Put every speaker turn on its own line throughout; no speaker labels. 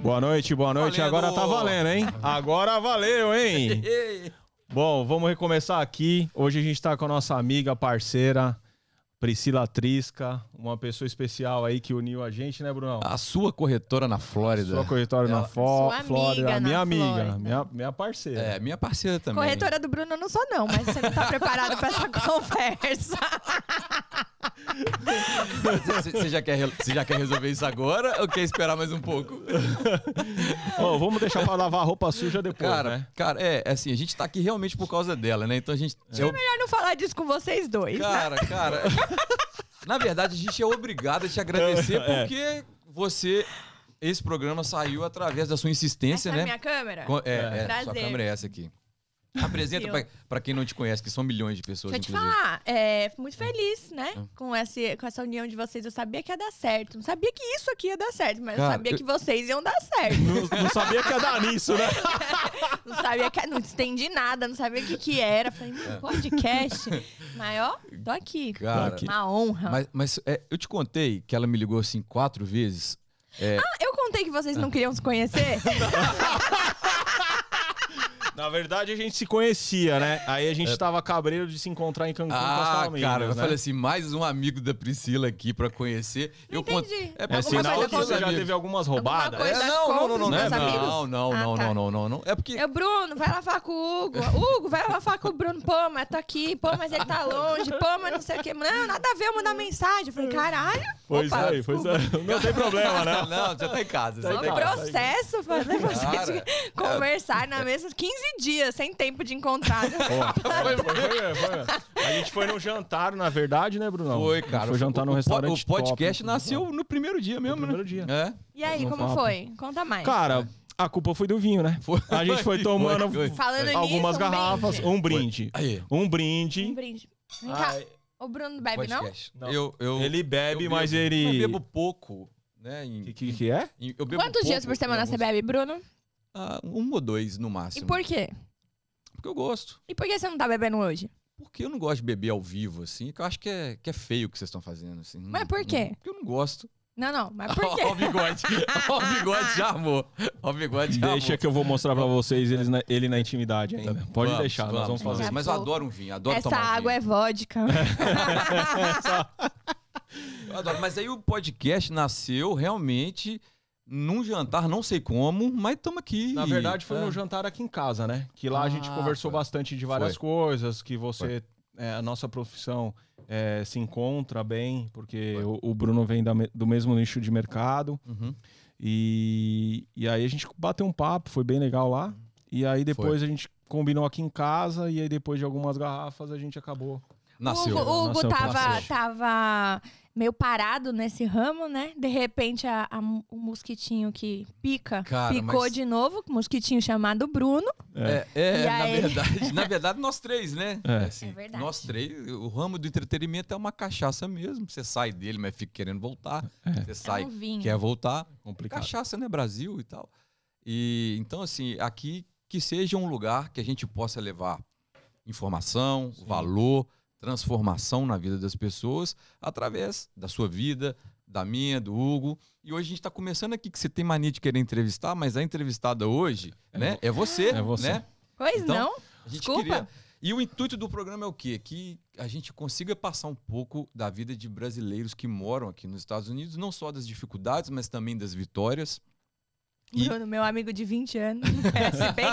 Boa noite, boa noite.
Valendo.
Agora tá valendo, hein? Agora valeu, hein? Bom, vamos recomeçar aqui. Hoje a gente tá com a nossa amiga, parceira, Priscila Trisca, uma pessoa especial aí que uniu a gente, né, Brunão?
A sua corretora na Flórida.
Sua corretora na Fo
Sua amiga
Flórida,
na
minha amiga,
Flórida.
minha, minha parceira.
É, minha parceira também.
Corretora do Bruno eu não sou, não, mas você não tá preparado pra essa conversa.
Você você já, quer re- você já quer resolver isso agora ou quer esperar mais um pouco?
Ó, vamos deixar pra lavar a roupa suja depois,
É. Cara,
né?
cara, é, é assim, a gente tá aqui realmente por causa dela, né? Então a gente. é o-
Melhor não falar disso com vocês dois. né?
Cara, cara. Na verdade, a gente é obrigado a te agradecer
É.
porque você. Esse programa saiu através da sua
Essa
insistência,
é a
né?
minha câmera?
Co- É, é,
Prazer.
sua câmera é essa aqui. Apresenta pra,
Viu?
pra quem não te conhece, que são milhões de pessoas,
Deixa eu te
inclusive. É.
falar, é, fico muito feliz, né? Com, esse, com essa união de vocês. Eu sabia que ia dar certo. Não sabia que isso aqui ia dar certo, mas
Cara,
eu sabia
eu-
que vocês iam dar certo.
Não, não sabia que ia dar nisso, né?
não sabia que. Não entendi nada, não sabia o que, que era. Falei, "Hum, podcast. Mas ó, tô aqui.
É. Cara,
Tô aqui.
Uma honra.
Mas, mas, é, eu te contei que ela me ligou assim quatro vezes. É,
Ah, eu contei que vocês não queriam se conhecer?
Na verdade, a gente se conhecia, né? Aí a gente tava cabreiro de se encontrar em Cancún com as
É. ah,
famílias,
cara, eu
né?
falei assim, mais um amigo da Priscila aqui pra conhecer.
Não
eu cont-
entendi.
É,
É
pra
Alguma
sinal
coisa
que você
com os
já teve algumas roubadas.
coisa-
É, não, não, não, não, não,
Né,
não,
amigos?
não, não,
Ah,
não,
tá.
não, não, não. É porque
Eu, Bruno, vai lá falar com o Hugo. Hugo, vai lá falar com o Bruno. Pô, mas tô aqui. Pô, mas ele tá longe. Pô, mas não sei o quê. Não, nada a ver, eu mandar mensagem. Eu falei, caralho.
Pois
Opa,
é, pois é. Não tem problema, né?
não, já tá em casa. já
Só
tá em
Tá,
um
casa.
processo fazer vocês
Cara,
conversar na mesma 15 dias, sem tempo de encontrar.
Foi, Tá foi, foi, foi. A gente foi no jantar, na verdade, né, Brunão?
Foi,
A gente
cara.
Foi jantar
O-
num
o po-
restaurante
O podcast
top. assim, né?
nasceu no primeiro dia mesmo,
No primeiro dia.
né? É.
E aí,
Não
como
papo.
foi? Conta
um
mais.
Cara, a culpa foi do vinho, né?
Foi.
A gente foi tomando
Foi, foi.
Falando nisso,
algumas
um
garrafas,
brinde.
um brinde.
Aí.
Um
Um
brinde.
brinde. Vem cá.
Ai,
O Bruno não bebe, não?
Podcast.
Não.
Eu, eu,
ele
eu
bebe,
bebo.
mas
Eu
ele.
bebo pouco, né? em-
O que, que é?
em- eu bebo
Quantos dias
pouco
por
em
semana você
alguns-
bebe, Bruno?
Ah, um ou dois no
E
máximo.
por quê?
Porque eu gosto.
E por que você não tá bebendo hoje?
Porque eu não gosto de beber ao vivo, assim, que eu acho que é, que é feio o que vocês estão fazendo, assim. Não-
Mas por quê?
não- Porque eu não gosto.
Não, não, mas por quê?
Ó o bigode. Ó o bigode já amou. Ó o bigode já
Deixa
amou.
que eu vou mostrar pra vocês eles na- ele na intimidade ainda. Pode deixar, nós vamos fazer.
vamos.
Mas eu adoro um vinho, adoro
Essa
tomar um
água é
vinho.
vodka. é
Eu adoro. Mas aí o podcast nasceu realmente num jantar, não sei como, mas estamos aqui.
Na verdade, foi
É.
num jantar aqui em casa, né? Que lá a gente
Ah,
conversou
foi.
bastante de várias coisas, que você. é, a nossa profissão é, se encontra bem, porque o, o Bruno vem da me- do mesmo nicho de mercado.
Uhum.
E, e aí a gente bateu um papo, foi bem legal lá. E aí depois a gente combinou aqui em casa, e aí depois de algumas garrafas a gente acabou.
Nasceu.
O Hugo, o Hugo
Nasceu,
tava,
nasceu.
tava meio parado nesse ramo, né? De repente, a- a mu- o mosquitinho que pica
Cara,
picou
mas-
de novo. um Mosquitinho chamado Bruno.
É, é,
E
na
aí?
verdade, na verdade, nós três, né?
É.
assim,
É verdade.
Nós três, o ramo do entretenimento é uma cachaça mesmo. Você sai dele, mas fica querendo voltar. Você sai, é
um vinho.
quer voltar.
É. Complicado.
Cachaça, né? Brasil e tal. E então, assim, aqui que seja um lugar que a gente possa levar informação, valor, transformação na vida das pessoas através da sua vida, da minha, do Hugo. E hoje a gente está começando aqui que você tem mania de querer entrevistar, mas a entrevistada hoje, né? É você,
É você.
né?
Pois
Então,
não?
A gente
Desculpa.
queria. E o intuito do programa é o quê? Que a gente consiga passar um pouco da vida de brasileiros que moram aqui nos Estados Unidos, não só das dificuldades, mas também das vitórias. e-
Bruno, meu amigo de 20 anos. Conhece bem.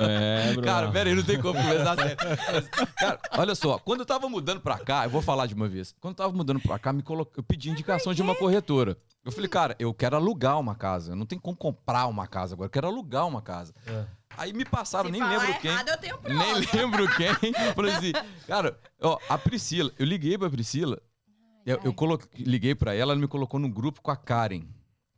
É, Bruno.
Cara, pera aí, não tem como começar sério. Mas, Cara, olha só, quando eu tava mudando pra cá, eu vou falar de uma vez. Quando eu tava mudando pra cá, me colo... eu pedi indicação de uma corretora. Eu falei, cara, eu quero alugar uma casa. Não tem como comprar uma casa agora, eu quero alugar uma casa.
É.
Aí me passaram,
Se
nem
falar
lembro quem.
É errado, eu tenho prova.
Nem lembro quem. Falei assim, cara, ó, a Priscila, eu liguei pra Priscila, eu, eu
ai.
coloquei, liguei pra ela, ela me colocou no grupo com a Karen.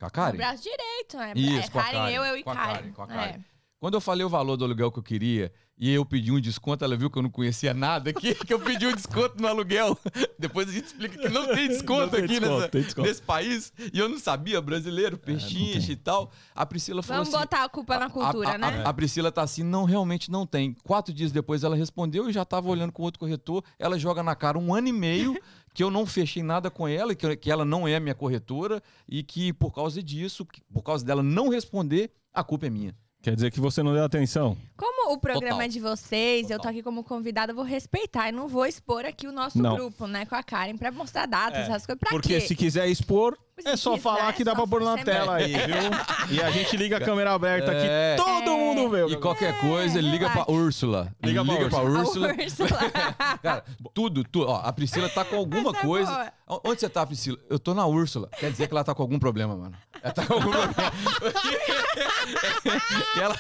Com a
O
Karen?
braço direito, né?
Isso,
é,
com a
Karen,
Karen,
eu, eu e
com a
Karen.
Karen, com a Karen.
É.
Quando eu falei o valor do aluguel que eu queria e eu pedi um desconto, ela viu que eu não conhecia nada aqui, que eu pedi um desconto no aluguel. Depois a gente explica que não tem
Não
desconto
tem
aqui
desconto,
nessa-
tem desconto.
nesse país. E eu não sabia, brasileiro, pechinche e tal. A Priscila falou
Vamos
assim...
botar a culpa na cultura,
a, a-
né?
a- a Priscila tá assim, não, realmente não tem. Quatro dias depois ela respondeu e já tava olhando com outro corretor. Ela joga na cara um ano e meio que eu não fechei nada com ela, que, que ela não é minha corretora e que por causa disso, que por causa dela não responder, a culpa é minha.
Quer dizer que você não deu atenção.
Como o programa
Total.
é de vocês, eu tô
Total.
aqui como convidada, eu vou respeitar e não vou expor aqui o nosso
Não.
grupo, né, com a Karen, pra mostrar datas,
É,
essas coisas. Pra
Porque
quê?
se quiser expor,
Tá Se
é só
quiser,
falar que dá
só
pra pôr na
você
tela aí, viu? E a gente liga a câmera aberta aqui,
É.
todo
É.
mundo vê. o
E
negócio.
qualquer coisa, liga pra Úrsula.
Liga pra
pra
A
Úrsula.
Úrsula.
Cara, tudo, tudo. Ó, a Priscila tá com alguma
Essa é
coisa.
boa.
O- Onde você tá, Priscila? Eu tô na Úrsula. Quer dizer que ela tá com algum problema, mano. Ela tá com algum problema. Que ela,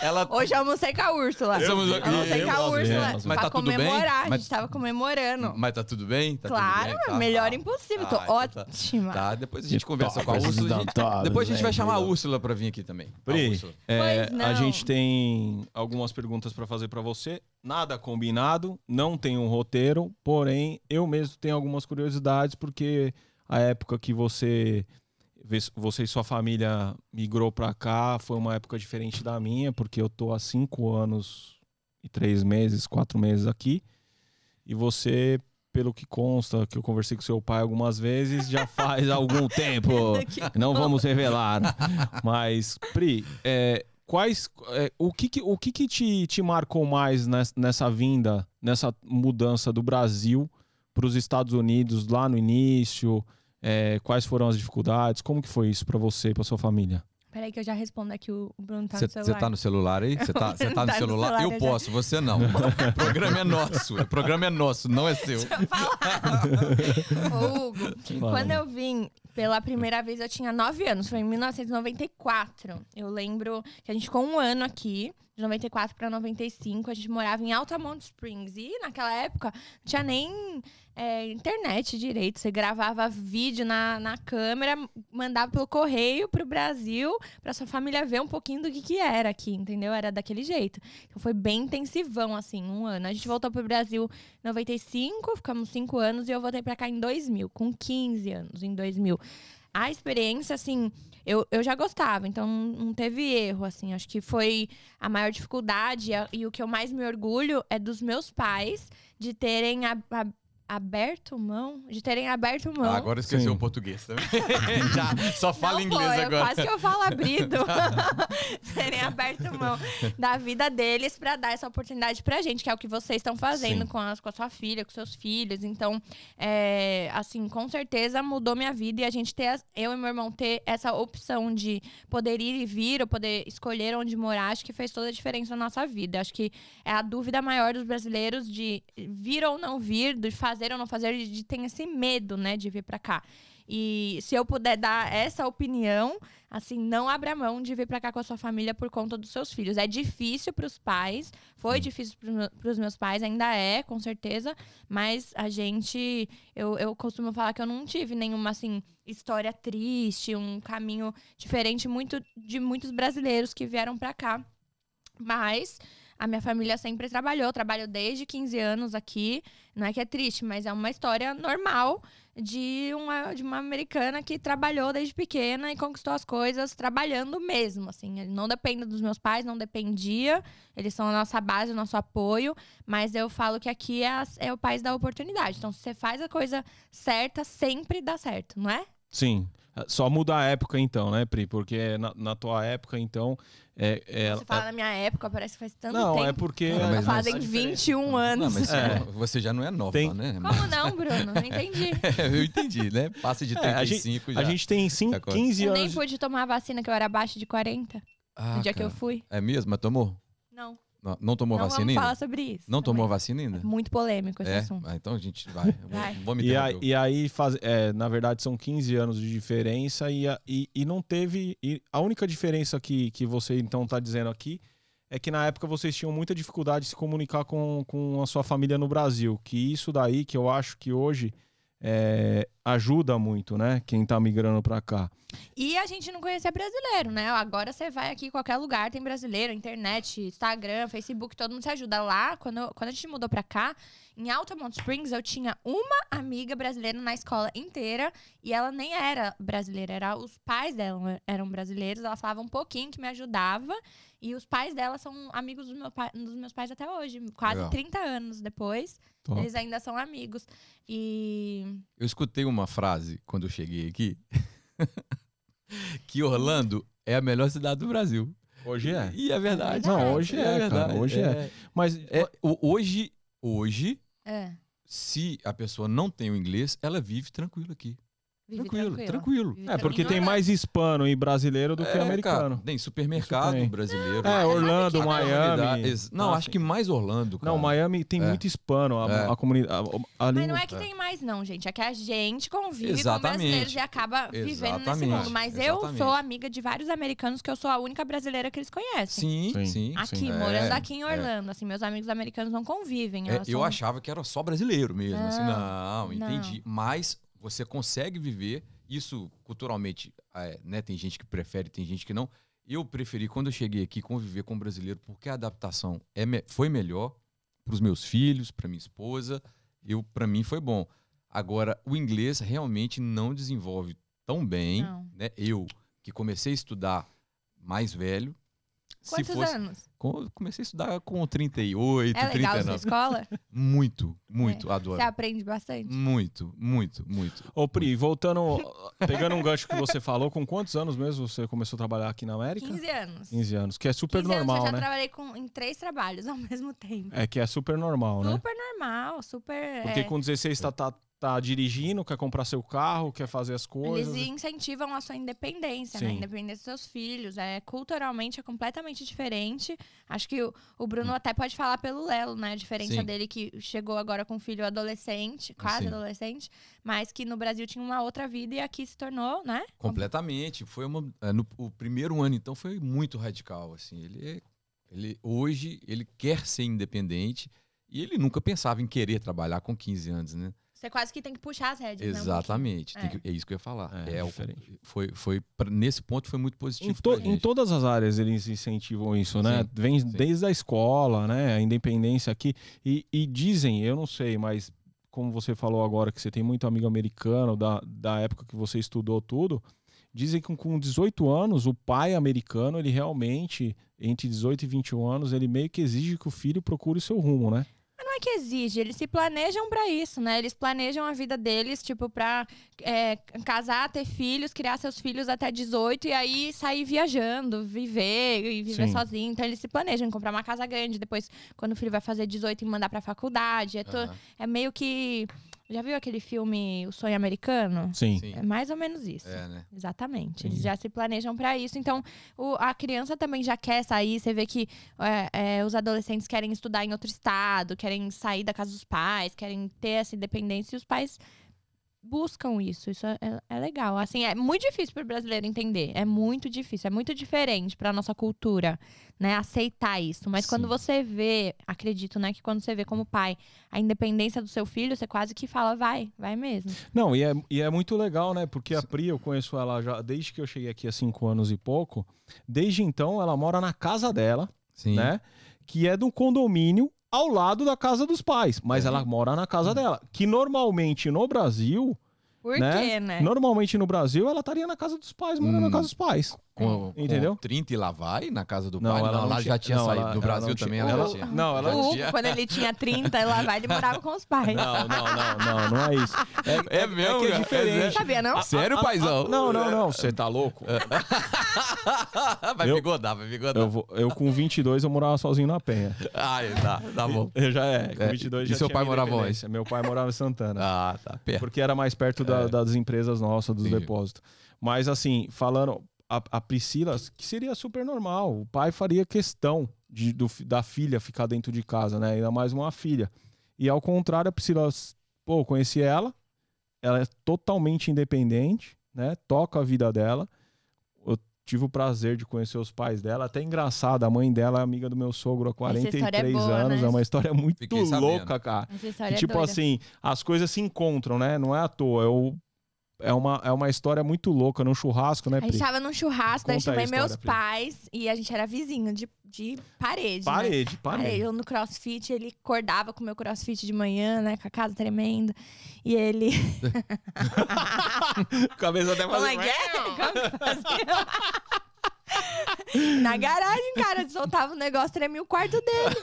ela
Hoje eu almocei com a Úrsula.
Eu vi.
almocei com a
Eu vi.
Úrsula
Mas
pra
tá tudo bem?
comemorar, a
Mas-
gente tava comemorando.
Mas tá tudo bem? Tá tudo
claro, é
bem? Tá,
melhor
tá.
impossível,
Tá,
tô
então tá.
ótima.
Tá, depois a gente
Que
conversa
top
com a
esses
Úrsula. a gente-
dentados,
depois a gente
né,
vai chamar a
filho?
Úrsula pra vir aqui também. A tá-
Pri,
Úrsula.
é,
Pois
a
não.
gente tem algumas perguntas pra fazer pra você. Nada combinado, não tem um roteiro, porém eu mesmo tenho algumas curiosidades porque a época que você você e sua família migrou pra cá foi uma época diferente da minha, porque eu tô há cinco anos e três meses, quatro meses aqui. E você, pelo que consta, que eu conversei com seu pai algumas vezes, já faz algum tempo. Não vamos revelar. Mas, Pri, é, quais. é, o que, que- o que, que te, te marcou mais nes- nessa vinda, nessa mudança do Brasil para os Estados Unidos lá no início? É, quais foram as dificuldades? Como que foi isso para você e para sua família?
Peraí que eu já respondo aqui, o o Bruno tá no
Você
celular.
tá no celular aí? Você tá, cê
Não
tá no
tá no
celular?
celular,
eu
eu já-
posso, você não. O programa é nosso. O programa é nosso, não é seu.
Ô, Hugo, quando eu vim pela primeira vez, eu tinha 9 anos, foi em 1994. Eu lembro que a gente ficou um ano aqui, de 94 para 95, a gente morava em Altamont Springs. E naquela época não tinha nem é, internet direito. Você gravava vídeo na, na câmera, mandava pelo correio pro Brasil, pra sua família ver um pouquinho do que, que era aqui, entendeu? Era daquele jeito. Então foi bem intensivão, assim, um ano. A gente voltou pro Brasil 95, ficamos 5 anos e eu voltei pra cá em 2000, com 15 anos, em 2000. A experiência, assim, eu, eu já gostava, então não não teve erro, assim. Acho que foi a maior dificuldade e, a- e o que eu mais me orgulho é dos meus pais de terem a- a- aberto mão, de terem aberto mão.
Ah, agora esqueceu
Sim.
o português também. Já, só fala
Não, pô,
inglês
eu
agora.
Quase que eu falo abrido. Serem aberto mão da vida deles pra dar essa oportunidade pra gente, que é o que vocês estão
Sim.
fazendo com, as, com a sua filha, com seus filhos. Então, é, assim, com certeza mudou minha vida e a gente ter, as- eu e meu irmão ter essa opção de poder ir e vir, ou poder escolher onde morar, acho que fez toda a diferença na nossa vida. Acho que é a dúvida maior dos brasileiros de vir ou não vir, de fazer ou não fazer, de, de ter esse medo, né, de vir pra cá. E se eu puder dar essa opinião, assim, não abra mão de vir pra cá com a sua família por conta dos seus filhos. É difícil pros pais, foi difícil pros meu- pros meus pais, ainda é, com certeza, mas a gente, eu, eu costumo falar que eu não tive nenhuma, assim, história triste, um caminho diferente muito de muitos brasileiros que vieram pra cá. Mas a minha família sempre trabalhou, trabalho desde 15 anos aqui. Não é que é triste, mas é uma história normal de uma, de uma americana que trabalhou desde pequena e conquistou as coisas trabalhando mesmo, assim. Eu Não dependo dos meus pais, não dependia. Eles são a nossa base, o nosso apoio. Mas eu falo que aqui é, as- é o país da oportunidade. Então, se você faz a coisa certa, sempre dá certo, não é?
Sim. Só muda a época então, né, Pri? Porque na, na tua época, então. É, é-
Você fala na minha época, parece que faz
é-
tanto
não, é
tempo.
porque.
Não, mas-
Fazem
a diferença-
21 anos.
Não, mas
É.
você já não é nova,
Tem-
né?
Como não, Bruno? Não entendi.
eu entendi, né? Passa de
É, a gente-
35 já.
A gente tem cinco,
Já corta.
15
Eu
anos.
nem pude tomar a vacina que eu era abaixo de 40
Ah,
no dia que eu
cara.
fui.
É mesmo? Mas tomou?
Não.
Não, não tomou
não
vacina
vamos
ainda?
falar sobre isso.
Não
também.
tomou vacina ainda?
Muito polêmico esse
É,
assunto.
Ah, então a gente vai. Eu Vou,
Vai.
vou me
E, a-
interromper.
e aí, faz, é, na verdade, são 15 anos de diferença e, a- e, e não teve. e a única diferença que, que você então tá dizendo aqui é que na época vocês tinham muita dificuldade de se comunicar com, com a sua família no Brasil. Que isso daí que eu acho que hoje é, ajuda muito, né? Quem tá migrando para cá.
E a gente não conhecia brasileiro, né? Agora você vai aqui, qualquer lugar tem brasileiro, internet, Instagram, Facebook, todo mundo se ajuda. Lá, quando, eu- quando a gente mudou pra cá, em Altamont Springs, eu tinha uma amiga brasileira na escola inteira e ela nem era brasileira, era os pais dela eram brasileiros, ela falava um pouquinho que me ajudava e os pais dela são amigos do meu pai- dos meus pais até hoje, quase
Legal.
30 anos depois.
Top.
Eles ainda são amigos. E.
Eu escutei uma frase quando eu cheguei aqui: que Orlando é a melhor cidade do Brasil.
Hoje é.
E é verdade.
Não,
cara.
hoje é, cara, hoje é. Mas
É, o- hoje, hoje,
É.
se a pessoa não tem o inglês, ela vive tranquilo aqui.
Vive
tranquilo,
tranquila.
tranquilo.
Vive
é porque
tranquila.
tem mais hispano e brasileiro do que
É,
americano.
cara, tem
Isso
supermercado
tem.
brasileiro.
É, Orlando,
que não.
Miami. Ah,
Unidades- Não, acho que mais Orlando, cara.
Não, Miami tem
Ah, É.
muito hispano, a,
É.
a comunidade. A, a
Mas
língua.
não é que tem mais, não, gente. É que a gente convive
Exatamente.
com brasileiros e acaba vivendo nesse
Exatamente.
mundo. Mas eu
Exatamente.
sou amiga de vários americanos que eu sou a única brasileira que eles
Sim,
conhecem.
Sim.
sim.
aqui,
sim.
morando
É,
aqui em Orlando. Assim, meus amigos americanos não convivem.
É,
elas
eu
são-
achava que era só brasileiro mesmo. assim,
Não,
não, entendi. Mas você consegue viver isso culturalmente, é, né? Tem gente que prefere, tem gente que não. Eu preferi, quando eu cheguei aqui, conviver com um brasileiro, porque a adaptação é me- foi melhor para os meus filhos, para minha esposa. Eu, para mim, foi bom. Agora, o inglês realmente não desenvolve tão bem,
Não.
né? Eu que comecei a estudar mais velho. se
Quantos
fosse-
anos?
com- eu comecei a estudar com 38,
É legal sua
39.
escola?
Muito, muito, adoro.
Você aprende bastante?
Muito, muito, muito.
Ô, Pri, voltando, pegando um gancho que você falou, com quantos anos mesmo você começou a trabalhar aqui na América?
15 anos.
15 anos, que é super
15 anos, eu
normal,
já
né?
trabalhei com, em três trabalhos ao mesmo tempo.
É que é super normal, né?
Super normal, super.
Porque
é,
com 16 tá, tá, tá dirigindo, quer comprar seu carro, quer fazer as
Eles
coisas.
incentivam a sua independência, né? A
Sim.
independência dos seus filhos. É, culturalmente é completamente diferente. Acho que o, o Bruno até pode falar pelo Lelo, né? A diferença
Hum. Sim.
dele que chegou agora com um filho adolescente, quase
Sim.
adolescente, mas que no Brasil tinha uma outra vida e aqui se tornou, né?
Completamente. Foi uma. é, no- o primeiro ano, então, foi muito radical. Assim, ele, é- ele hoje ele quer ser independente e ele nunca pensava em querer trabalhar com 15 anos, né?
Você quase que tem que puxar as rédeas, né? um
Exatamente.
pouquinho.
Tem que- é. isso que eu ia falar.
É,
É, o-
diferente.
foi, foi pra- nesse ponto foi muito positivo.
Em, to-
pra
em
Tipo, gente.
todas as áreas eles incentivam isso, né?
Sim,
Vem
sim.
desde a escola, né? A independência aqui. E, e dizem, eu não sei, mas como você falou agora, que você tem muito amigo americano da, da época que você estudou tudo, dizem que com 18 anos, o pai americano, ele realmente, entre 18 e 21 anos, ele meio que exige que o filho procure o seu rumo, né?
não é que exige, eles se planejam pra isso, né? Eles planejam a vida deles, tipo, pra é, casar, ter filhos, criar seus filhos até 18 e aí sair viajando, viver e viver
Sim.
sozinho. Então eles se planejam em comprar uma casa grande, depois, quando o filho vai fazer 18 e mandar pra faculdade. É, to-
Aham,
é meio que. Já viu aquele filme O Sonho Americano?
Sim.
sim.
É mais ou menos isso.
É, né?
Exatamente.
Entendi.
Eles já se planejam pra isso. Então, o- a criança também já quer sair. Você vê que é, é, os adolescentes querem estudar em outro estado, querem sair da casa dos pais, querem ter essa independência e os pais buscam isso. Isso é, é legal. Assim, é muito difícil pro brasileiro entender. É muito difícil. É muito diferente pra nossa cultura, né? Aceitar isso. Mas quando
Sim.
você vê, acredito, né? Que quando você vê como pai a independência do seu filho, você quase que fala, vai, vai mesmo.
Não, e é, e é muito legal, né? Porque a Pri, eu conheço ela já desde que eu cheguei aqui há cinco anos e pouco. Desde então, ela mora na casa dela,
Sim.
né? Que é de um condomínio ao lado da casa dos pais. Mas
É.
ela mora na casa dela. Que normalmente no Brasil.
Por
Né?
quê, né?
Normalmente no Brasil, ela estaria na casa dos pais, morando na
É. Hum.
casa dos pais.
Com, com
Entendeu?
30 e lá vai na casa do pai. Não, lá
não
já tinha
não,
saído.
ela-
do
ela
Brasil
não
também
tinha-
ela
ela-
já tinha.
Não, ela
Já
O Hugo,
tinha.
quando ele tinha 30, ela vai, ele morava com os pais.
Não, não, não, não, não é isso.
É mesmo,
que é
cara?
diferente. Ah,
Sabia, não?
Sério, paizão?
Não, não, não, você tá louco?
vai
Eu-
bigodar, vai bigodar.
Eu, vou- eu com 22 eu morava sozinho na Penha.
Ah, tá, tá bom.
Eu já é, com
É,
22
e
já
seu
tinha
pai
minha
morava onde?
independência. Meu pai morava em Santana.
Ah, tá, perto. É.
Porque era mais perto da- das empresas nossas, dos
Entendi.
depósitos. Mas assim, falando, a, a Priscila, que seria super normal. O pai faria questão de- do fi- da filha ficar dentro de casa, né? Ainda mais uma filha. E ao contrário, a Priscila, s- pô, eu conheci ela, ela é totalmente independente, né? Toca a vida dela. Eu tive o prazer de conhecer os pais dela. Até engraçado, a mãe dela é amiga do meu sogro há
Essa história é
43
boa,
anos.
né?
É uma história muito
Fiquei sabendo.
louca, cara.
Essa
E,
história
tipo
é doida.
assim, as coisas se encontram, né? Não é à toa. É, o- é uma, é uma história muito louca num churrasco, né,
a gente
Pri?
tava num churrasco, daí eu
Conta aí a
chamei
história,
meus
Pri.
pais e a gente era vizinho de, de parede. né?
Parede,
Aí
parede.
eu no crossfit, ele acordava com o meu crossfit de manhã, né? Com a casa tremenda. E ele.
Cabeça até
é Como é que é? Como que fazia? Na garagem, cara, soltava o negócio, tremia o quarto dele.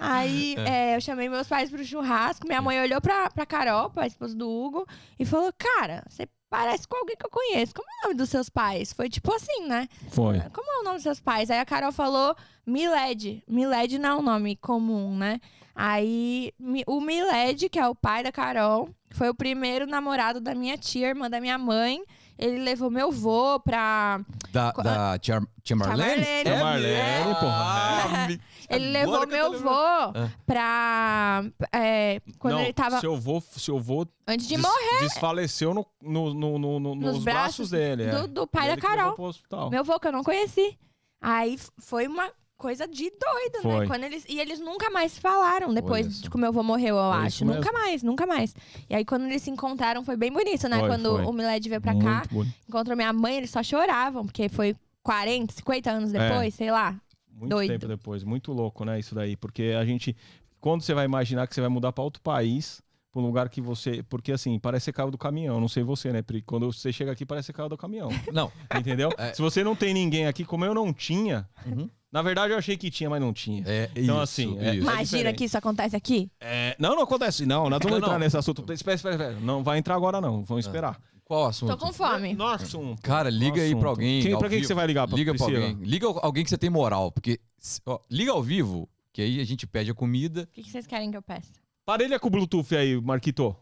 Aí é, eu chamei meus pais pro churrasco, minha mãe olhou pra, pra Carol, pra esposa do Hugo, e falou: Cara, você parece com alguém que eu conheço. Como é o nome dos seus pais? Foi tipo assim, né?
Foi.
Como é o nome dos seus pais? Aí a Carol falou Miled. Miled não é um nome comum, né? Aí mi- o Miled, que é o pai da Carol, foi o primeiro namorado da minha tia, irmã da minha mãe. Ele levou meu vô pra.
Da,
Qua-
da Tia, tia Marlene?
Marlene.
Tia Marlene, Ah,
porra.
Ele
Agora
levou
que eu tô
meu
lembrando.
vô
Ah.
pra. é, quando
Não,
ele tava.
Seu avô, seu avô
Antes de
des-
morrer
desfaleceu no, no- no- no- no- nos,
nos
braços, dele. é.
do, do pai
Ele
da
que levou
Carol.
pro hospital.
Meu avô, que eu não conheci. Aí f- foi uma coisa de doido,
Foi.
né? Quando eles, e eles nunca mais se falaram
Olha
depois
só.
de que o meu avô morreu, eu
É isso
acho.
mesmo.
Nunca mais, nunca mais. E aí, quando eles se encontraram, foi bem bonito, né?
Foi,
quando
foi.
o Miled veio pra cá,
Muito bonito.
encontrou minha mãe, eles só choravam, porque foi 40, 50
É.
anos depois, sei lá.
Muito
Doido.
tempo depois, muito louco, né? Isso daí, porque a gente, quando você vai imaginar que você vai mudar pra outro país, pra um lugar que você, porque assim, parece que você caiu do caminhão, não sei você, né? Pri? Quando você chega aqui, parece que você caiu do caminhão,
Não,
entendeu?
É.
Se você não tem ninguém aqui, como eu não tinha,
Uhum.
na verdade eu achei que tinha, mas não tinha.
é
Então,
isso,
assim, é-
isso.
Mas-
Imagina
diferente.
que isso acontece aqui.
É, não, não acontece, não, É. nós vamos
Não,
entrar
não.
nesse assunto. Espera, espera, espera, não vai entrar agora não, vamos esperar.
Qual o assunto?
Tô com fome.
Nossa, um...
Cara, liga aí pra
assunto.
alguém.
Quem,
ao
pra quem que
vivo.
você vai ligar? Pra
Liga pra
Priscila?
alguém. Liga alguém que você tem moral, porque se- ó, liga ao vivo, que aí a gente pede a comida.
O que que vocês querem que eu peça?
Parelha com o Bluetooth aí, Marquito.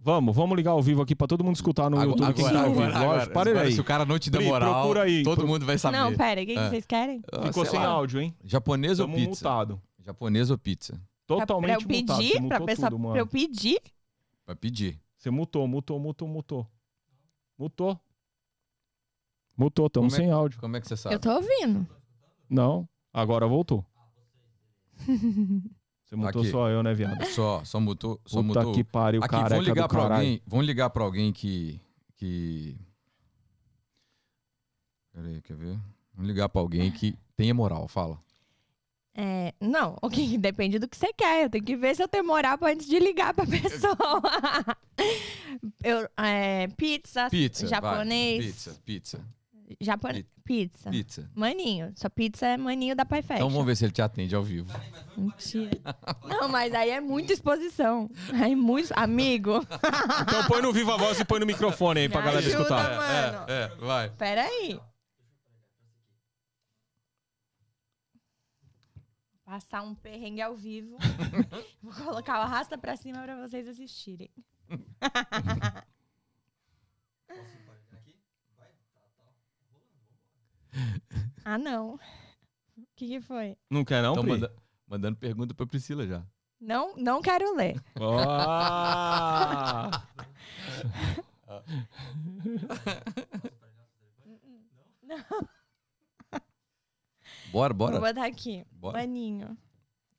Vamos, vamos ligar ao vivo aqui pra todo mundo escutar no YouTube. quem tá ao vivo. Lógico, parelha
agora,
aí.
Se o cara não te der
Pri,
moral,
procura aí,
todo
pro-
mundo vai saber.
Não, pera, o que, que
É.
vocês querem?
Ah,
Ficou
sei
sem
lá.
áudio, hein?
Japonesa ou
Estamos
pizza?
mutado.
Japonesa ou pizza?
pra eu
Totalmente
pedir,
mutado. Você
pra
mutou
pessoa,
tudo,
pra eu
mano.
pedir.
Vai pedir.
Você mutou, mutou, mutou, mutou. Mutou. Mutou, estamos
Como é-
sem áudio.
Como é que você sabe?
Eu tô ouvindo.
Não, agora voltou. Você mutou
Aqui.
só eu, né, viado?
Só, só mutou. Só
Puta
mutou.
que pariu,
Aqui,
careca
vão ligar
do
pra
caralho.
alguém. Vão ligar pra alguém que. que... Peraí, quer ver? Vamos ligar pra alguém que tenha moral, fala.
É, não, o que depende do que você quer. Eu tenho que ver se eu tenho moral pra antes de ligar pra pessoa. Eu, é, pizza,
Pizza. vai.
japonês,
Pizza, pizza,
japon...
Pi-
pizza.
pizza.
Maninho, sua pizza é maninho da Pai Fashion.
Tá. Então vamos ver se ele te atende ao vivo.
Mentira. Não, mas aí é muita exposição. Aí muito. Amigo,
Então põe no Viva Voz e põe no microfone aí pra
Me
galera
ajuda,
escutar.
mano.
É, é, vai.
Peraí. Passar um perrengue ao vivo. Vou colocar o arrasta pra cima pra vocês assistirem. ah, não. O que, que foi?
Não quer não,
Então
Pri?
manda- mandando pergunta pra Priscila já.
Não, não quero ler.
Ah!
Bora, bora.
Vou botar aqui.
Bora.
Maninho.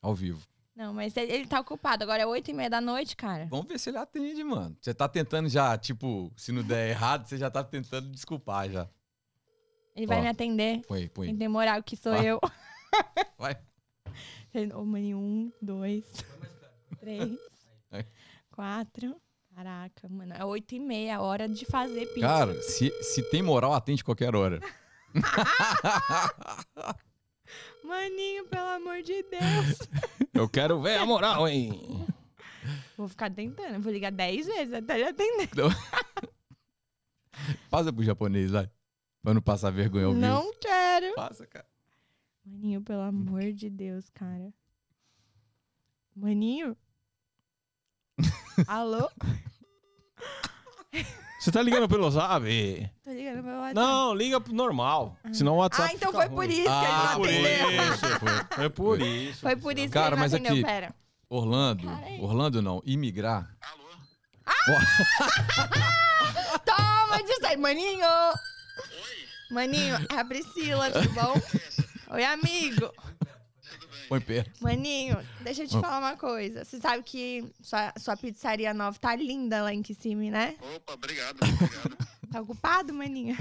Ao vivo.
Não, mas ele, ele tá ocupado. Agora é oito e meia da noite, cara.
Vamos ver se ele atende, mano. Você tá tentando já, tipo, se não der errado, você já tá tentando desculpar já.
Ele vai
Ó.
me atender.
Põe, aí, põe.
Tem
aí.
que demorar, que sou
Vai.
eu.
Vai.
Ô, maninho, um, dois, três,
Vai.
quatro. Caraca, mano, é oito e meia, hora de fazer pizza.
Cara, se, se tem moral, atende qualquer hora.
Maninho, pelo amor de Deus.
Eu quero ver a moral, hein?
vou ficar tentando, vou ligar dez vezes até ele atender.
Passa pro japonês, vai. Pra não passar vergonha ao vivo.
Não quero.
Passa, cara.
Maninho, pelo amor de Deus, cara. Maninho? Alô?
Você tá ligando pelo Zab?
Tô ligando meu WhatsApp.
Não, liga pro normal. Senão o WhatsApp.
ah, então
fica
foi
ruim.
por isso que
Ah,
por
ele não atendeu.
isso.
Foi.
Foi por isso.
Foi por isso
Cara,
que ele não
mas
atendeu,
aqui-
pera.
Orlando.
Cara,
Orlando não, imigrar.
Toma disso aí, maninho! Maninho, é a Priscila, tudo bom? Oi, amigo.
Põe perto.
Maninho, deixa eu te falar uma coisa. Você sabe que sua, sua pizzaria nova tá linda lá em Kissimmee, né?
Opa, obrigado, obrigado.
Tá ocupado, maninho?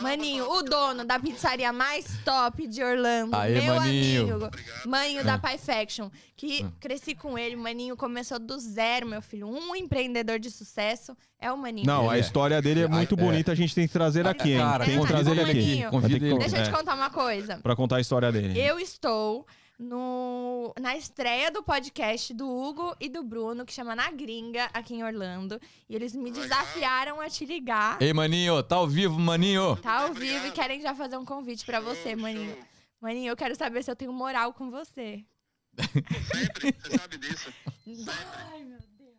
Maninho, o dono da pizzaria mais top de Orlando.
Aê,
meu
maninho.
amigo. Maninho da Pie Faction. Que cresci com ele. O Maninho começou do zero, meu filho. Um empreendedor de sucesso é o Maninho.
Não,
Ele
a
é.
história dele é muito
É.
bonita, a gente tem que trazer aqui, hein?
Cara,
tem que
convida
trazer ele
ele
aqui.
aqui,
convida
Vai ter que
ele.
Deixa eu te
é,
contar uma coisa.
Pra contar a história dele.
Eu estou no, na estreia do podcast do Hugo e do Bruno, que chama Na Gringa, aqui em Orlando. E eles me desafiaram a te ligar.
Ah, Ei, maninho, tá ao vivo, maninho?
Tá ao
Obrigado.
vivo e querem já fazer um convite pra você, maninho. Maninho, eu quero saber se eu tenho moral com você.
Sempre, você sabe disso.
Ai, meu Deus.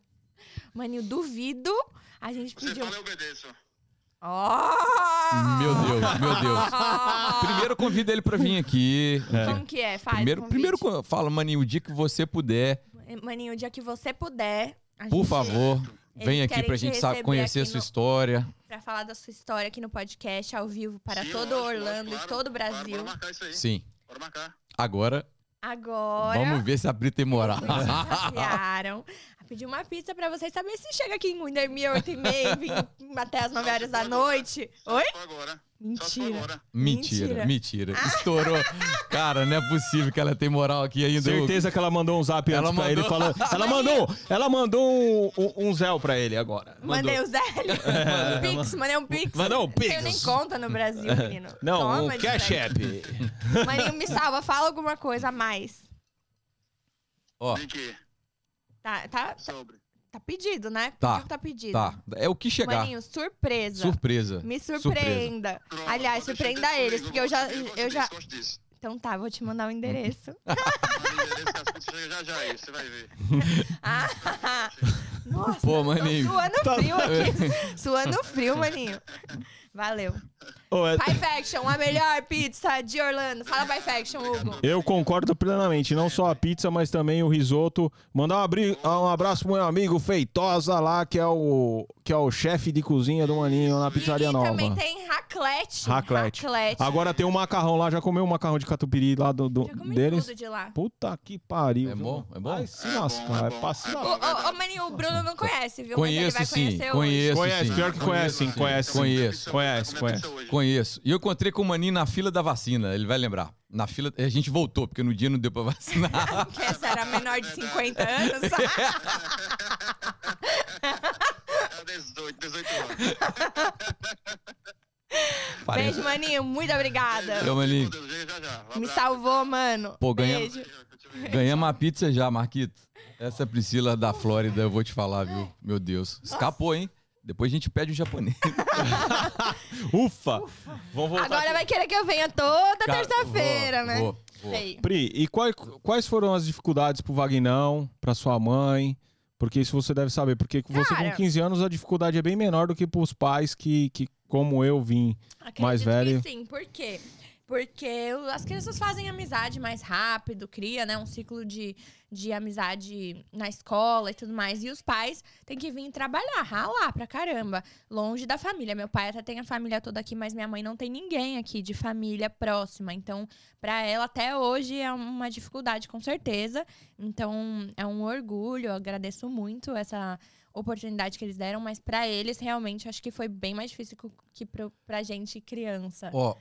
Maninho, duvido. A gente um
Você
pediu.
fala, eu obedeço.
Oh!
Meu Deus, meu Deus. Primeiro convida ele pra vir aqui.
Como que é? Faz.
Primeiro,
convite.
primeiro co- fala, maninho, o dia que você puder,
Maninho, o dia que você puder. a
por
gente-
favor,
Eles
vem aqui
querem
pra
te
gente sa-
receber
conhecer a
aqui
sua
no-
história.
Pra falar da sua história aqui no podcast, ao vivo, para
Sim,
todo
lógico, lógico,
Orlando
claro,
e todo o
claro,
Brasil.
bora marcar isso aí.
Sim.
Bora marcar.
Agora,
Agora.
vamos ver se a Brita tem moral.
Eles desafiaram a pedir uma pizza pra vocês saber se chega aqui em Windermere 8 e meia, vim até as 9 horas da noite.
Só
Oi?
se for agora. Só se for
Mentira.
agora.
mentira,
Mentira. Ah.
mentira. Estourou. Cara, não é possível que ela tem moral aqui ainda.
Certeza que ela mandou um zap
Ela
antes pra ele
mandou.
falando. Ela mandou, ela mandou um, um, um Zéu pra ele agora.
Mandei o Zé. Pix, mandei um Pix.
É, Mandou um
Não tenho nem
Pix. É.
conta no Brasil, menino.
Não,
Toma,
um Cash
Zé.
App.
Maninho, me salva, fala alguma coisa a mais.
Ó,
Tem que ir.
Tá, tá,
Sobre.
tá pedido, né?
Tá,
Pedido Tá pedido.
tá. É o que chegar.
Maninho, surpresa.
Surpresa.
Me surpreenda.
Pronto,
Aliás,
pode deixar
surpreenda
que
eles,
comigo,
porque eu já.
gosto disso,
Eu já...
gosto disso.
Então tá, vou te mandar o endereço.
Mas o endereço que as coisas chegam já já aí, você vai ver.
Ah, nossa,
Pô,
tô
maninho.
suando frio aqui. suando frio, maninho. Valeu.
Ô, é-
Pie Faction, a melhor pizza de Orlando. Fala Pie Faction, Hugo.
Eu concordo plenamente, não só a pizza, mas também o risoto. Mandar um, abri- um abraço pro meu amigo Feitosa lá, que é o que é o chefe de cozinha do Maninho na
e
Pizzaria
aqui
Nova.
também tem raclette.
Raclette.
Ah,
Agora tem um macarrão lá, já comeu um macarrão de catupiry lá do, do-
Já comi
deles?
tudo de lá.
Puta que pariu.
É
viu,
bom?
mano?
É bom?
Vai se
É bom,
lascar,
é
é
bom,
pra se
é
Ô,
lascar.
bom.
ô, ô, maninho, o Bruno não conhece, viu?
Conheço
Mas ele
sim,
vai conhecer
conheço
Conhece,
sim.
pior que
Tá
conhece,
assim,
sim, conhece.
Conheço.
Conhece, conhece.
Conheço. E eu encontrei com o Maninho na fila da vacina, ele vai lembrar. Na fila, a gente voltou, porque no dia não deu pra vacinar.
hoje. Que essa era menor de 50 anos.
É 18, 18 anos.
Parece.
Beijo, maninho. Muito obrigada.
Ô, Maninho.
Meu Deus, chega já já. Um
Então, Me
abraço.
salvou, mano.
Pô, ganha-
Beijo.
Ganhamos a pizza já, Marquito. Essa é Priscila da Flórida, eu vou te falar, viu? Meu Deus. Escapou, hein? Depois a gente pede um japonês.
Ufa! Vamos voltar.
Agora
aqui.
vai querer que eu venha toda
Cara,
terça-feira,
vou,
né?
vou, vou.
Sei.
Pri, e quais, quais foram as dificuldades pro Vagnão, pra sua mãe? Porque isso você deve saber, porque você
Cara.
com 15 anos a dificuldade é bem menor do que pros pais que, que como eu vim.
Acredito
Mais velho.
Que sim, por quê? Porque o- as crianças fazem amizade mais rápido, cria, né, um ciclo de, de amizade na escola e tudo mais. E os pais têm que vir trabalhar, ralar pra caramba, longe da família. Meu pai até tem a família toda aqui, mas minha mãe não tem ninguém aqui de família próxima. Então, pra ela até hoje é uma dificuldade, com certeza. Então, é um orgulho, eu agradeço muito essa oportunidade que eles deram, mas pra eles realmente acho que foi bem mais difícil co- que pro, pra gente criança.
Ó,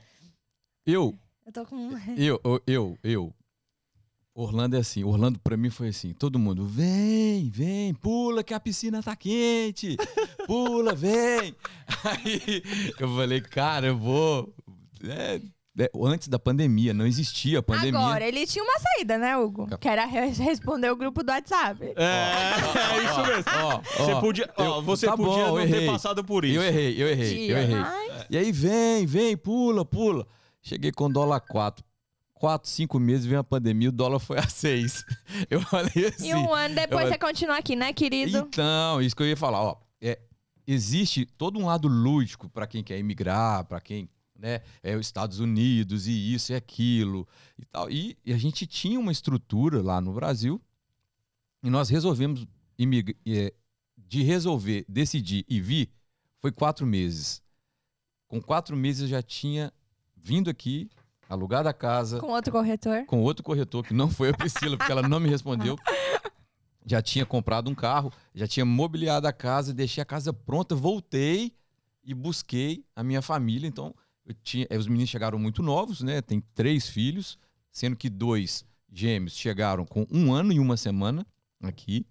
eu,
Eu tô com
eu, eu, eu, eu. Orlando é assim. Orlando pra mim foi assim. Todo mundo, vem, vem, pula que a piscina tá quente. Pula, vem. Aí eu falei, cara, eu vou. É, é, antes da pandemia, não existia a pandemia.
Agora, ele tinha uma saída, né, Hugo? Que era re- responder o grupo do WhatsApp.
É, é isso mesmo.
Ó,
Você
ó,
podia, ó,
eu-
você
tá bom,
podia
eu
não ter
errei.
passado por isso.
Eu errei, eu errei, eu
Tinha,
errei.
mas-
E aí vem, vem, pula, pula. Cheguei com dólar 4. 4, 5 meses, vem a pandemia, o dólar foi a 6. Eu falei assim.
E um ano depois
eu-
você continua aqui, né, querido?
Então, isso que eu ia falar, ó. É, existe todo um lado lúdico para quem quer emigrar, para quem, né, é os Estados Unidos e isso e aquilo e tal. E, e a gente tinha uma estrutura lá no Brasil e nós resolvemos imig- é, de resolver, decidir e vir foi quatro meses. Com quatro meses eu já tinha vindo aqui, alugado a casa,
Com outro corretor.
com outro corretor, que não foi a Priscila, porque ela não me respondeu. Já tinha comprado um carro, já tinha mobiliado a casa, deixei a casa pronta, voltei e busquei a minha família. Então, eu tinha, eh, os meninos chegaram muito novos, né? Tem três filhos, sendo que dois gêmeos chegaram com um ano e uma semana aqui.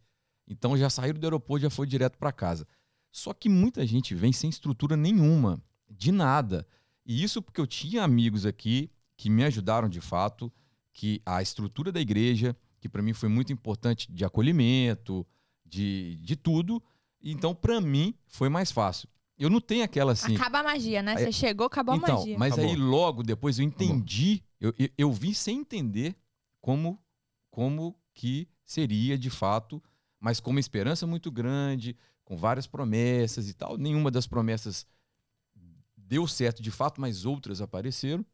Então já saíram do aeroporto, já foi direto para casa. Só que muita gente vem sem estrutura nenhuma, de nada. E isso porque eu tinha amigos aqui que me ajudaram de fato, que a estrutura da igreja, que para mim foi muito importante de acolhimento, de, de tudo. Então, para mim, foi mais fácil. Eu não tenho aquela assim.
Acaba a magia, né?
Aí-
Você chegou, acabou
então,
a magia.
mas
Acabou.
aí logo depois
Tá
eu entendi, eu, eu, eu vi sem entender como, como que seria de fato, mas com uma esperança muito grande, com várias promessas e tal. Nenhuma das promessas deu certo de fato, mas outras apareceram.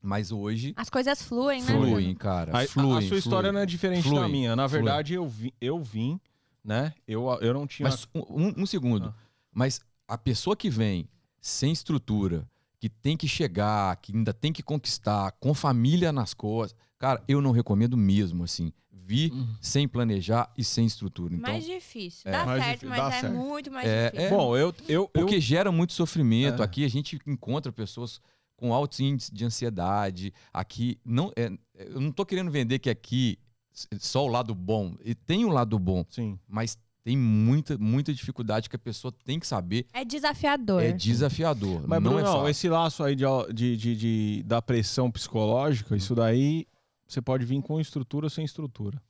Mas hoje
As coisas fluem, né?
fluem, cara.
A, a- a
fluem,
sua história
fluem.
não é diferente
Flui,
da minha. Na
flui.
verdade, eu vim, eu vim, né? Eu, eu não tinha.
Mas um, um- um segundo.
Ah.
Mas a pessoa que vem sem estrutura, que tem que chegar, que ainda tem que conquistar, com família nas costas, cara, eu não recomendo mesmo, assim. Vi
Hum.
sem planejar e sem estrutura. Então,
Mais difícil.
É.
Dá
Mais
certo,
difícil,
mas
dá
é
certo.
muito mais
É,
difícil.
Bom, eu. eu, eu
porque gera muito sofrimento.
É.
Aqui a gente encontra pessoas com altos índices de ansiedade. Aqui não, é, eu não tô querendo vender que aqui s- só o lado bom. E tem o lado bom,
Sim.
mas tem muita muita dificuldade que a pessoa tem que saber
é desafiador.
É desafiador.
Mas,
não
Bruno,
é fácil.
esse laço aí de, de, de- de- da pressão psicológica, isso daí você pode vir com estrutura ou sem estrutura.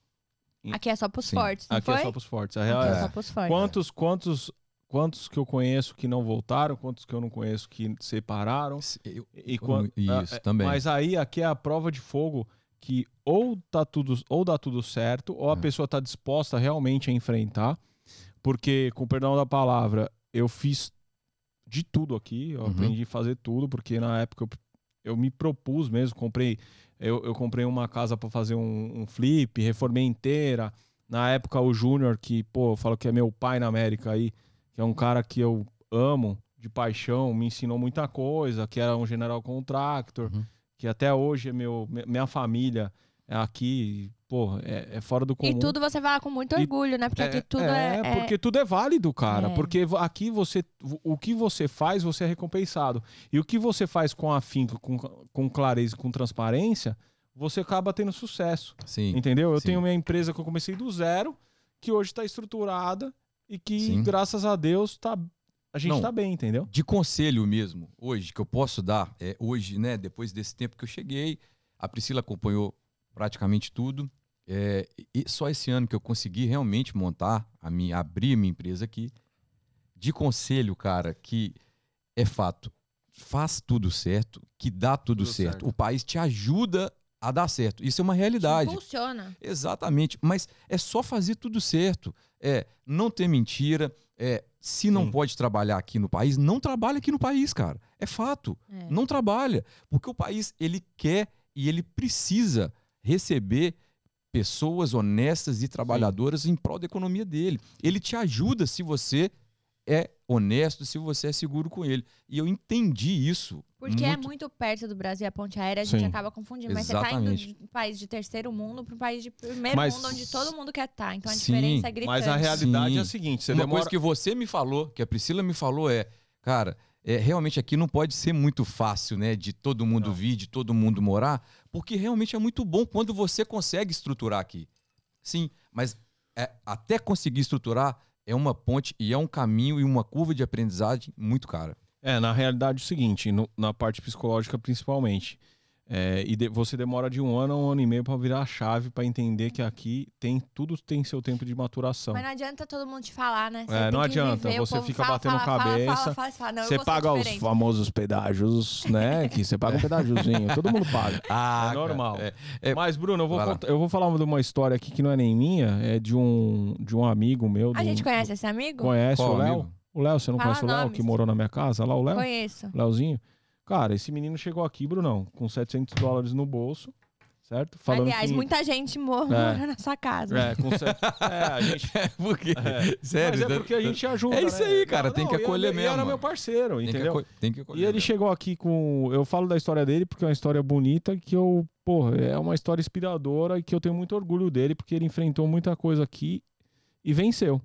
Aqui é só pros
Sim.
fortes, não
Aqui
foi?
é só pros fortes. A real
Aqui
é.
é só pros fortes.
Quantos, quantos, quantos que eu conheço que não voltaram, quantos que eu não conheço que separaram.
Esse- eu-
E quan-
Isso,
ah, é,
também.
Mas aí aqui é a prova de fogo que ou tá tudo ou dá tudo certo ou a
É.
pessoa tá disposta realmente a enfrentar, porque com o perdão da palavra, eu fiz de tudo aqui, eu
Uhum.
aprendi a fazer tudo, porque na época eu, eu me propus mesmo, comprei eu, eu comprei uma casa para fazer um, um flip, reformei inteira. Na época o Júnior que, pô, eu falo que é meu pai na América aí, que é um cara que eu amo de paixão, me ensinou muita coisa, que era um general contractor,
Uhum.
que até hoje é meu, mi- minha família é aqui, pô, é, é fora do comum.
E tudo você fala com muito
E-
orgulho, né? Porque aqui tudo é...
é,
é-
porque tudo é válido, cara.
É.
Porque vo- aqui você, o que você faz, você é recompensado. E o que você faz com afinco, com, com clareza, com transparência, você acaba tendo sucesso.
Sim.
Entendeu? Eu
Sim.
tenho minha empresa que eu comecei do zero, que hoje está estruturada e que,
Sim.
graças a Deus, tá, a gente
Não.
tá bem, entendeu?
De conselho mesmo, hoje, que eu posso dar, é, hoje, né, depois desse tempo que eu cheguei, a Priscila acompanhou praticamente tudo. é, e só esse ano que eu consegui realmente montar, a minha, abrir a minha empresa aqui. De conselho, cara, que é fato. Faz tudo certo, que dá tudo,
Tudo
certo.
certo.
O país te ajuda a dar certo. Isso é uma realidade.
Funciona.
Exatamente, mas é só fazer tudo certo. É não ter mentira. É se não
Sim.
pode trabalhar aqui no país, não trabalha aqui no país, cara. É fato.
É.
Não trabalha, porque o país ele quer e ele precisa receber pessoas honestas e trabalhadoras em prol da economia dele. Ele te ajuda se você é honesto, se você é seguro com ele. E eu entendi isso.
Porque é
muito
muito perto do Brasil, a ponte aérea, a gente
Sim.
acaba confundindo. Mas você tá indo
Exatamente.
de um país de terceiro mundo para um país de primeiro
Mas-
mundo, onde todo mundo quer estar. Então a
Sim,
diferença é gritante.
Mas a realidade
Sim.
é a seguinte: você
uma
demora.
coisa que você me falou, que a Priscila me falou é, cara, é, realmente aqui não pode ser muito fácil, né, de todo mundo
Não.
vir, de todo mundo morar, porque realmente é muito bom quando você consegue estruturar aqui. Sim, mas é, até conseguir estruturar é uma ponte e é um caminho e uma curva de aprendizagem muito cara.
É, na realidade é o seguinte, no- na parte psicológica principalmente. É, e de- você demora de um ano a um ano e meio pra virar a chave, pra entender que aqui tem tudo tem seu tempo de maturação.
Mas não adianta todo mundo te falar, né? Você
É,
tem
não
que
adianta,
viver, o
você
povo
fica
fala,
batendo
fala, fala,
cabeça,
Fala, fala, fala, não, eu
Você
vou ser
paga os
diferente.
famosos pedágios, né? Que você paga um pedágiozinho, todo mundo paga.
Ah,
É normal.
cara, é.
Mas, Bruno, eu vou,
Vai lá.
contar- eu vou falar de uma história aqui que não é nem minha, é de um, de um amigo meu.
A
do-
gente conhece esse amigo?
Conhece
Qual,
o Léo?
amigo?
O Léo, você não
Fala
conhece o Léo,
nomes.
que morou na minha casa? Lá o Léo?
Conheço.
Leozinho. Cara, esse menino chegou aqui, Brunão, com 700 dólares no bolso, certo?
Aliás,
que-
muita gente mo- mora na sua casa.
É, com set... é, a gente...
porque,
É.
sério,
Mas é porque a gente ajuda,
É isso
né?
aí, cara, tem que
e
acolher
ele- e
mesmo,
era
mano.
meu parceiro,
tem que
entendeu?
aco- tem que acolher. né?
E ele
mesmo.
chegou aqui com... Eu falo da história dele porque é uma história bonita que eu... Porra, é uma história inspiradora e que eu tenho muito orgulho dele porque ele enfrentou muita coisa aqui e venceu.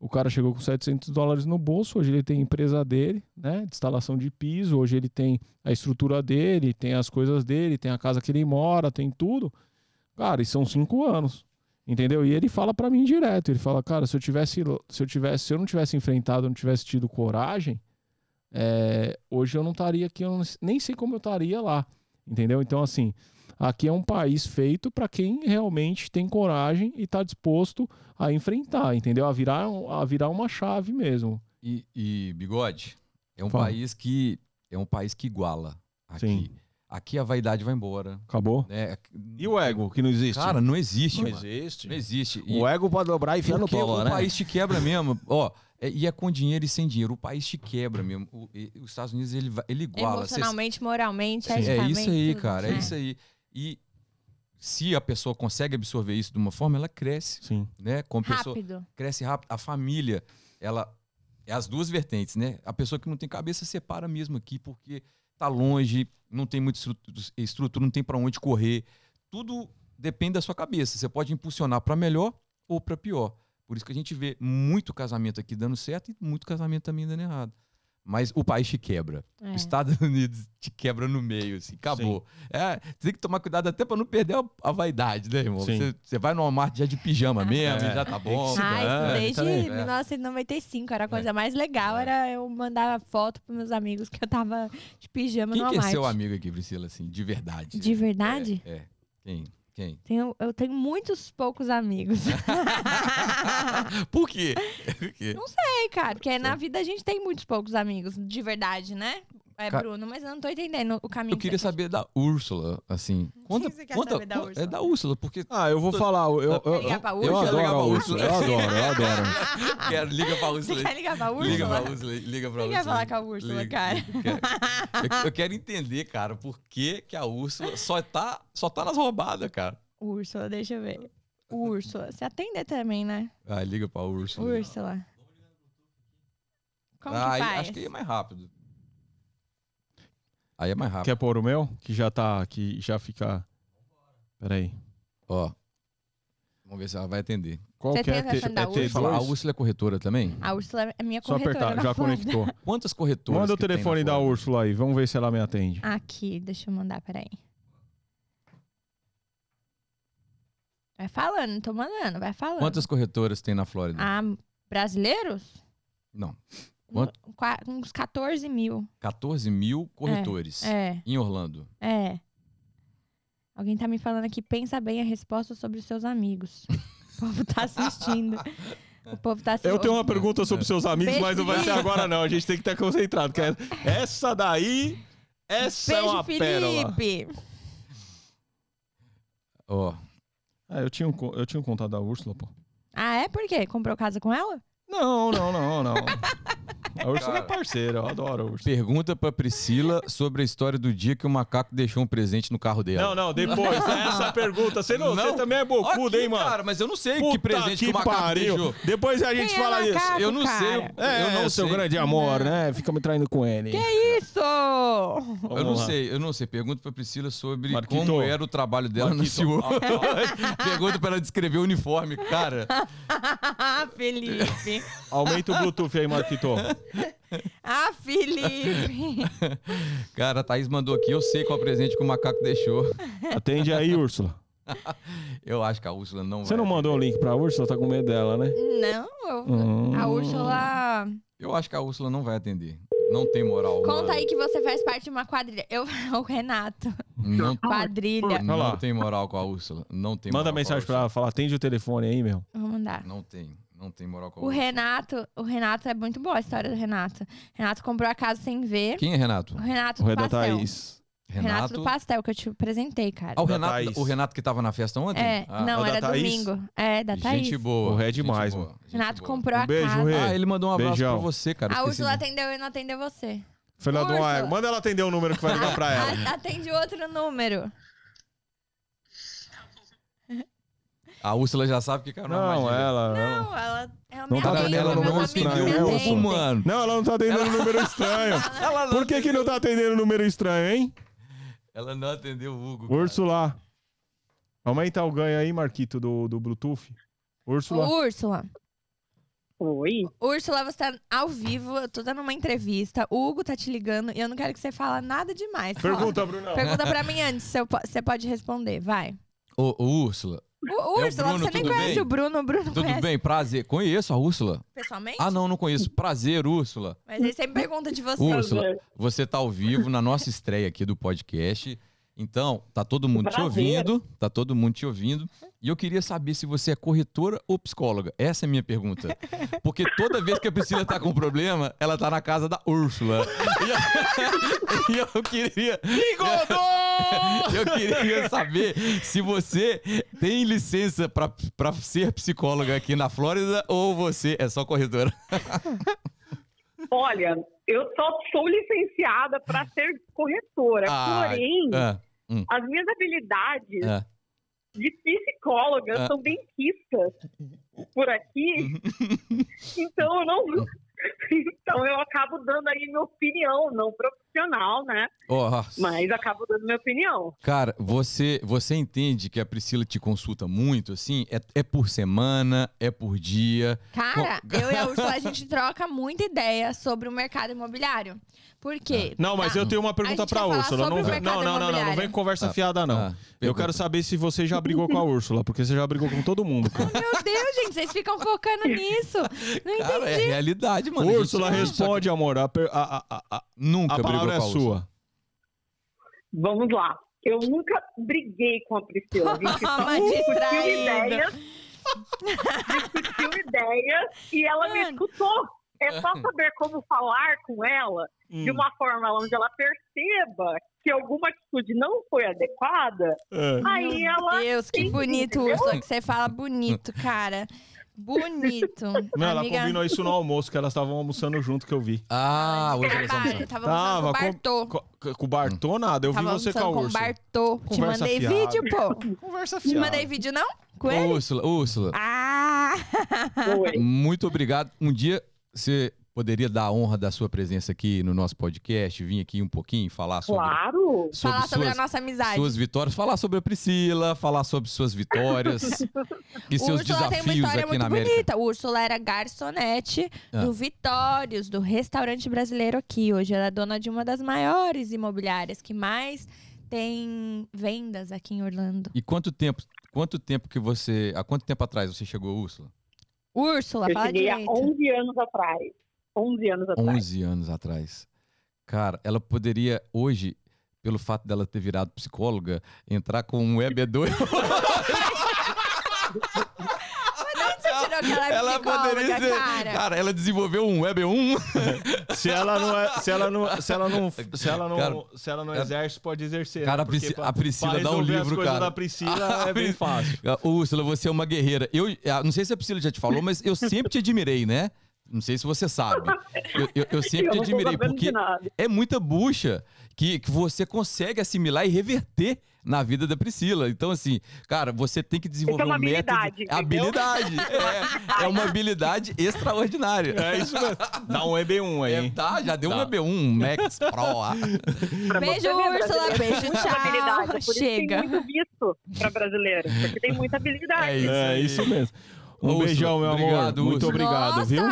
O cara chegou com 700 dólares no bolso, hoje ele tem a empresa dele, né? De instalação de piso, hoje ele tem a estrutura dele, tem as coisas dele, tem a casa que ele mora, tem tudo. Cara, e são cinco anos. Entendeu? E ele fala pra mim direto, ele fala, cara, se eu tivesse, se eu tivesse, se eu não tivesse enfrentado, eu não tivesse tido coragem, é, hoje eu não estaria aqui, eu não- nem sei como eu estaria lá, entendeu? Então assim, aqui é um país feito pra quem realmente tem coragem e tá disposto a enfrentar, entendeu? A virar, um- a virar uma chave mesmo.
E, e, bigode, é um
Fala.
país que é um país que iguala aqui.
Sim.
Aqui a vaidade vai embora.
Acabou?
Né?
E o ego, que não existe?
Cara, não existe,
não
mano. é
existe.
Não existe. E
O ego pode dobrar e enfiar no
porque
dólar,
o
né?
país te quebra mesmo. Ó, é- e é com dinheiro e sem dinheiro. O país te quebra mesmo. O- e- os Estados Unidos, ele, vai- ele iguala. Cês-
Emocionalmente, moralmente,
Sim. É
eticamente,
isso aí,
tudo,
cara. É
né?
isso aí. E se a pessoa consegue absorver isso de uma forma, ela cresce,
Sim.
né? Como pessoa
Rápido.
cresce rápido. A família, ela é as duas vertentes, né? A pessoa que não tem cabeça separa mesmo aqui porque tá longe, não tem muita estrutura, estrutura não tem para onde correr. Tudo depende da sua cabeça. Você pode impulsionar para melhor ou para pior. Por isso que a gente vê muito casamento aqui dando certo e muito casamento também dando errado. Mas o país te quebra.
É.
Os Estados Unidos te quebra no meio, assim, acabou. É, você tem que tomar cuidado até pra não perder a, a vaidade, né, irmão?
Sim.
Você, você vai no Walmart já de pijama mesmo,
É.
e já tá bom.
Ah,
É,
isso desde
tá bem.
É.
1995. Era a
É.
coisa mais legal, era eu mandar foto pros meus amigos que eu tava de pijama
Quem
no
que é
Walmart.
seu amigo aqui, Priscila, assim, de verdade?
De verdade?
É, é. Quem? Quem?
Tenho- eu tenho muitos poucos amigos.
Por quê? Por quê?
É, cara, porque na vida a gente tem muitos poucos amigos, de verdade, né? É,
Ca-
Bruno, mas eu não tô entendendo o caminho
Eu queria
que você
saber da Úrsula, assim. Conta,
você quer
conta,
saber da
con- É
Úrsula?
da Úrsula, porque
Ah, eu vou falar. Eu, eu, eu,
ligar pra
eu
Úrsula?
adoro
Ligar
a
pra
Úrsula. Eu
Úrsula.
adoro, eu adoro.
quero, liga pra
Você
Úrsula.
quer ligar pra Úrsula?
Liga pra Úrsula, liga pra
Você
Úrsula.
quer falar com a Úrsula,
Liga,
cara?
liga, quero. Eu, eu quero entender, cara, por que, que a Úrsula só tá, só tá nas roubadas, cara.
Úrsula, deixa eu ver. Úrsula, você atender também, né?
Ah, liga pra Úrsula.
Úrsula. Como
ah,
que
aí-
faz?
Acho que aí é mais rápido. Aí é mais rápido.
Quer pôr o meu? Que já tá, que já fica. Peraí.
Ó. Vamos ver se ela vai atender.
Qual
Você
que
tem
é,
a
T-
versão da
é
Úrsula?
Deixa eu falar, a
T2?
Úrsula é corretora também?
A Úrsula é minha
Só
corretora.
apertar,
na
já
Flórida.
conectou.
Quantas corretoras?
Manda o
que tem na
telefone da
Flórida?
Úrsula aí, vamos ver se ela me atende.
Aqui, deixa eu mandar, peraí. Vai falando, tô mandando, vai falando.
Quantas corretoras tem na Flórida?
Ah, brasileiros?
Não. Quanto?
Um- qua- Uns 14 mil.
14 mil corretores
É,
em Orlando.
é. Alguém tá me falando aqui, pensa bem a resposta sobre os seus amigos. O povo tá assistindo. O povo tá assistindo.
Eu tenho uma pergunta sobre seus amigos, mas não vai ser
Beijo,
agora, não. A gente tem que estar concentrado. que é- Essa daí, essa é
Beijo,
uma pérola.
Felipe!
Ó.
Ah, eu tinha, um, co- eu tinha um contato da Úrsula, pô.
Ah, é? Por quê? Comprou casa com ela?
Não, não, não, não. A Úrsula é
Cara.
parceira, eu adoro a Úrsula.
Pergunta pra Priscila sobre a história do dia que o macaco deixou um presente no carro dela.
Não, não, depois, essa pergunta. Você, não, você
Não.
também é bocudo, hein, mano?
Cara, mas eu não sei
Puta
que presente que, o macaco deixou.
Depois a gente
Quem é
fala É,
macaco,
isso.
Eu não sei.
cara?
Eu, eu não sei.
amor, né? Fica me traindo com ele.
Isso!
Vamos
Eu não
lá.
sei, eu não sei. Pergunta pra Priscila sobre
Marquito.
como era o trabalho dela no
Marquito.
senhor. Pergunta pra ela descrever o uniforme, cara.
Ah, Felipe!
Aumenta o Bluetooth aí, Marquito.
Ah, Felipe!
Cara, a Thaís mandou aqui, eu sei qual presente que o macaco deixou.
Atende aí, Úrsula.
Eu acho que a Úrsula não
Você
vai.
não mandou o link pra Úrsula? Tá com medo dela, né? Hum.
Não, eu- a Úrsula.
Eu acho que a Úrsula não vai atender. Não tem moral. mano.
Conta aí que você faz parte de uma quadrilha. Eu, o Renato.
Não,
Quadrilha.
não
lá.
tem moral com a Úrsula. Não tem
Manda
moral
mensagem
com
pra
a
ela, fala, atende o telefone aí, meu.
Vou mandar.
Úrsula. Não tem. Não tem moral com a
O
Úrsula.
Renato, o Renato é muito boa a história do Renato. Renato comprou a casa sem ver.
Quem é Renato?
O Renato
O
do
Rei da
pastel.
Thaís.
Renato. do pastel que eu te apresentei, cara.
Ah, o
Da
Renato,
Thaís.
o Renato que tava na festa ontem?
é,
Ah,
é
não,
da
era
Thaís?
domingo. É, da Thaís.
Gente boa.
O Ré é
gente
demais,
boa, gente
Renato
boa.
comprou
Um
a
beijo,
casa.
Rê.
Ah, ele mandou um abraço
Beijão.
pra você, cara.
A
esqueci
Úrsula
de-
atendeu e não atendeu você.
Filha do
Úrsula.
Aego, manda ela atender o número que vai ligar pra ela.
A- Atende outro número.
A Úrsula já sabe que cara não,
Não, ela.
é.
ela-
Não, ela, é ela
Não
me
tá
Ela,
atende,
atendendo
ela
no
meus
número
não
amigos
atendeu
estranho,
me
é
o
atendem.
humano.
Não, ela não tá atendendo o número estranho.
Ela
Por que, que não tá atendendo o número estranho, hein?
Ela não atendeu o Hugo. cara.
Úrsula. Um Aumenta o ganho aí, Marquito, do, do Bluetooth. Úrsula.
Ô, Úrsula,
Oi?
Úrsula, você tá ao vivo, eu tô dando uma entrevista, o Hugo tá te ligando e eu não quero que você fale nada demais. Fala.
Pergunta, Brunão.
Pergunta pra mim antes, se eu po- você pode responder, vai.
Ô, ô, Úrsula,
O,
É o
Úrsula,
Bruno,
você nem
tudo
conhece
bem?
o Bruno, o Bruno
tudo
conhece
bem? Prazer. Conheço a Úrsula?
pessoalmente?
Ah, não, não conheço. Prazer, Úrsula.
Mas ele sempre pergunta de você.
Úrsula, você tá ao vivo na nossa estreia aqui do podcast. Então, tá todo mundo te
Prazer.
ouvindo, tá todo mundo te ouvindo. E eu queria saber se você é corretora ou psicóloga. Essa é a minha pergunta. Porque toda vez que a Priscila tá com problema, ela tá na casa da Úrsula. E eu, e eu queria,
Engodou!
eu queria saber se você tem licença pra pra ser psicóloga aqui na Flórida ou você é só corretora.
Olha, eu só sou licenciada para ser corretora,
Ah,
porém,
Ah,
as minhas habilidades
ah.
de psicóloga
Ah.
são benquistas por aqui. então eu não. Então eu acabo dando aí minha opinião, não profissional, né?
Ó,
Mas acabo dando minha opinião.
Cara, você, você entende que a Priscila te consulta muito, assim? É, é por semana, é por dia.
Cara, eu e a Úrsula, a gente troca muita ideia sobre o mercado imobiliário. Por quê?
Não, mas
Tá.
eu tenho uma
A
pergunta
gente quer
pra
falar
Úrsula.
sobre
Não,
o
vem-
mercado
não, não, não, não, não vem
imobiliário.
com conversa fiada, não.
Ah,
eu
pergunta.
quero saber se você já brigou com a Úrsula, porque você já brigou com todo mundo, cara.
Meu Deus, gente, vocês ficam focando nisso. Não entendi.
Cara, é realidade, mano. A
Úrsula,
gente-
responde, amor. A, per- a, a- a- a-
Nunca
a
brigou
palavra
com
é
a Úrsula.
sua.
Vamos lá. Eu nunca briguei com a Priscila. A gente só
Mas
discutiu
distraída.
ideias. discutiu ideias e ela me
Mano.
escutou. É só saber como falar com ela de
Hum.
uma forma onde ela perceba que alguma atitude não foi adequada.
É.
Aí
Meu
ela
Deus, que
entende,
bonito,
entendeu?
Úrsula, que você fala bonito, cara. Bonito.
Não, ela
Amiga,
combinou isso no almoço, que elas estavam almoçando junto, que eu vi.
Ah, a Úrsula
trabalho,
Samuel.
Tava
Tava
almoçando
com-
com o Bartô.
Co- co- Com o Bartô, nada. Eu vi
Tava
você com a
almoçando com o
Úrsula.
Bartô. Te
Conversa
mandei
fiada.
vídeo, pô.
Conversa
Te
fiada.
mandei vídeo, não? Com
Ô,
ele?
Úrsula, Úrsula,
Ah!
Oi.
muito obrigado. Um dia você poderia dar a honra da sua presença aqui no nosso podcast, vir aqui um pouquinho falar sobre,
Claro.
sobre
Falar sobre a
suas,
nossa amizade.
suas vitórias, falar sobre a Priscila, falar sobre suas vitórias e seus
Úrsula tem uma
desafios
história
aqui
muito
na América.
bonita. O Úrsula era garçonete
Ah.
do Vitórios, do restaurante brasileiro aqui. Hoje ela é dona de uma das maiores imobiliárias que mais tem vendas aqui em Orlando.
E quanto tempo, quanto tempo que você, há quanto tempo atrás você chegou, Úrsula?
Úrsula,
Eu
fala
cheguei há
direito.
11 anos atrás. 11 anos atrás.
11 anos atrás. Cara, ela poderia hoje, pelo fato dela ter virado psicóloga, entrar com um EB2.
Mas de onde você tirou que ela é
ela
psicóloga,
poderia ser.
cara?
ela desenvolveu um EB1.
Se ela não é- se ela não, se ela não, se ela não,
Cara,
se ela não
cara-
exerce, pode exercer.
Cara, a
né? Porque
Prisci-
pra-
a Priscila
pra
dá um
resolver
livro,
as coisas
cara.
da Priscila é bem fácil.
Úrsula, você é uma guerreira. Eu ah, não sei se a Priscila já te falou, mas eu sempre te admirei, né? Não sei se você sabe. Eu, eu- eu sempre
eu
te
não tô
admirei,
sabendo
porque
de nada.
é muita bucha que, que você consegue assimilar e reverter na vida da Priscila. Então, assim, cara, você tem que desenvolver
uma
um método.
habilidade,
É habilidade. É, é uma habilidade extraordinária.
É isso mesmo. Dá um EB1 aí.
É,
hein?
tá, já deu
Tá.
um B1, um Max Pro. ah.
Pra
Beijo,
você ver,
Úrsula,
brasileiro tem
beijo,
muita
tchau,
habilidade, é Por isso que
chega.
tem muito visto pra brasileiro. Porque tem muita
É
habilidade.
É
aí.
isso mesmo. Um
Úrsula,
beijão, meu
obrigado,
amor. Muito
Úrsula.
obrigado,
nossa!
viu?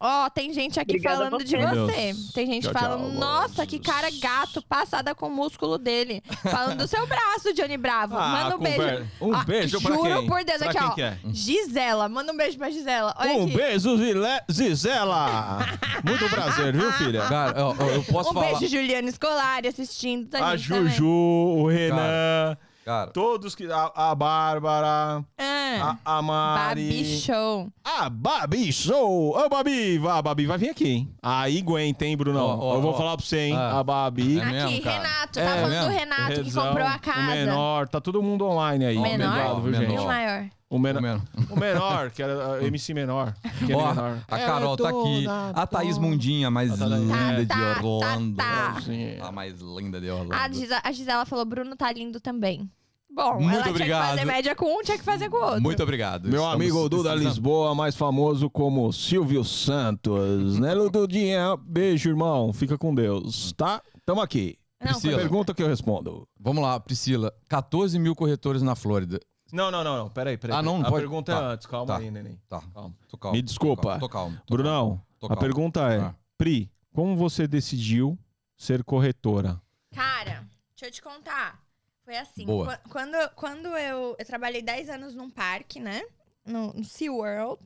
Ó, tem gente aqui
Obrigada a
falando de
vocês.
você.
Deus.
Tem gente
Tchau, tchau.
falando, nossa, que cara gato, passada com o músculo dele. Falando do seu braço, Johnny Bravo. Manda um beijo.
Ah, conver- Um
Ah,
beijo pra
juro
quem?
por Deus,
Pra
aqui,
quem
ó.
que é?
Gisela, manda um beijo pra Gisela. Olha
Um
aqui.
beijo, Zile- Zizela. Muito prazer, viu, filha?
Cara, ó, ó, eu posso
um
falar.
beijo, Juliana Scolari, assistindo. Tá
A
gente também.
Juju, o Renan,
Cara, tá
todos que. A, a Bárbara,
Ah,
a, a Mari.
Babi Show.
A Babi Show! Ô, Babi! A Babi vai vir aqui, hein? Aí aguenta, hein, Brunão?
Ó, ó,
Eu vou
ó.
falar pra você, hein?
Ah.
A Babi.
É
aqui,
mesmo, cara?
Renato.
É
tá falando
mesmo?
do Renato
Rezão,
que comprou a casa.
O menor, tá todo mundo online aí.
O menor?
Obrigado, viu,
O
E o
gente?
menor.
maior.
O,
tô
menor,
vendo.
o menor, que era ah, MC menor. Que era
Ó,
menor.
a Carol
É
tá aqui. A Thaís Mundinha, a mais
Tá, tá,
linda
tá,
de
tá,
Orlando.
tá.
Sim.
A mais linda de
A
Orlando.
Gisela, a Gisela falou, Bruno tá lindo também. Bom,
Muito
ela tinha
obrigado.
que fazer média com um, tinha que fazer com o outro.
Muito obrigado.
Meu
Estamos
amigo Duda
precisando.
Lisboa, mais famoso como Silvio Santos, né, Lududinha? Beijo, irmão. Fica com Deus, tá? Tamo aqui.
Não,
Priscila.
foi-
Pergunta que eu respondo.
Vamos lá, Priscila. 14 mil corretores na Flórida.
Não, não, não, não. Peraí, peraí.
Ah, não, não
a
pode-
pergunta é
tá,
antes. Calma
tá.
aí, neném.
Tá,
Calma.
tô calmo.
Me desculpa.
Tô calmo. tô calmo,
Brunão,
tô
a
calmo.
pergunta é:
Ah.
Pri, como você decidiu ser corretora?
Cara, deixa eu te contar. Foi assim.
Boa.
qu- Quando, quando eu, eu trabalhei 10 anos num parque, né? No, no SeaWorld.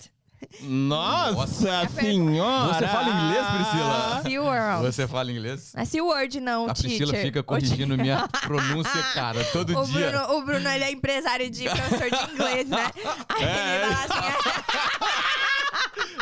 Nossa
A pergunta-
senhora!
Você fala inglês, Priscila?
SeaWorld.
Ah. Você fala inglês?
Não é SeaWorld, não,
A Priscila
teacher.
fica
O te-
corrigindo minha pronúncia, cara, todo
O
dia.
Bruno, o Bruno, ele é empresário de professor de inglês, né? Aí
É,
ele fala assim,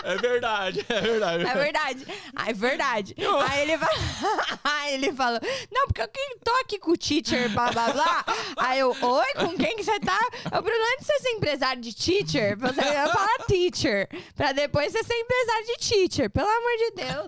É verdade, é verdade.
É verdade. Ah, é verdade. Aí ele vai. Aí ele falou: Não, porque eu que tô aqui com o teacher, blá blá blá. Aí eu, oi, com quem que você tá? Eu, Bruno, antes de você ser empresário de teacher, você fala teacher. Pra depois você ser empresário de teacher, pelo amor de Deus.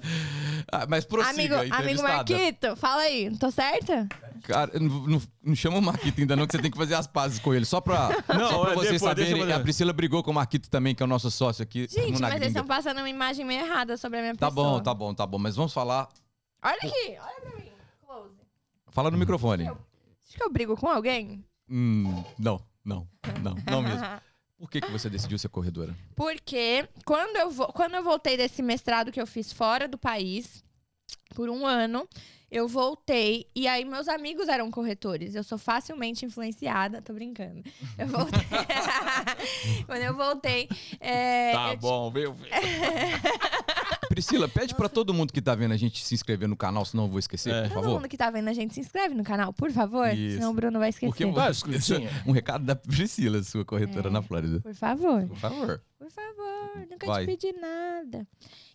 Ah, mas prossiga,
amigo, é amigo
entrevistada.
Marquito, fala aí, tô certa?
Cara, não, não- não chama o Marquito ainda não, que você tem que fazer as pazes com ele. Só pra,
Não,
só
é,
pra vocês
depois, deixa eu
saberem,
fazer.
a Priscila brigou com o Marquito também, que é o nosso sócio aqui
Gente,
no Na
mas eles
Gringa.
estão passando uma imagem meio errada sobre a minha
Tá
pessoa.
bom, tá bom, tá bom. Mas vamos falar...
Olha aqui, olha pra mim. Close.
Fala no microfone.
Acho que eu brigo com alguém?
Hum, não, não, não, não mesmo. Por que, que você decidiu ser corredora?
Porque quando eu, vo- quando eu voltei desse mestrado que eu fiz fora do país, por um ano, eu voltei e aí meus amigos eram corretores. Eu sou facilmente influenciada, tô brincando. Eu voltei. quando eu voltei. é,
Tá
eu ti-
bom, viu?
Priscila, pede pra todo mundo que tá vendo a gente se inscrever no canal, senão eu vou esquecer,
É.
por
Todo
favor.
mundo que tá vendo a gente, se inscreve no canal, por favor.
Isso.
Senão o Bruno vai esquecer.
Porque eu-
Vai, escutinha.
um recado da Priscila, sua corretora
É.
na Flórida.
Por favor.
Por favor.
Por favor, nunca
Vai.
te pedi nada.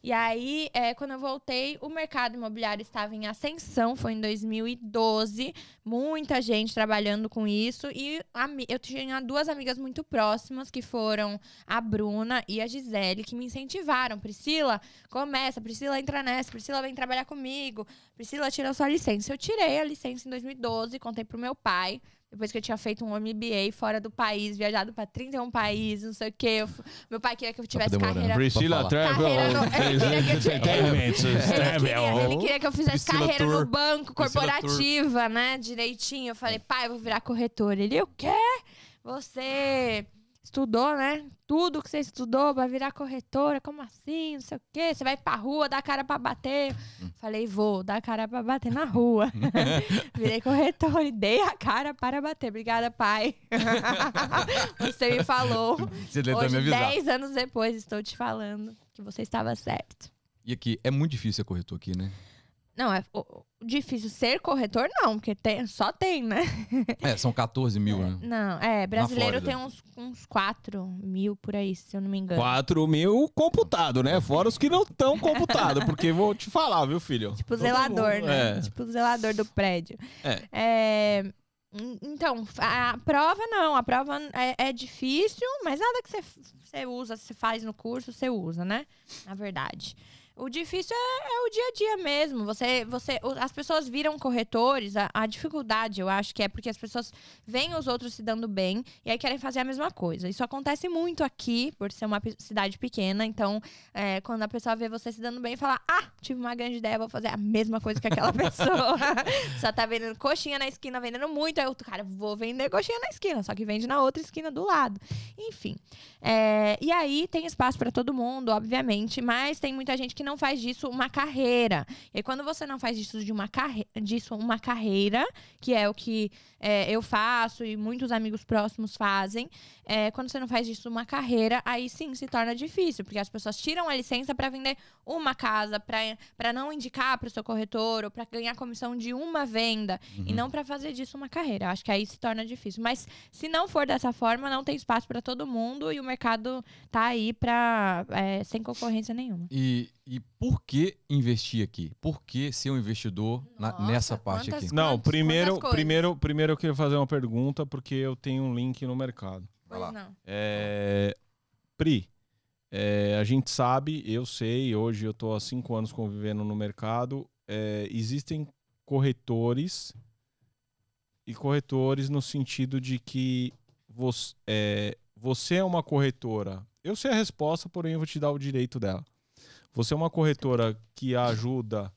E aí, é, quando eu voltei, o mercado imobiliário estava em ascensão, foi em 2012. Muita gente trabalhando com isso. E ami- eu tinha duas amigas muito próximas, que foram a Bruna e a Gisele, que me incentivaram. Priscila, começa. Priscila, entra nessa. Priscila, vem trabalhar comigo. Priscila, tira sua licença. Eu tirei a licença em 2012, contei pro meu pai. Depois que eu tinha feito um MBA fora do país, viajado pra 31 países, não sei o quê. Eu fu- meu pai queria que eu tivesse
Tá demorando.
carreira.
Priscila
Pra falar.
Travel.
Carreira no- Ele queria que eu tivesse-
Entertainment,
É, né,
Ele queria, ele
Travel.
queria que eu fizesse
Priscila
carreira
Tour.
no banco,
Priscila
corporativa, né? Direitinho. Eu falei, pai, eu vou virar corretor. Ele, o quê? Você estudou, né? Tudo que você estudou pra virar corretora, como assim? Não sei o quê. Você vai pra rua, dá a cara pra bater.
Hum.
Falei, vou, dar a cara pra bater na rua. Virei corretora e dei a cara para bater. Obrigada, pai. você me falou.
Você tentou me
Hoje,
avisar.
10 anos depois, estou te falando que você estava certo.
E aqui, é muito difícil ser corretor aqui, né?
Não, é o- o difícil ser corretor, não, porque tem, só tem, né?
É, são 14 mil, né?
Não, é, brasileiro
Flórida.
tem uns, uns 4 mil por aí, se eu não me engano.
4 mil computado, né? Fora os que não estão computado, porque vou te falar, viu, filho?
Tipo
Todo
zelador,
mundo-
né?
É.
Tipo zelador do prédio.
É.
en- Então, a prova não, a prova é, é difícil, mas nada que você, f- você usa, você faz no curso, você usa, né? Na verdade. O difícil é, é o dia a dia mesmo. Você, você, o- as pessoas viram corretores. A, a dificuldade, eu acho que é porque as pessoas veem os outros se dando bem e aí querem fazer a mesma coisa. Isso acontece muito aqui, por ser uma pe- cidade pequena. Então, é, quando a pessoa vê você se dando bem, fala: Ah, tive uma grande ideia, vou fazer a mesma coisa que aquela pessoa. Só tá vendendo coxinha na esquina, vendendo muito. Aí outro cara, vou vender coxinha na esquina, só que vende na outra esquina do lado. Enfim. É, e aí tem espaço pra todo mundo, obviamente, mas tem muita gente que não faz disso uma carreira. E aí, quando você não faz disso, de uma carre... disso uma carreira, que é o que é, eu faço e muitos amigos próximos fazem, é, quando você não faz disso uma carreira, aí sim se torna difícil, porque as pessoas tiram a licença pra vender uma casa, pra pra não indicar pro seu corretor ou pra ganhar comissão de uma venda
Uhum.
e não pra fazer disso uma carreira. Eu acho que aí se torna difícil. Mas se não for dessa forma, não tem espaço pra todo mundo e o mercado tá aí pra é, sem concorrência nenhuma.
E, e por que investir aqui? Por que ser um investidor na-
Nossa,
nessa parte
quantas-
aqui?
Não,
Quantas-
primeiro,
quantas coisas?
primeiro, primeiro eu queria fazer uma pergunta, porque eu tenho um link no mercado.
Vai
Pois
lá.
não.
É, Pri, é, a gente sabe, eu sei, hoje eu tô há cinco anos convivendo no mercado. é, existem corretores e corretores no sentido de que você é, você é uma corretora. Eu sei a resposta, porém eu vou te dar o direito dela. Você é uma corretora que ajuda,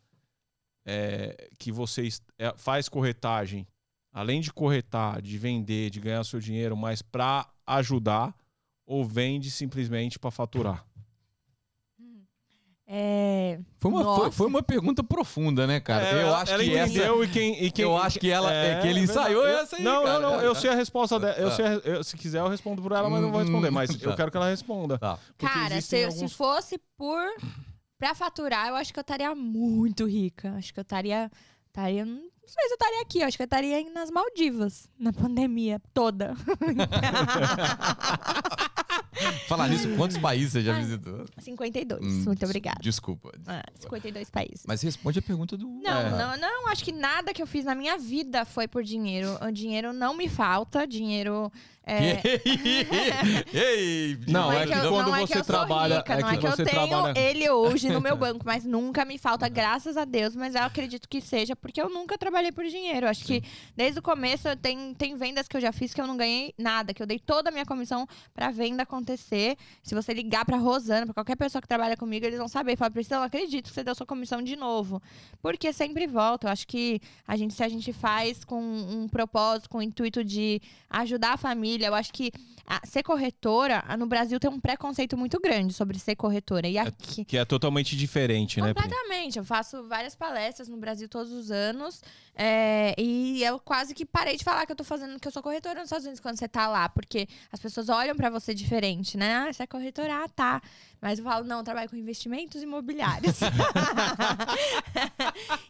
é, que você est- é, faz corretagem além de corretar, de vender, de ganhar seu dinheiro, mas pra ajudar ou vende simplesmente pra faturar?
É,
Foi uma, foi,
Nossa.
foi uma pergunta profunda, né, cara?
É,
eu
ela-
acho
ela
que essa.
entendeu e quem, e quem-
eu acho que ela é, que ele
verdade.
ensaiou
Eu-
essa aí.
Não,
cara.
não, não. Eu sei a resposta dela. Eu
Tá.
sei a- eu- se quiser, eu respondo por ela, mas não vou
Hum,
responder. Mas eu
tá.
quero que ela responda.
Tá.
Porque
cara, se,
existem
eu- se
alguns-
fosse por pra faturar, eu acho que eu estaria muito rica. Acho que eu estaria. estaria- Não sei se eu estaria aqui, eu acho que eu estaria aí nas Maldivas, na pandemia toda.
Falar nisso, quantos países você já visitou?
52,
Hum,
muito obrigada.
Desculpa.
Ah, 52 países.
Mas responde a pergunta do.
Não,
É.
não, não, acho que nada que eu fiz na minha vida foi por dinheiro. O dinheiro não me falta, dinheiro. é,
Ei,
Não, é
Gilberto,
que quando
não é
você
que eu sou
trabalha-
rica,
é
não
que
é que eu
você
tenho
trabalha-
ele hoje no meu banco, mas nunca me falta, graças a Deus. Mas eu acredito que seja, porque eu nunca trabalhei por dinheiro. Acho que desde o começo eu tem, tem vendas que eu já fiz que eu não ganhei nada, que eu dei toda a minha comissão pra venda acontecer. Se você ligar pra Rosana, pra qualquer pessoa que trabalha comigo, eles vão saber. Fala, Priscila, eu não acredito que você deu sua comissão de novo. Porque sempre volta. Eu acho que a gente, se a gente faz com um propósito, com o intuito de ajudar a família, eu acho que a- ser corretora, a- no Brasil tem um preconceito muito grande sobre ser corretora. E aqui.
Que é totalmente diferente, né, Pri?
Completamente. Eu faço várias palestras no Brasil todos os anos. é, e eu quase que parei de falar que eu tô fazendo, que eu sou corretora nos Estados Unidos quando você tá lá. Porque as pessoas olham pra você diferente, né? Ah, você é corretora, ah, tá. Mas eu falo, não, eu trabalho com investimentos imobiliários.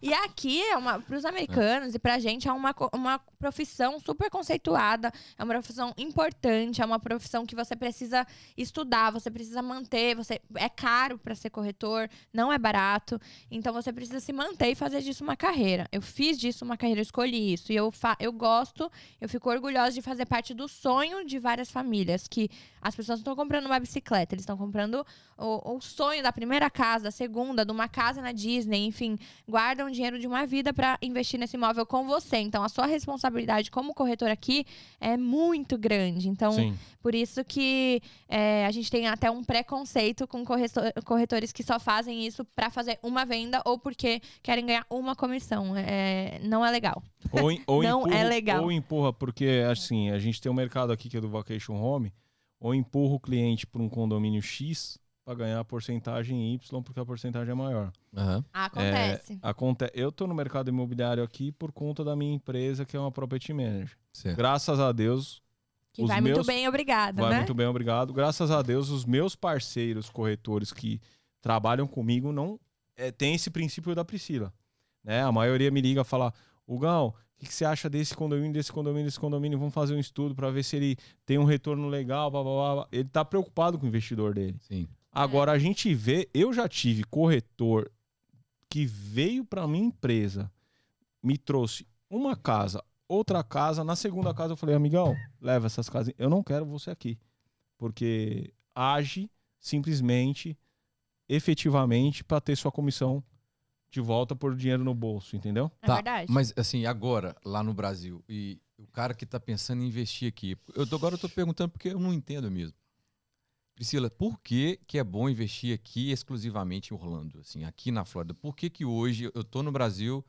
e aqui, é uma, pros americanos e pra gente, é uma, co- uma profissão super conceituada. É uma profissão importante, é uma profissão que você precisa estudar, você precisa manter, você é caro pra ser corretor não é barato. Então você precisa se manter e fazer disso uma carreira. Eu fiz disso uma carreira, eu escolhi isso. E eu, fa eu gosto, eu fico orgulhosa de fazer parte do sonho de várias famílias. Que as pessoas não estão comprando uma bicicleta, eles estão comprando o, o sonho da primeira casa, da segunda, de uma casa na Disney, enfim, guardam dinheiro de uma vida para investir nesse imóvel com você. Então a sua responsabilidade como corretor aqui é muito grande. Então,
Sim.
por isso que é, a gente tem até um preconceito com correto- corretores que só fazem isso pra fazer uma venda ou porque querem ganhar uma comissão. É, não é legal.
Ou, em- ou
Não
empurra,
é legal.
Ou empurra, porque assim, a gente tem um mercado aqui que é do Vacation Home, ou empurra o cliente para um condomínio X para ganhar a porcentagem Y, porque a porcentagem é maior.
Aham.
Acontece.
É, Aconte eu tô no mercado imobiliário aqui por conta da minha empresa, que é uma property manager.
Certo.
Graças a Deus,
que
os
vai
meus-
muito bem, obrigada,
vai
né?
muito bem, obrigado. Graças a Deus, os meus parceiros corretores que trabalham comigo não é, tem esse princípio da Priscila. Né? A maioria me liga e fala: Hugão, o que, que você acha desse condomínio, desse condomínio, desse condomínio? Vamos fazer um estudo para ver se ele tem um retorno legal. Blá, blá, blá, blá. Ele tá preocupado com o investidor dele.
Sim.
Agora a gente vê, eu já tive corretor que veio para minha empresa, me trouxe uma casa, outra casa, na segunda casa eu falei, amigão, leva essas casas, eu não quero você aqui, porque age simplesmente, efetivamente para ter sua comissão de volta por dinheiro no bolso, entendeu?
É
Tá,
verdade.
Mas assim, agora, lá no Brasil, e o cara que tá pensando em investir aqui, eu tô- agora eu tô perguntando porque eu não entendo mesmo. Priscila, por que, que é bom investir aqui exclusivamente em Orlando, assim, aqui na Flórida? Por que, que hoje eu tô no Brasil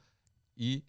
e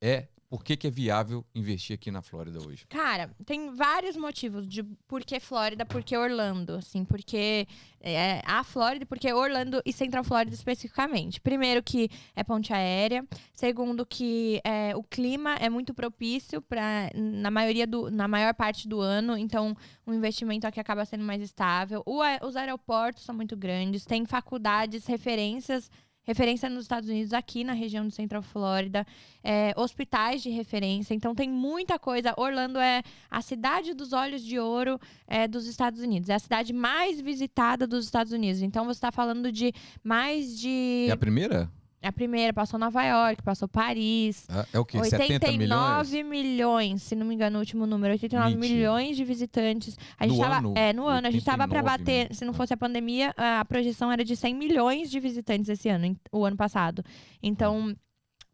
é por que, que é viável investir aqui na Flórida hoje?
Cara, tem vários motivos de por que Flórida, por que Orlando, assim, porque é, a Flórida, porque Orlando e Central Flórida especificamente. Primeiro que é ponte aérea, segundo que é, o clima é muito propício para na maioria do na maior parte do ano, então o investimento aqui acaba sendo mais estável. O ae- os aeroportos são muito grandes, tem faculdades, referências Referência nos Estados Unidos, aqui na região de Central Flórida é, hospitais de referência. Então tem muita coisa. Orlando é a cidade dos olhos de ouro é, dos Estados Unidos. É a cidade mais visitada dos Estados Unidos. Então você está falando de mais de.
É a primeira?
A primeira passou Nova York, passou Paris.
É, é o quê? 70 milhões?
89 milhões? se não me engano, o último número. 89
Mentira.
milhões de visitantes. A gente
No
tava,
ano?
é, no ano. A gente tava pra
89
bater,
mil.
se não fosse a pandemia, a projeção era de 100 milhões de visitantes esse ano, em- o ano passado. Então,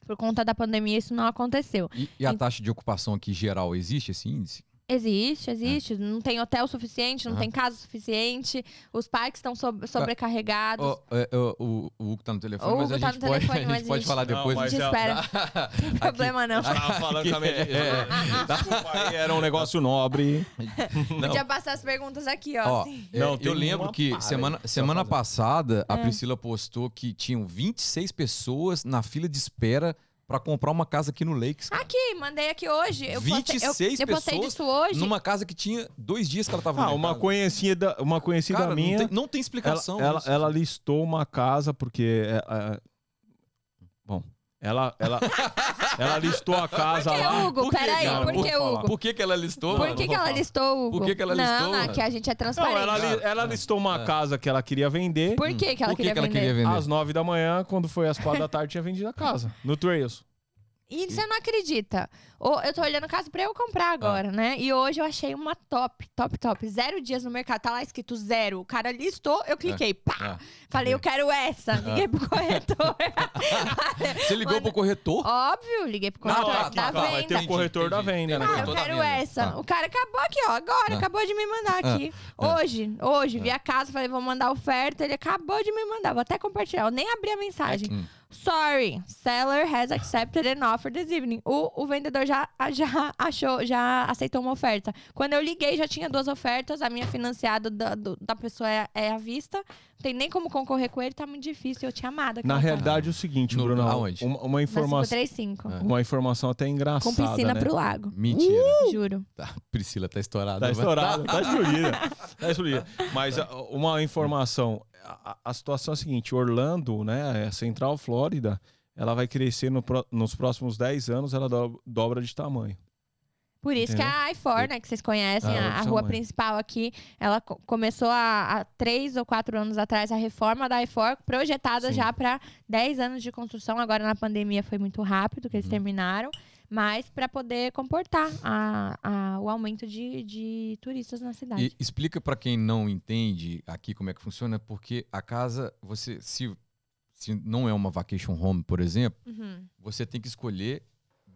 por conta da pandemia, isso não aconteceu.
E, e a taxa de ocupação aqui geral existe esse índice?
Existe, existe. Não tem hotel suficiente, não
Ah. Tá.
tem casa suficiente. Os parques estão sob- sobrecarregados.
Ó, é, ó, o, o Hugo tá no telefone,
O
mas
Hugo
a
tá
gente
no
pode,
telefone,
a gente
mas
pode
a
falar
gente- Não,
depois.
mas
disso.
já-
Espera. Não tem problema, não.
Tava falando com a minha
Tá É.
Desculpa aí, era um negócio nobre.
Não.
Podia passar as perguntas aqui, ó.
Ó,
assim.
é,
Não, tem
eu lembro
uma
que
para
semana,
aí pra
semana
fazer.
passada
É.
a Priscila postou que tinham 26 pessoas na fila de espera pra comprar uma casa aqui no Lakes. cara.
Aqui, mandei aqui hoje. Eu postei,
26
eu, eu postei
pessoas
disso hoje.
Numa casa que tinha dois dias que ela tava no
Ah, uma
mercado.
conhecida, uma conhecida
Cara,
minha.
Não tem, não tem
Ela,
explicação.
ela,
disso.
ela listou uma casa porque. é, é, bom, ela, ela, ela listou a casa
Por que,
lá.
Hugo?
Por que,
Peraí,
cara?
por
Por
que,
favor.
Hugo?
Por que, que ela listou?
Por
mano?
que, que ela listou o Hugo?
Por que que ela listou,
Não, não,
mano?
aqui a gente é
Não,
transparente.
ela, li- ela listou uma
É.
casa que ela queria vender.
Por que, que ela
Hum. Por
queria
que
vender?
Às nove da manhã, quando foi às quatro da tarde, tinha vendido a casa. No Trails.
E você não acredita. Ô, Eu tô olhando casa pra eu
Ah.
comprar agora, né? E hoje eu achei uma top, top, top. Zero dias no mercado. Tá lá escrito zero. O cara listou,
É,
eu cliquei. Pá! Falei,
Hum.
eu quero essa. Liguei pro corretor.
Você ligou
Ah, Mano,
pro corretor?
Óbvio, liguei pro corretor
tá,
da
tá, tá,
vai ter
venda.
um corretor da venda, né?
Ah, eu
corretor da
quero
venda.
essa.
Ah.
O cara acabou aqui, ó. Agora,
Ah.
acabou de me mandar aqui. Hoje, hoje, vi a casa, falei, vou mandar oferta. Ele acabou de me mandar. Vou até compartilhar. Eu nem abri a mensagem.
Hum.
Sorry, seller has accepted an offer this evening. O, o vendedor já, já achou, já aceitou uma oferta. Quando eu liguei, já tinha duas ofertas. A minha financiada da, do- da pessoa é, é à vista. Não tem nem como concorrer com ele, tá muito difícil. Eu tinha amado aquela
Na
casa.
realidade, é o seguinte,
No-
Bruno.
aonde?
Uma, uma
Na
informação.
535.
Uma informação até
Com
engraçada.
piscina
né?
pro lago.
é Mentira.
Juro.
Tá, Priscila tá estourada.
Tá
vai.
estourado, tá explodida. Tá explodida. Mas a- uma informação: a, a- a situação é a seguinte: Orlando, né, a Central Flórida, ela vai crescer no pró- nos próximos 10 anos, ela do- dobra de tamanho.
Por isso
Entendeu?
que a I4, né, que vocês conhecem,
Ah,
a- a,
outra
rua
mãe.
principal aqui, ela co- começou há, há três ou quatro anos atrás a reforma da I4, projetada
Sim.
já para 10 anos de construção. Agora na pandemia foi muito rápido
Uhum.
que eles terminaram, mas para poder comportar a- a- o aumento de, de turistas na cidade.
E explica pra quem não entende aqui como é que funciona, porque a casa, você se, se não é uma vacation home, por exemplo,
Uhum.
você tem que escolher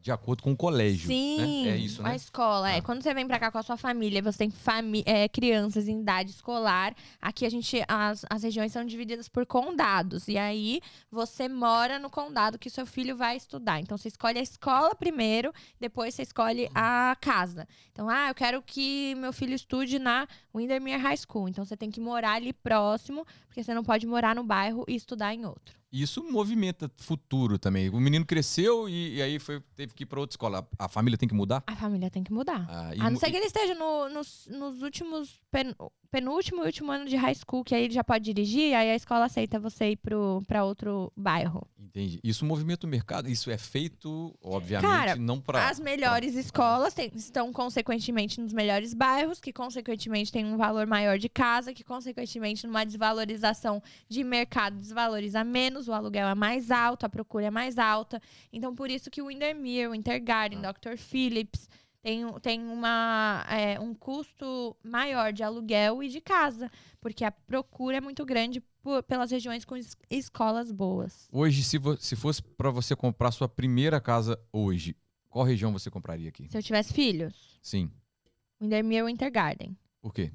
de acordo com o colégio.
Sim,
né? É isso,
a
né?
escola. É.
Ah.
Quando você vem pra cá com a sua família, você tem fami é, crianças em idade escolar. Aqui a gente, as, as regiões são divididas por condados. E aí você mora no condado que seu filho vai estudar. Então você escolhe a escola primeiro, depois você escolhe a casa. Então, ah, eu quero que meu filho estude na Windermere High School. Então você tem que morar ali próximo, porque você não pode morar no bairro e estudar em outro.
Isso movimenta futuro também. O menino cresceu e, e aí foi, teve que ir pra outra escola. A, a família tem que mudar?
A família tem que mudar.
Ah, e
A não
mu-
ser que ele esteja no- nos, nos últimos. pen- penúltimo e último ano de high school, que aí ele já pode dirigir, aí a escola aceita você ir pro, pra outro bairro.
Entendi. Isso movimenta o mercado. Isso é feito, obviamente,
Cara,
não pra.
As melhores escolas têm- estão, consequentemente, nos melhores bairros, que, consequentemente, tem um valor maior de casa, que, consequentemente, numa desvalorização de mercado, desvaloriza menos, o aluguel é mais alto, a procura é mais alta. Então, por isso que o Windermere, o Winter Garden, Dr. Phillips, tem, um- tem uma, é, um custo maior de aluguel e de casa, porque a procura é muito grande por- pelas regiões com es- escolas boas.
Hoje, se, vo- se fosse pra você comprar sua primeira casa hoje, qual região você compraria aqui?
Se eu tivesse filhos,
Sim.
Windermere, Winter Garden.
Por quê?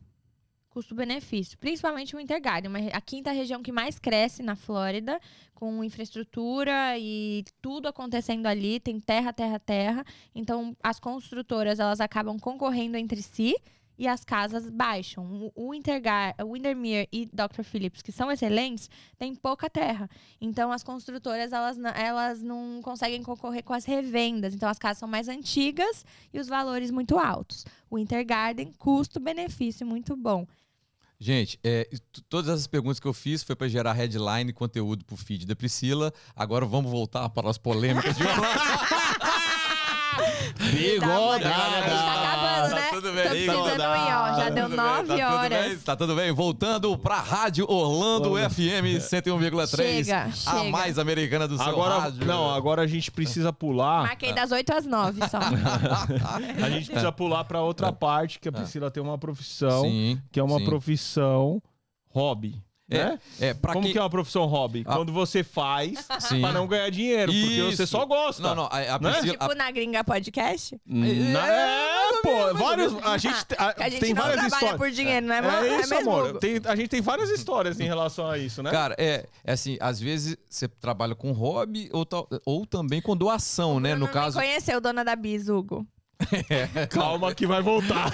custo-benefício, principalmente o Intergarden, uma re- a quinta região que mais cresce na Flórida, com infraestrutura e tudo acontecendo ali, tem terra, terra, terra. Então, as construtoras, elas acabam concorrendo entre si e as casas baixam. O, o Intergar, o Windermere e Dr. Phillips, que são excelentes, têm pouca terra. Então, as construtoras, elas, na- elas não conseguem concorrer com as revendas. Então, as casas são mais antigas e os valores muito altos. O Intergarden, custo-benefício muito bom.
Gente, é, e t- todas essas perguntas que eu fiz foi para gerar headline e conteúdo pro feed da Priscila. Agora vamos voltar para as polêmigas de
Tá Bigodada! Tá acabando, né?
Ah, tudo bem.
Tô precisando ir, ó. Já
Tá
deu
tudo bem,
nove
tá tudo bem,
horas.
Tá tudo bem. Voltando para a Rádio Orlando FM 101,3.
Chega,
A
chega.
mais americana do seu
Agora,
rádio.
não, agora a gente precisa
Ah,
pular.
Marquei das 8 às 9 só.
A gente precisa pular para outra parte que a Priscila tem uma profissão,
Sim,
que é uma
sim.
profissão hobby. Né?
É, pra
Como
quem...
que é uma profissão hobby?
Ah.
Quando você faz
Sim.
para não ganhar dinheiro, porque você
Isso.
só gosta.
Não, não, a, a
Né?
Priscila... a-
Hum,
tipo na gringa podcast?
Na- É, Pô,
mesmo.
vários. A gente, te- a-
Que a gente
tem
não
várias
trabalha
histórias.
por dinheiro, não é, mo-
É
é
isso,
mesmo,
amor.
Hugo?
Tem- a gente tem várias histórias em relação a isso, né?
Cara, é, é assim, às vezes você trabalha com hobby ou, tal- ou também com doação, né? No
Bruno nem
caso.
conheceu Dona da Bis, Hugo.
Calma que vai voltar.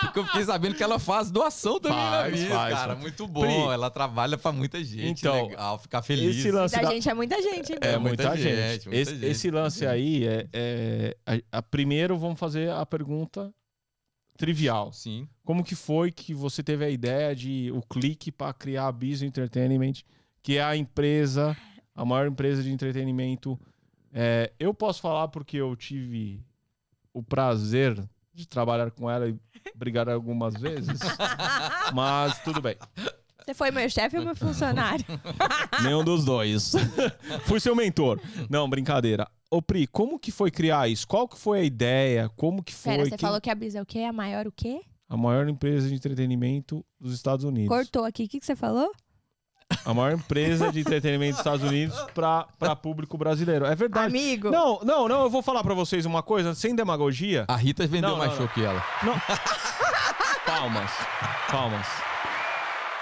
Porque eu fiquei sabendo que ela faz doação também,
Faz,
na vida,
faz.
cara. Muito bom.
Pri,
ela trabalha pra muita gente.
então,
legal, ficar feliz.
Esse lance
Da
da-
gente é muita gente, hein,
É
Bruno?
muita,
muita
gente.
gente, muita
esse,
gente,
esse
muita
lance
gente.
aí é. é- a- a- primeiro vamos fazer a pergunta trivial.
Sim.
Como que foi que você teve a ideia de o clique para criar a Biso Entertainment, que é a empresa, a maior empresa de entretenimento? É, eu posso falar porque eu tive o prazer de trabalhar com ela e brigar algumas vezes, mas tudo bem.
Você foi meu chefe ou meu funcionário?
Nenhum dos dois. Fui seu mentor. Não, brincadeira. Ô, Pri, como que foi criar isso? Qual que foi a ideia? Como que foi?
Pera, você
Quem-
falou que a Bis é o quê? A maior o quê?
A maior empresa de entretenimento dos Estados Unidos.
Cortou aqui. O que, que você falou?
A maior empresa de entretenimento dos Estados Unidos para público brasileiro. É verdade.
Amigo.
Não, não, não, eu vou falar pra vocês uma coisa, sem demagogia.
A Rita vendeu
Não,
mais
não,
show que ela.
Palmas. Palmas.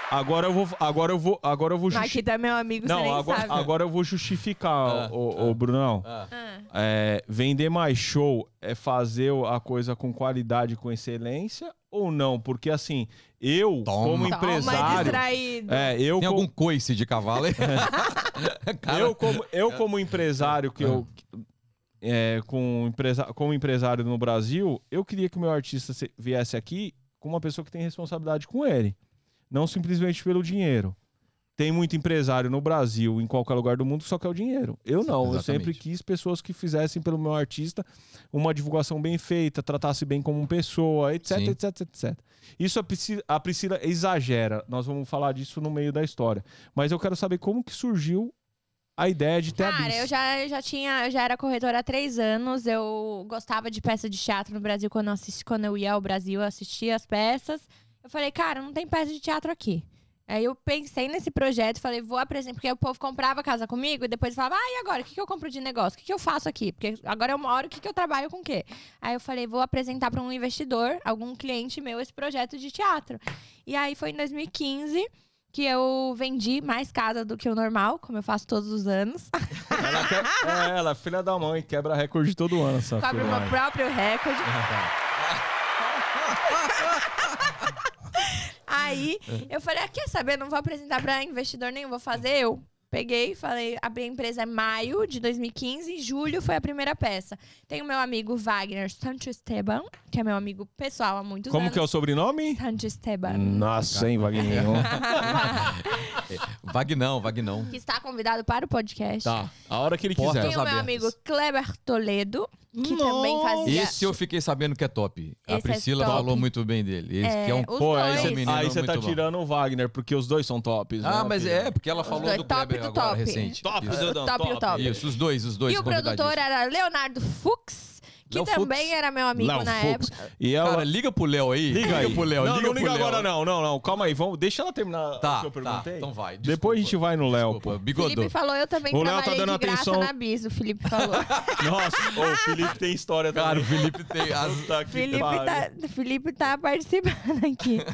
Agora eu vou agora eu vou agora eu vou
Aqui
justi-
tá meu amigo, você
Não,
nem
agora,
sabe.
agora eu vou justificar,
Ah,
o, o, Brunão.
Ah,
É, vender mais show é fazer a coisa com qualidade, com excelência ou não? Porque assim, eu
Toma.
como
toma, um
empresário,
distraído.
é, eu
Tem
como-
algum coice de cavalo aí? Cara, é.
eu como eu como empresário que eu é, com empresa, como empresário no Brasil, eu queria que o meu artista se- viesse aqui com uma pessoa que tem responsabilidade com ele, não simplesmente pelo dinheiro. Tem muito empresário no Brasil, em qualquer lugar do mundo, que só quer o dinheiro. Eu não. Eu
Exatamente.
sempre quis pessoas que fizessem pelo meu artista uma divulgação bem feita, tratasse bem como uma pessoa, etc,
Sim.
etc, etc. Isso a Priscila, a Priscila exagera. Nós vamos falar disso no meio da história. Mas eu quero saber como que surgiu a ideia de ter a
Cara,
Bis.
eu já, eu já tinha, eu já era corretora há três anos. Eu gostava de peça de teatro no Brasil quando eu, assisti, quando eu ia ao Brasil, eu assistia as peças. Eu falei, cara, não tem peça de teatro aqui. Aí eu pensei nesse projeto, falei, vou apresentar, porque o povo comprava casa comigo e depois falava, ah, e agora? O que, que eu compro de negócio? O que, que eu faço aqui? Porque agora eu moro, o que, que eu trabalho com o quê? Aí eu falei, vou apresentar para um investidor, algum cliente meu, esse projeto de teatro. E aí foi em 2015 que eu vendi mais casa do que o normal, como eu faço todos os anos.
Ela, quer... é, ela é filha da mãe, quebra recorde todo ano, essa
Cobre
filha
o
da
meu
mãe.
próprio recorde. Aí eu falei, ah, quer saber? Não vou apresentar pra investidor nenhum, vou fazer eu. Peguei, falei, abri a empresa em maio de 2015, em julho foi a primeira peça. Tem o meu amigo Wagner Sancho Esteban, que é meu amigo pessoal há muitos
Como
anos.
que é o sobrenome?
Sancho Esteban.
Nossa, hein, Wagninho?
Vagnão, Vagnão.
que está convidado para o podcast.
tá, a hora que ele
Porta.
quiser.
Tem o meu
abertas.
amigo Kleber Toledo, que também
Nossa.
fazia.
Esse eu fiquei sabendo que é top. A
Esse é
Priscila
top.
falou muito bem dele. Esse
É,
que é um
os
Pô, aí
dois.
você,
Menino
aí você tá
muito bom.
tirando o Wagner, porque os dois são tops.
Ah,
né,
mas
filho?
é, porque ela falou
dois,
do
top
Kleber
do
agora,
top.
recente.
Top,
Isso,
Zedão,
Top do top.
Isso, os dois, os dois.
E o
convidadíssimos.
produtor era Leonardo Fux, que
Léo
também
Fux.
era meu amigo
Léo
na
Fux.
época.
E é ela...
Cara, liga pro Léo aí.
Liga aí.
pro Léo.
não,
liga
não
pro
liga
Léo.
agora não, não, não. Calma aí, vamos... deixa ela terminar o que
Tá,
eu
tá.
perguntei.
Então vai.
Depois a gente vai no Léo,
Desculpa,
pô.
Bigodô.
Felipe falou, eu também
O Léo tá
trabalhei
dando
de graça
atenção.
na Bis, o Felipe falou.
Nossa, ô, o Felipe tem história
Cara, o
também.
Felipe tem. as-
Puta que
Felipe
pariu.
tá, Felipe tá participando aqui.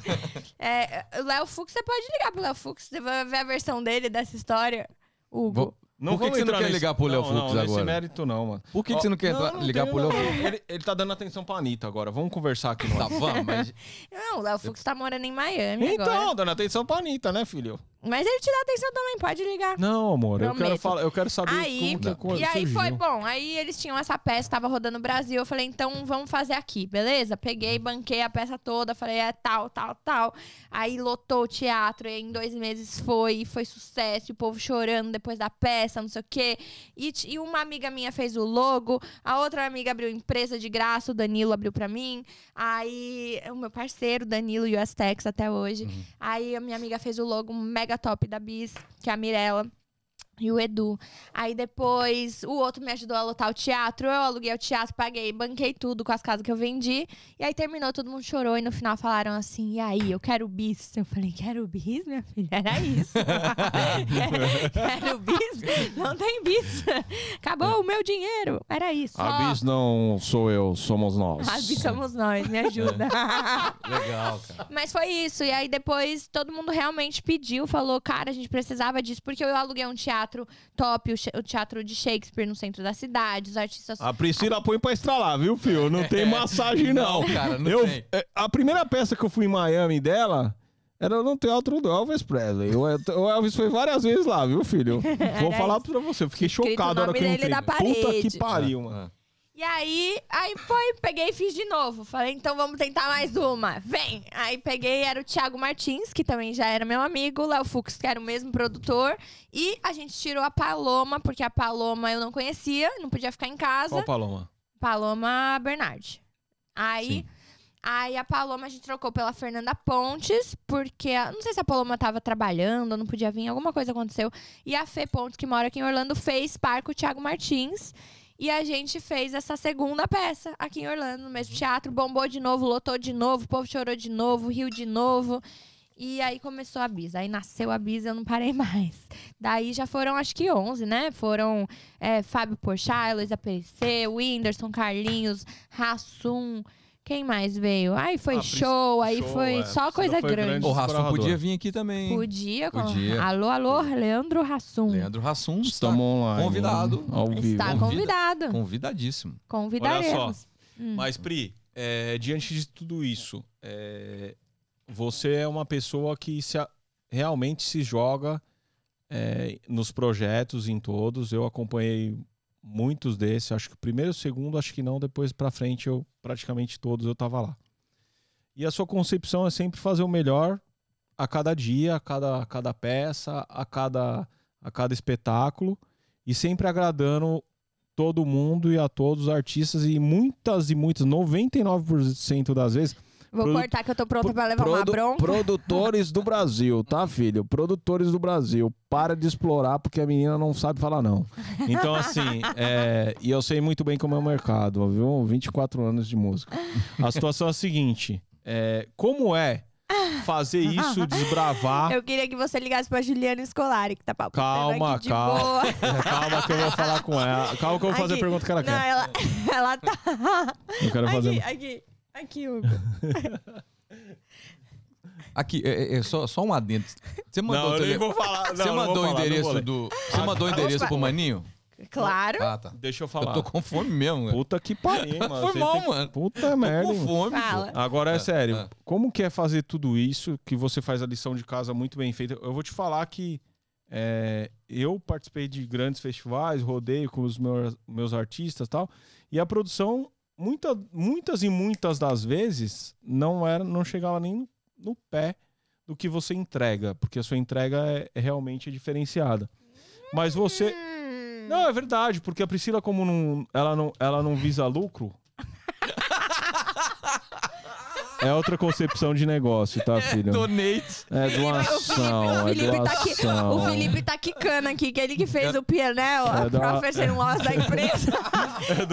É, o Léo Fux, você pode ligar pro Léo Fux, você vai ver a versão dele dessa história, Hugo.
Vou- Por que
vamos
que você não
entrar
quer
nesse-
ligar pro Léo
Não,
Fux
não, nesse
agora?
mérito não, mano.
Por que, que
Ó,
você não quer
não,
entrar-
não
ligar
tem
pro Léo
nada a
Fux?
ver. Ele, ele tá dando atenção pra Anitta agora. Vamos conversar aqui. no
Tá,
ar.
vamos, mas.
Não, o Léo Fux tá morando em Miami agora.
então, dando atenção pra Anitta, né, filho?
Mas ele te dá atenção também, pode ligar.
Não, amor, eu
Prometo.
quero, falar, eu quero saber
Aí,
como que a coisa
e aí foi
surgiu.
bom. Aí eles tinham essa peça, tava rodando o Brasil. Eu falei, então vamos fazer aqui, beleza? Peguei,
Uhum.
banquei a peça toda, falei, é tal, tal, tal. Aí lotou o teatro, e em dois meses foi, e foi sucesso, e o povo chorando depois da peça, não sei o quê. E, t- e uma amiga minha fez o logo, a outra amiga abriu empresa de graça, o Danilo abriu pra mim. Aí o meu parceiro, Danilo US Tex até hoje. Aí a minha amiga fez o logo mega top da Bis, que é a Mirella. E o Edu. Aí depois o outro me ajudou a lotar o teatro. Eu aluguei o teatro, paguei, banquei tudo com as casas que eu vendi. E aí terminou, todo mundo chorou. E no final falaram assim: e aí, eu quero bis. Eu falei: quero bis, minha filha? Era isso. quero bis? Não tem bis. Acabou o meu dinheiro. Era isso.
É. A
Ó,
bis não sou eu, somos nós.
a bis somos nós, me ajuda.
Legal, cara.
Mas foi isso. E aí depois todo mundo realmente pediu, falou, cara, a gente precisava disso, porque eu aluguei um teatro top, o che- o teatro de Shakespeare no centro da cidade, os artistas.
A Priscila põe pra estralar, viu, filho? Não tem massagem, não.
cara, não
Eu-
tem.
é, A primeira peça que eu fui em Miami dela era no teatro do Elvis Presley. O El- o Elvis foi várias vezes lá, viu, filho? Vou
Era
falar pra você, eu fiquei
Escrito
chocado na
o
hora
nome
que eu
dele
entrei. né?
na
Puta que
parede.
pariu, mano.
E aí, aí foi, peguei e fiz de novo. Falei, então vamos tentar mais uma. Vem! Aí peguei, era o Thiago Martins, que também já era meu amigo, o Léo Fux, que era o mesmo produtor. E a gente tirou a Paloma, porque a Paloma eu não conhecia, não podia ficar em casa.
Qual Paloma?
Paloma Bernardi. Aí,
Sim.
aí a Paloma a gente trocou pela Fernanda Pontes, porque a- não sei se a Paloma tava trabalhando, não podia vir, alguma coisa aconteceu. E a Fê Pontes, que mora aqui em Orlando, fez par com o Thiago Martins. E a gente fez essa segunda peça aqui em Orlando, no mesmo teatro. Bombou de novo, lotou de novo, o povo chorou de novo, riu de novo. E aí começou a Bisa. Aí nasceu a Bisa, eu não parei mais. Daí já foram, acho que 11, né? Foram é, Fábio Porchat, Heloísa PC, Whindersson, Carlinhos, Rassum. Quem mais veio? Aí foi
Ah,
show, aí
show,
foi
é.
só
Priscila
coisa
foi
grande.
grande.
O Rassum
Explorador.
podia vir aqui também. hein?
Podia, com...
Podia.
Alô, alô, Leandro Rassum.
Leandro Rassum está
Estamos online.
Convidado.
Ao vivo.
Está
Convida-
convidado.
convidadíssimo.
Olha
Convidaremos.
só. Mas, Pri, é, diante de tudo isso, é, você é uma pessoa que se a- realmente se joga é, nos projetos, em todos. Eu acompanhei muitos desses. Acho que o primeiro, o segundo, acho que não. Depois, pra frente, eu praticamente todos eu tava lá. E a sua concepção é sempre fazer o melhor a cada dia, a cada, a cada peça, a cada, a cada espetáculo. E sempre agradando todo mundo e a todos os artistas e muitas e muitas, 99% das vezes,
Vou
Produ-
cortar que eu tô pronta pra levar uma
Produ-
bronca.
Produtores do Brasil, tá, filho? Produtores do Brasil. Para de explorar, porque a menina não sabe falar, não.
Então, assim, é, e eu sei muito bem como é o mercado, viu? 24 anos de música. A situação é a seguinte: é, como é fazer isso, desbravar?
Eu queria que você ligasse pra Juliana Scolari, que tá palpitando
Calma,
aqui de
calma.
boa.
Calma que eu vou falar com ela. Calma que eu vou fazer
Aqui.
a pergunta que ela
Não,
quer.
ela, ela tá...
Eu quero fazer. um-
Aqui, aqui, aqui, Hugo.
Aqui, é, é- é só, só um adendo. Você mandou,
Não,
o
eu nem
tele-
vou falar.
você
não, não vou
mandou o
falar, não
endereço
vou ler. Ah,
do. Você mandou o
tá.
endereço pro
Opa.
Maninho?
Claro.
Ah, tá.
Deixa um- eu falar.
Eu tô com fome mesmo, cara.
Puta que pariu, mano.
Foi
Você
mal,
tem-
mano.
Puta
Tô
merda.
com
hein?
fome. pô.
Fala.
Agora é,
É,
sério,
é.
como que é fazer tudo isso que você faz a lição de casa muito bem feita? Eu vou te falar que é, eu participei de grandes festivais, rodeio com os meus, meus artistas e tal, e a produção, muita, muitas e muitas das vezes, não era, não chegava nem no, no pé do que você entrega, porque a sua entrega é, é realmente diferenciada. Mas você.
Hum.
Não, é verdade, porque a Priscila, como não, ela, não, ela não visa lucro. é outra concepção de negócio,
É,
tá, filho?
Donate.
É doação,
É o
é
Felipe tá aqui,
doação.
o Felipe tá quicando aqui, que ele que fez o pianel,
É
a
do-
professor loss da empresa.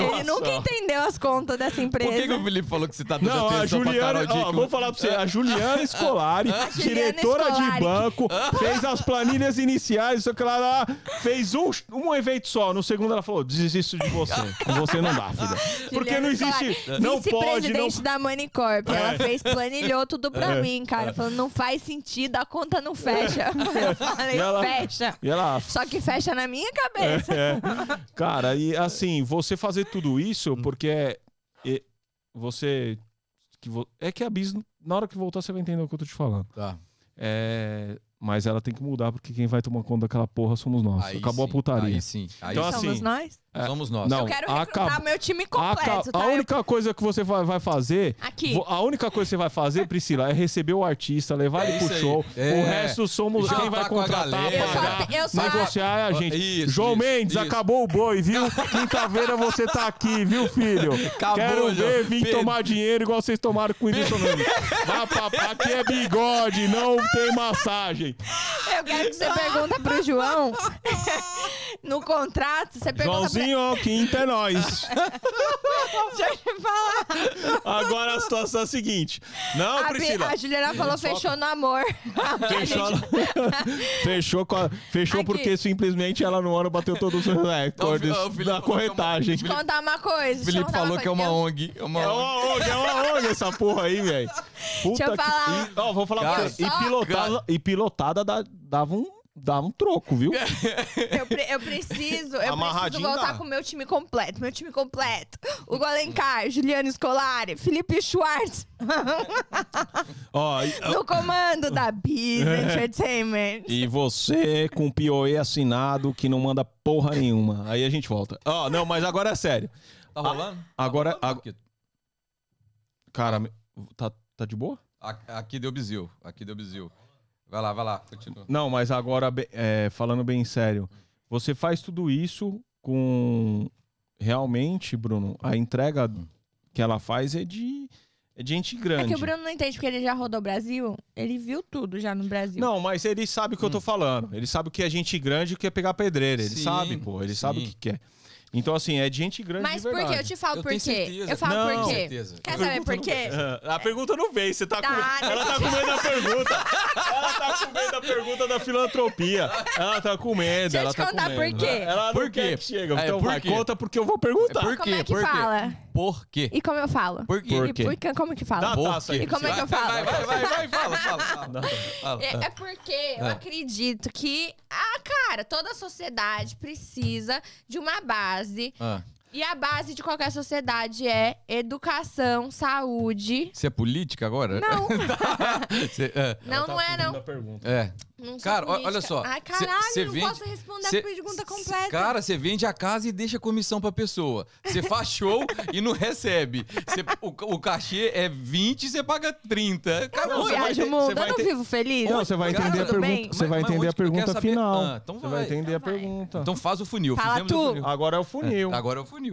ele nunca entendeu as contas dessa
Por que, que
empresa.
o Felipe falou que você tá dando
Não, a
atenção pra
Juliana,
Carol
ó,
Dickman?
vou falar pra você, a Juliana Scolari,
Juliana
diretora
Scolari,
de banco, fez as planilhas iniciais, só que ela, ela fez um, um evento só, no segundo ela falou, desisto de você, com você não dá, filha. Porque não existe,
Scolari,
não É. pode, não...
É. Vice-presidente da Manicorp. Ela fez, planilhou tudo
É.
pra mim, cara. Falando, não faz sentido, a conta não fecha. Eu falei,
E ela-
fecha.
E ela
Só que fecha na minha cabeça.
É. Cara, e assim, você fazer tudo isso porque é- e- você que vo- é que a Bis na hora que voltar você vai entender o que eu tô te falando.
Tá.
É, mas ela tem que mudar porque quem vai tomar conta daquela porra somos nós.
Aí
Acabou
sim,
a putaria.
Aí sim. Aí
Então,
sim.
assim,
Somos nós.
somos nós.
não,
Eu quero recrutar
acab-
meu time
A,
completo,
ca- a
tá? Eu-
única coisa que você vai, vai fazer,
Aqui.
vo- a única coisa que você vai fazer, Priscila, é receber o artista, levar ele
É isso
pro
aí.
show.
É.
O resto somos
Jantar
quem vai
com a
contratar,
galera.
Eu só
pagar,
te- eu só-
negociar é a gente.
Isso,
João
isso,
Mendes,
isso.
acabou o boi, viu? Quinta-feira você tá aqui, viu, filho?
Acabou,
Quero
João.
ver vir
Pedro.
tomar dinheiro igual vocês tomaram com o Whindersson Nunes. Vá pra- Aqui é bigode, não tem massagem. viagem.
Eu quero que você pergunta pro João. no contrato, você pergunta
Joãozinho, ó, quinta é nós.
pra... Deixa eu te falar.
Agora a situação é a seguinte. Não,
A, Pri-
Priscila.
a Juliana falou,
Só-
fechou no amor.
Fechou, fechou, com a- fechou
Aqui.
porque simplesmente ela no ano bateu todos os recordes
Não, o
da
Felipe falou que é uma-
corretagem.
Deixa eu contar uma coisa. deixa eu
Felipe
contar
falou que é uma
coisa.
ONG. É uma
É
ONG.
uma ONG, é uma ONG essa porra aí, velho. Puta
eu falar.
que... E, ó, vou falar pra
Cara,
você. E
só-
pilotada, e pilotada dá- dava, um, dava um troco, viu?
Eu, pre- eu preciso, eu preciso
Amarradinho
voltar
dá.
com o meu time completo. Meu time completo. Hugo Alencar, Juliano Scolari, Felipe Schwartz.
Ó, e,
no comando da Biz Entertainment. É
e você com POE assinado que não manda porra nenhuma. Aí a gente volta. Ó, não, mas agora é sério.
Tá rolando?
Agora-
Tá rolando,
ag-
Marquito?
Cara, me- tá, tá de boa?
A- Aqui deu bizil. Aqui deu bizil. Vai lá, vai lá. Continua.
Não, mas agora, be- é, falando bem sério, você faz tudo isso com. Realmente, Bruno, a entrega que ela faz é de, é de gente
É
grande.
que o Bruno não entende, porque ele já rodou o Brasil. Ele viu tudo já no Brasil.
Não, mas ele sabe o que eu tô falando. Ele sabe o que é gente grande e o que é pegar pedreira. Ele
Hum. Sim,
sabe, pô. Ele
sim.
sabe o que quer. Então, assim, é de gente grande de
Mas por quê?
verdade.
Eu te falo
Eu
por
tenho
quê.
certeza.
Eu falo
Não.
por
Com
quê.
certeza.
Quer saber por quê?
Ah, A pergunta não veio, você tá com.
Tá,
Ela tá com medo da pergunta. Ela tá com medo da pergunta da filantropia. Ela tá com medo.
Deixa eu
ela
te
tá com
contar
medo.
por quê.
Ela
Por
não quer
quê?
que chega.
É,
Então
por
vai,
quê?
conta porque eu vou perguntar.
Por
Como
quê?
é que
Por quê?
fala?
Por quê?
E como eu falo?
Por quê?
Por
E
quê?
que- como que fala?
Dá-
Por
taça
quê?
aí.
E como é que eu
Vai,
falo?
Vai, vai, vai, vai, fala, fala. fala. Fala.
É, é porque eu acredito que, ah, cara, toda sociedade precisa de uma base.
Ah,
E a base de qualquer sociedade é educação, saúde.
Você é política agora?
Não,
Tá,
Você- é.
não, não é, não.
É.
não sou
Cara, ó-
política.
olha só,
Ai,
cê-
caralho,
cê
não
vende-
posso responder
Cê-
a pergunta
c-
completa.
Cara, você vende a casa e deixa a comissão pra pessoa. Você faz show e não recebe. Cê- o, o cachê é 20 e você paga 30.
eu
Cara,
não
você vai
viajo
ter-
o mundo,
você
eu
vai
não
ter- assim?
vivo feliz.
Não, você vai
Cara,
entender a
tudo bem.
pergunta. Você
Mas-
vai
mas
entender a
onde que eu quero
pergunta
saber?
final.
Ah, então
Você
vai.
vai entender a
Então vai.
pergunta.
então faz o funil.
Fala
Fizemos o
tu.
funil.
Agora é o funil.
Agora é o funil.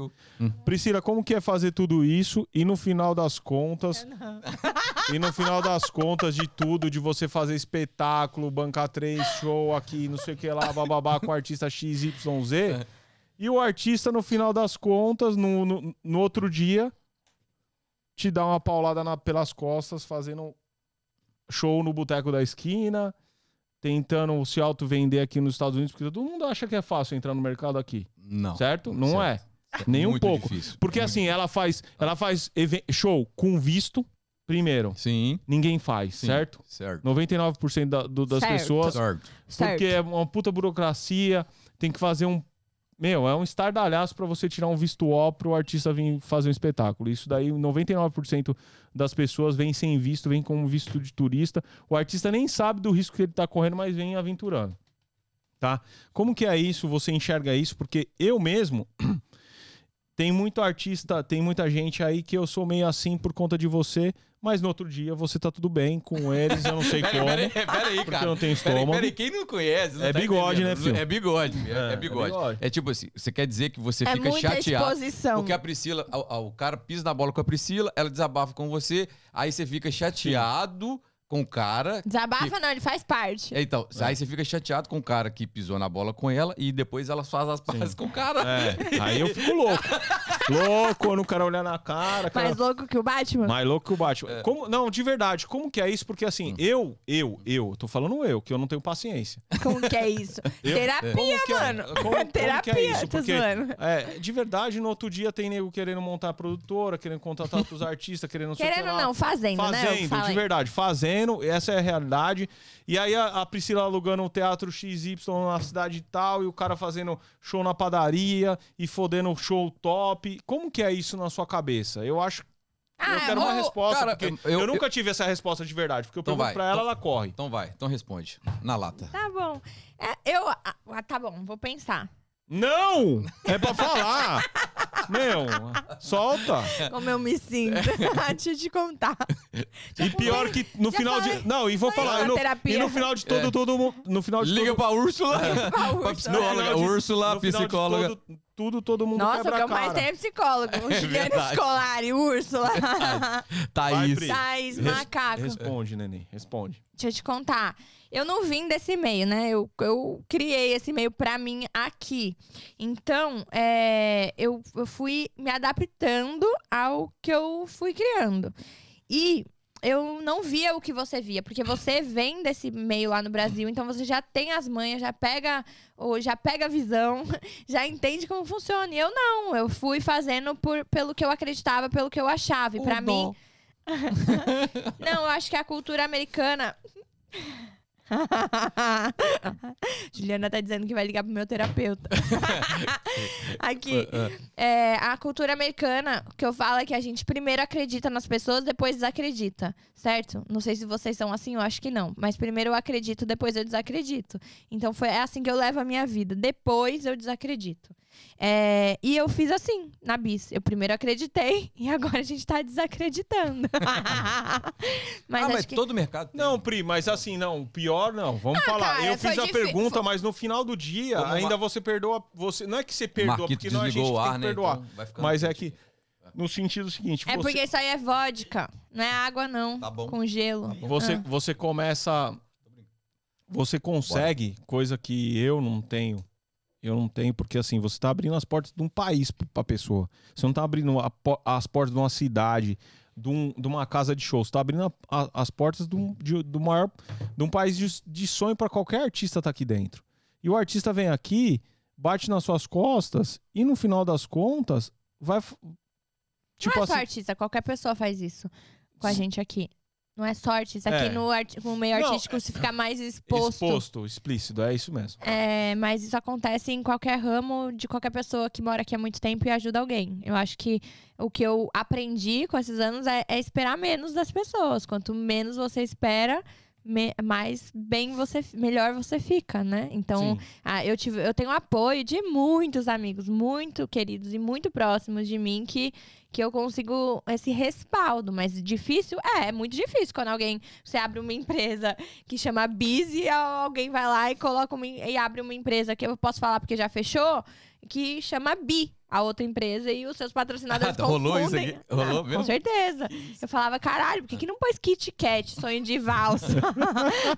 Priscila, como que é fazer tudo isso e no final das contas, e no final das contas de tudo, de você fazer espetáculo, bancar três, show aqui, não sei o que lá, bababá, com o artista
É.
XYZ, e o artista no final das contas, no, no, no outro dia, te dá uma paulada na- pelas costas, fazendo show no boteco da esquina, tentando se auto-vender aqui nos Estados Unidos, porque todo mundo acha que é fácil entrar no mercado aqui,
Não.
certo? Não é.
Certo.
Nem um
Muito
pouco.
difícil.
Porque
Muito.
assim, ela faz, ela faz even- show com visto, primeiro.
Sim.
Ninguém faz,
sim,
certo? 99% da- do- das
Certo.
pessoas.
Certo.
Certo.
Porque é uma puta burocracia, tem que fazer um. Meu, é um estardalhaço pra você tirar um visto O pro artista vir fazer um espetáculo. Isso daí, 99% das pessoas vêm sem visto, vêm com um visto de turista. O artista nem sabe do risco que ele tá correndo, mas vem aventurando. Tá? Como que é isso? Você enxerga isso? Porque eu mesmo. Tem muito artista, tem muita gente aí que eu sou meio assim por conta de você, mas no outro dia você tá tudo bem com eles, eu não sei como.
Peraí, peraí, peraí,
Porque eu
cara.
não tenho
Peraí,
estômago.
peraí, quem não conhece. não
É
tá
bigode,
entendendo.
né, filho?
É bigode, é,
É,
é
é
bigode.
bigode.
É tipo assim, você quer dizer que você
é
fica
muita
chateado
exposição.
porque a Priscila, a- a- o cara pisa na bola com a Priscila, ela desabafa com você, aí você fica chateado com o cara.
Desabafa não, ele faz parte.
É, Então, aí você fica chateado com o cara que pisou na bola com ela e depois ela faz as pazes com o cara.
É, aí eu fico louco. louco, eu não quero olhar na cara. Cara.
Mais
Mais,
louco que o Batman?
louco que o Batman.
É.
Como, não, de verdade, como que é isso? Porque
Hum.
assim, eu, eu, eu, tô falando eu, que eu não tenho paciência.
Como que é isso?
Eu-
Terapia,
Como que é?
mano.
Como- como que é
Terapia,
isso?
tô
Porque-
zoando.
É, de verdade, no outro dia tem nego querendo montar a produtora, querendo contratar outros artistas, querendo não sei o que
Querendo
lá.
ou não, fazendo, né? Eu
Fazendo,
falo
de
aí.
verdade, fazendo, essa é a realidade. E aí a, a Priscila alugando um teatro XY na cidade tal, e o cara fazendo show na padaria e fodendo show top. Como que é isso na sua cabeça? Eu acho eu quero uma
ô,
resposta,
Oh, cara,
porque eu,
eu- eu-
nunca tive essa resposta de verdade, porque eu
Então
pergunto
vai,
pra ela,
então-
ela corre.
Então vai, então responde. Na lata.
Tá bom. É, eu. Ah, tá bom, vou pensar.
Não! É pra falar! Meu, solta!
Como eu me sinto.
É.
Ah, Deixa eu te contar.
E pior que no
já
final
falei.
de... Não, e vou
Falei
falar,
na
e no,
terapia.
e no final de todo,
É.
todo mundo... No final de
Liga
todo,
pra Úrsula.
Pra
pra
Úrsula.
psicóloga.
No final de-
Úrsula,
no final de
psicóloga.
todo-
tudo, todo
um
mundo
Nossa, o que
quebra a
eu mais
cara.
tenho é psicólogo. Juliano
verdade.
Scolari, Úrsula.
Thaís.
Pri.
Thaís,
Res-
macaco.
Responde, Neném, responde.
Deixa eu te contar. Eu não vim desse meio, né? Eu, eu criei esse meio pra mim aqui. Então, é, eu, eu fui me adaptando ao que eu fui criando. E eu não via o que você via, porque você vem desse meio lá no Brasil, então você já tem as manhas, já pega, ou já pega a visão, já entende como funciona. E eu não, eu fui fazendo por, pelo que eu acreditava, pelo que eu achava. E pra mim, não, eu acho que a cultura americana. Juliana tá dizendo que vai ligar pro meu terapeuta. Aqui.
Ah,
É, a cultura americana, o que eu falo é que a gente primeiro acredita nas pessoas, depois desacredita, certo? Não sei se vocês são assim, eu acho que não. Mas primeiro eu acredito, depois eu desacredito. Então foi é assim que eu levo a minha vida. Depois eu desacredito. É, e eu fiz assim, na bis. Eu primeiro acreditei e agora a gente tá desacreditando. mas
ah,
acho
mas
que.
todo mercado tem.
Não, Pri, mas assim, não, pior não, vamos
Ah,
falar.
cara,
eu
foi
fiz a
difí-
pergunta,
foi-
mas no final do dia,
Como
ainda
uma-
você perdoa, você, não é que você
O
perdoa,
Marquito
porque não a gente
desligou o
tem
ar,
que
né?
perdoar.
Então vai ficando
mas é
quietinho.
que no sentido seguinte,
É
você,
porque isso aí é vodka, não é água, não.
Tá bom.
Com gelo.
você, você começa você consegue, coisa que eu não tenho. Eu não tenho, porque assim, você tá abrindo as portas de um país p- pra pessoa. Você não tá abrindo a po- as portas de uma cidade, de, um- de uma casa de shows. Você tá abrindo a- a- as portas de um, de- do maior. de um país de, de sonho pra qualquer artista tá aqui dentro. E o artista vem aqui, bate nas suas costas, e no final das contas, vai. f- Tipo
não é só
assim.
artista, qualquer pessoa faz isso com a gente aqui. Não é sorte, isso aqui
É.
no, arti- no meio
Não,
artístico se fica mais exposto.
Exposto, explícito, é isso mesmo.
É, mas isso acontece em qualquer ramo de qualquer pessoa que mora aqui há muito tempo e ajuda alguém. Eu acho que o que eu aprendi com esses anos é, é esperar menos das pessoas. Quanto menos você espera, me- mais bem você, melhor você fica, né? Então,
Sim.
ah, eu, tive, eu tenho apoio de muitos amigos, muito queridos e muito próximos de mim, que, que eu consigo esse respaldo. Mas difícil? É, é muito difícil quando alguém. Você abre uma empresa que chama Biz e al- alguém vai lá e coloca uma, em- e abre uma empresa que eu posso falar porque já fechou, que chama Bi, a outra empresa, e os seus patrocinadores
Ah, rolou isso
confundem.
aqui? Rolou
Ah,
mesmo?
Com certeza. Eu falava, caralho, por que, que não pôs Kit Kat, sonho de valsa?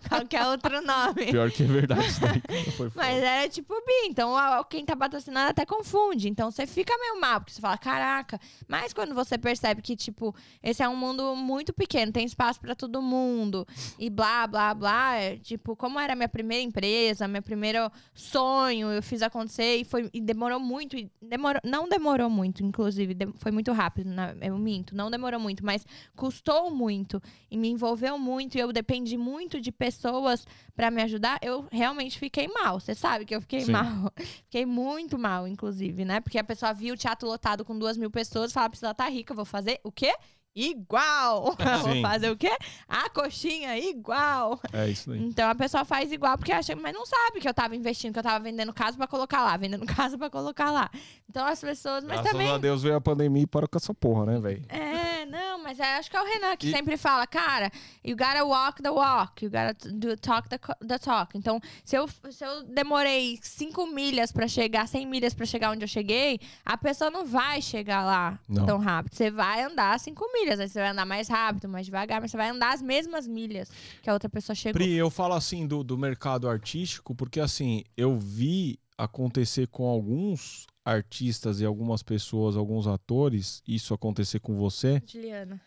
Qualquer outro nome.
Pior que é verdade isso daí. Foi foda.
Mas era tipo bi, então a- quem tá patrocinando até confunde. Então você fica meio mal, porque você fala, caraca. Mas quando você percebe que, tipo, esse é um mundo muito pequeno, tem espaço pra todo mundo, e blá, blá, blá. é, Tipo, como era minha primeira empresa, meu primeiro sonho, eu fiz acontecer e, foi, e demorou muito. e demorou, não demorou muito, inclusive, de- foi muito rápido, na- eu minto, não demorou muito, mas custou muito e me envolveu muito e eu dependi muito de pessoas pra me ajudar, eu realmente fiquei mal. Você sabe que eu fiquei
Sim.
mal. Fiquei muito mal, inclusive, né? Porque a pessoa viu o teatro lotado com duas mil pessoas e fala, precisa tá rica, eu vou fazer o quê? Igual!
Sim.
vou fazer o quê? A coxinha igual!
É isso daí.
Então a pessoa faz igual porque acha, mas não sabe que eu tava investindo, que eu tava vendendo casa pra colocar lá, vendendo casa pra colocar lá. Então as pessoas, mas
Graças
também
a Deus veio a pandemia e parou com essa porra, né, velho?
é, não, mas é- acho que é o Renan que
E-
sempre fala, cara, you gotta walk the walk, you gotta t- do talk the, co- the talk. Então, se eu, se eu demorei 5 milhas pra chegar, 100 milhas pra chegar onde eu cheguei, a pessoa não vai chegar lá
Não.
tão rápido. Você vai andar 5 milhas, aí você vai andar mais rápido, mais devagar, mas você vai andar as mesmas milhas que a outra pessoa chegou.
Pri, eu falo assim do, do mercado artístico, porque assim, eu vi acontecer com alguns artistas e algumas pessoas, alguns atores, isso acontecer com você.
Juliana.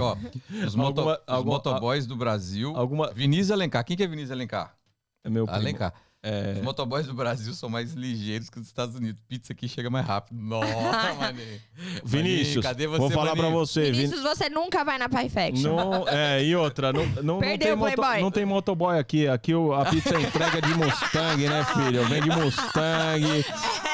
Ó, os, moto-
Alguma-
os
alguma-
motoboys do Brasil.
Alguma.
Vinícius Alencar. Quem que é Vinícius Alencar?
É
Tá
meu primo.
Alencar. Ah, Os
É,
motoboys do Brasil são mais ligeiros que os dos Estados Unidos. Pizza aqui chega mais rápido. Nossa, mané.
Tá
Vinícius,
Maninho, cadê você,
vou falar
maninho?
pra você. Vin-
Vinícius, você nunca vai na Perfection.
Não, é, e outra, não, não, não
Perdeu
tem
o
moto-
Playboy.
não tem motoboy aqui. Aqui o- a pizza é entrega de Mustang, né, filho? Vem de Mustang,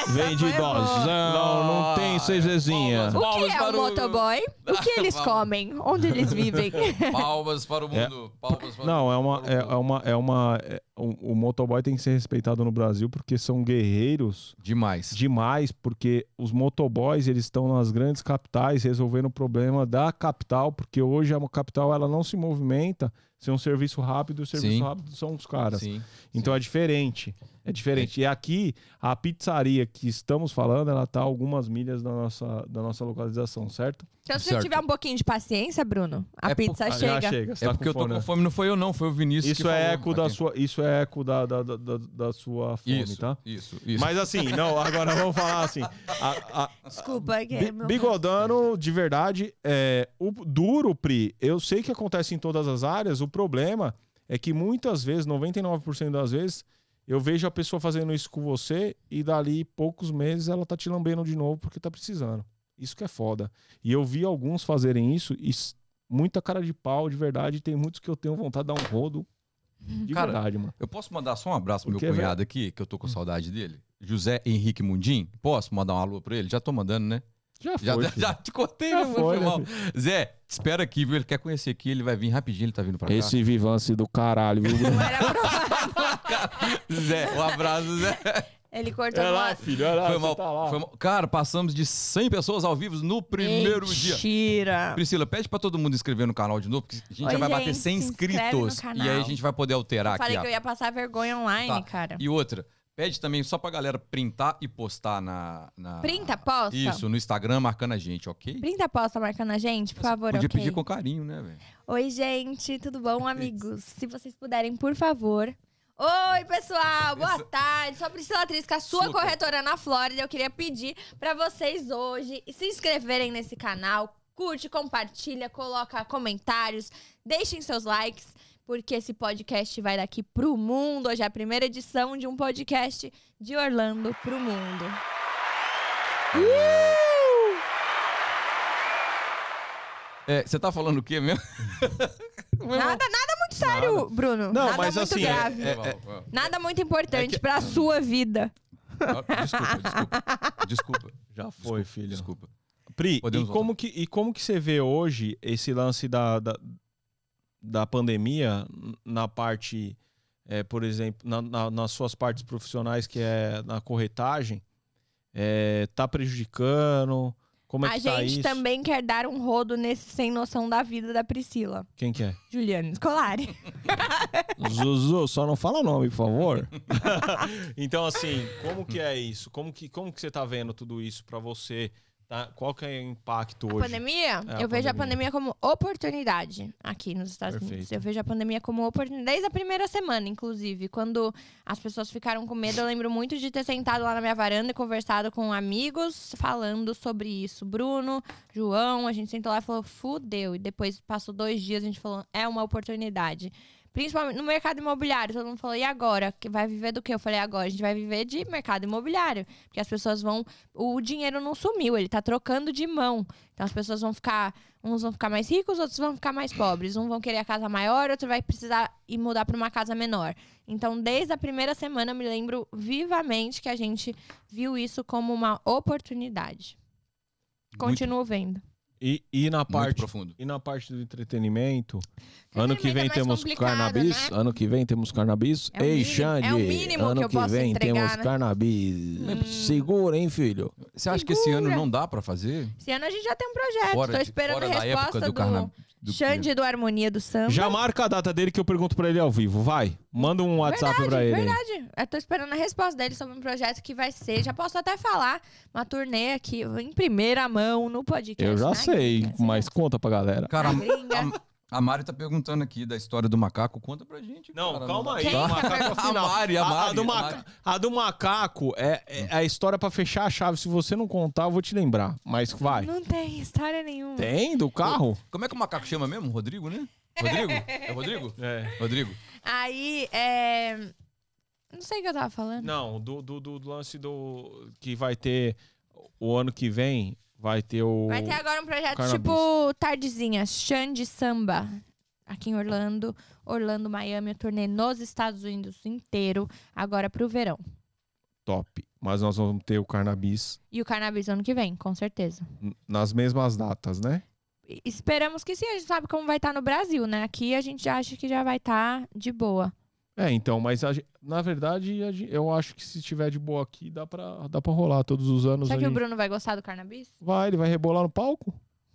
vem de
foi é boa.
Dozão, não tem seis vezinha.
O que
Palmas
é
para
o
o-
motoboy? O que eles
Palmas.
comem? Onde eles vivem?
Palmas para o
É.
mundo. Palmas para
Não, é
o
uma.
mundo.
É, é uma, é uma é- o, o motoboy tem que ser respeitado no Brasil porque são guerreiros
Demais.
demais, porque os motoboys eles estão nas grandes capitais resolvendo o problema da capital, porque hoje a capital ela não se movimenta ser um serviço rápido, e o serviço
Sim.
rápido são os caras.
Sim.
Então é diferente. É diferente. E aqui, a pizzaria que estamos falando, ela tá a algumas milhas da nossa, da nossa localização, certo?
Então, se
Certo.
você tiver um pouquinho de paciência, Bruno, a
É por-
pizza
Ah,
Ah,
chega.
Já chega. Você
É
tá
porque eu
com
tô
fome, né?
com fome, não foi eu, não, foi o Vinícius.
Isso
que
é
falou
eco da
aqui.
sua, isso é eco da, da, da, da- da sua fome,
Isso,
tá?
isso, isso.
Mas assim, não, agora vamos falar assim. a- a-
Desculpa, é que
Bi-
é meu-
bigodano, de verdade, é o duro, Pri. Eu sei que acontece em todas as áreas. O problema é que muitas vezes, 99% das vezes, eu vejo a pessoa fazendo isso com você e dali poucos meses ela tá te lambendo de novo porque tá precisando. Isso que é foda. E eu vi alguns fazerem isso e s- muita cara de pau, de verdade. Tem muitos que eu tenho vontade de dar um rodo. De
Cara,
verdade, mano.
Eu posso mandar só um abraço pro meu
Porque, velho- Hum.
cunhado aqui, que eu tô com saudade dele? José Henrique Mundim. Posso mandar um alô pra ele? Já tô mandando, né?
Já
Já,
foi. filho.
já te contei,
Já
né? Foi
foi, né,
mal. Zé, te espera aqui, viu? Ele quer conhecer aqui, ele vai vir rapidinho, ele tá vindo pra cá.
Esse vivance do caralho, viu? Bruno?
Não era provável.
Zé, um abraço, Zé.
Ele cortou
Olha
o
é
lá,
lado.
filho. Olha lá,
Foi
você
mal,
tá lá.
foi mal. Cara, passamos de 100 pessoas ao vivo no primeiro dia.
Mentira.
Priscila, pede pra todo mundo inscrever no canal de novo, porque a gente
Oi,
já vai bater
gente,
100
se inscreve no
inscritos. E aí a
canal.
gente vai poder alterar aqui.
Falei
ó.
que eu ia passar vergonha
Tá.
online, cara.
E outra, pede também só pra galera printar e postar na. na-
Printa, posta.
Isso, no Instagram, marcando a gente, ok?
Printa, posta, marcando a gente, por favor,
Podia
ok?
pedir com carinho, né, velho?
Oi, gente, tudo bom, amigos? Se vocês puderem, por favor. Oi, pessoal, boa tarde. Sou a Priscila Trisca, sua
Sua.
corretora na Flórida. Eu queria pedir pra vocês hoje se inscreverem nesse canal, curte, compartilha, coloca comentários, deixem seus likes, porque esse podcast vai daqui pro mundo. Hoje é a primeira edição de um podcast de Orlando pro mundo.
É, Você tá falando o quê mesmo?
Nada, nada muito sério, Bruno.
Não,
nada
mas
muito
assim, é-
grave.
É, é,
Nada muito importante
É que-
pra sua vida.
Desculpa, desculpa. Desculpa.
Já foi,
desculpa,
filho.
Desculpa.
Pri,
Podemos
e como, que, e como que você vê hoje esse lance da, da, da pandemia n- na parte, eh, por exemplo, na- na- nas suas partes profissionais, que é na corretagem? Eh, tá prejudicando? Como é
a
que tá
gente
isso?
também quer dar um rodo nesse sem noção da vida da Priscila.
Quem que é?
Juliana Scolari.
Zuzu, só não fala o nome, por favor. então, assim, como que é isso? Como que, como que você tá vendo tudo isso pra você? Tá? Qual que é o impacto
A
hoje? É,
pandemia,
a
eu vejo a
pandemia.
pandemia como oportunidade aqui nos Estados Unidos.
Perfeito.
Eu vejo a pandemia como oportunidade. Desde a primeira semana, inclusive, quando as pessoas ficaram com medo, eu lembro muito de ter sentado lá na minha varanda e conversado com amigos falando sobre isso. Bruno, João, a gente sentou lá e falou, fudeu. E depois passou dois dias, a gente falou, é uma oportunidade. Principalmente no mercado imobiliário, todo mundo falou, e agora? Que Vai viver do quê? Eu falei, agora a gente vai viver de mercado imobiliário. Porque as pessoas vão. O dinheiro não sumiu, ele tá trocando de mão. Então as pessoas vão ficar. Uns vão ficar mais ricos, outros vão ficar mais pobres. Um vão querer a casa maior, outro vai precisar ir mudar para uma casa menor. Então, desde a primeira semana, eu me lembro vivamente que a gente viu isso como uma oportunidade. Continuo vendo.
E, e na
Muito, muito
parte
profundo.
E na parte do entretenimento, ano que vem
Entretenimento é mais
temos
complicado,
carnabis.
né?
Ano que vem temos carnabis.
É o
Ei,
mínimo-
Xande,
é o mínimo
ano
que eu
que
posso
vem
entregar,
temos
né? Hum.
carnabis. Segura, hein, filho?
Você acha que esse ano não dá pra fazer?
Esse ano a gente já tem um projeto.
Fora,
Tô
de-
esperando
fora
a
da
resposta
época do,
do,
carnaval. do-
Xande do Harmonia do Samba.
Já marca a data dele que eu pergunto pra ele ao vivo. Vai, manda um WhatsApp pra ele. aí.
Verdade, eu tô esperando a resposta dele sobre um projeto que vai ser. Já posso até falar uma turnê aqui em primeira mão no podcast.
Eu já
né?
sei,
Você
mas conta pra galera.
Cara,
já- Gringa.
a Mari tá perguntando aqui da história do macaco. Conta pra gente.
Não,
cara,
calma
dá-
aí.
Quem
o
tá
macaco é o
perguntando?
final.
A Mari, a Mari,
do
a
maca-
Mari.
a do macaco é, é a história pra fechar a chave. Se você não contar, eu vou te lembrar. Mas vai.
Não tem história nenhuma.
Tem do carro?
Como é que o macaco chama mesmo? Rodrigo, né? Rodrigo? É Rodrigo?
É.
Rodrigo?
Aí, é... Não sei o que eu tava falando.
Não, do, do, do do lance do. Que vai ter o ano que vem, vai ter o.
Vai ter agora um projeto
Carnaval.
tipo Tardezinha, Xande Samba. Aqui em Orlando, Orlando, Miami, eu turnê nos Estados Unidos inteiro, agora pro verão.
Top. Mas nós vamos ter o carnabis
E o Carnabis ano que vem, com certeza.
n- nas mesmas datas, né?
Esperamos que sim, a gente sabe como vai estar no Brasil, né? Aqui a gente já acha que já vai estar de boa.
É, então, mas a gen- na verdade a gen- eu acho que se tiver de boa aqui dá pra, dá pra rolar todos os anos.
Será
a
que o
gente-
Bruno vai gostar do carnabis?
Vai, ele vai rebolar no palco?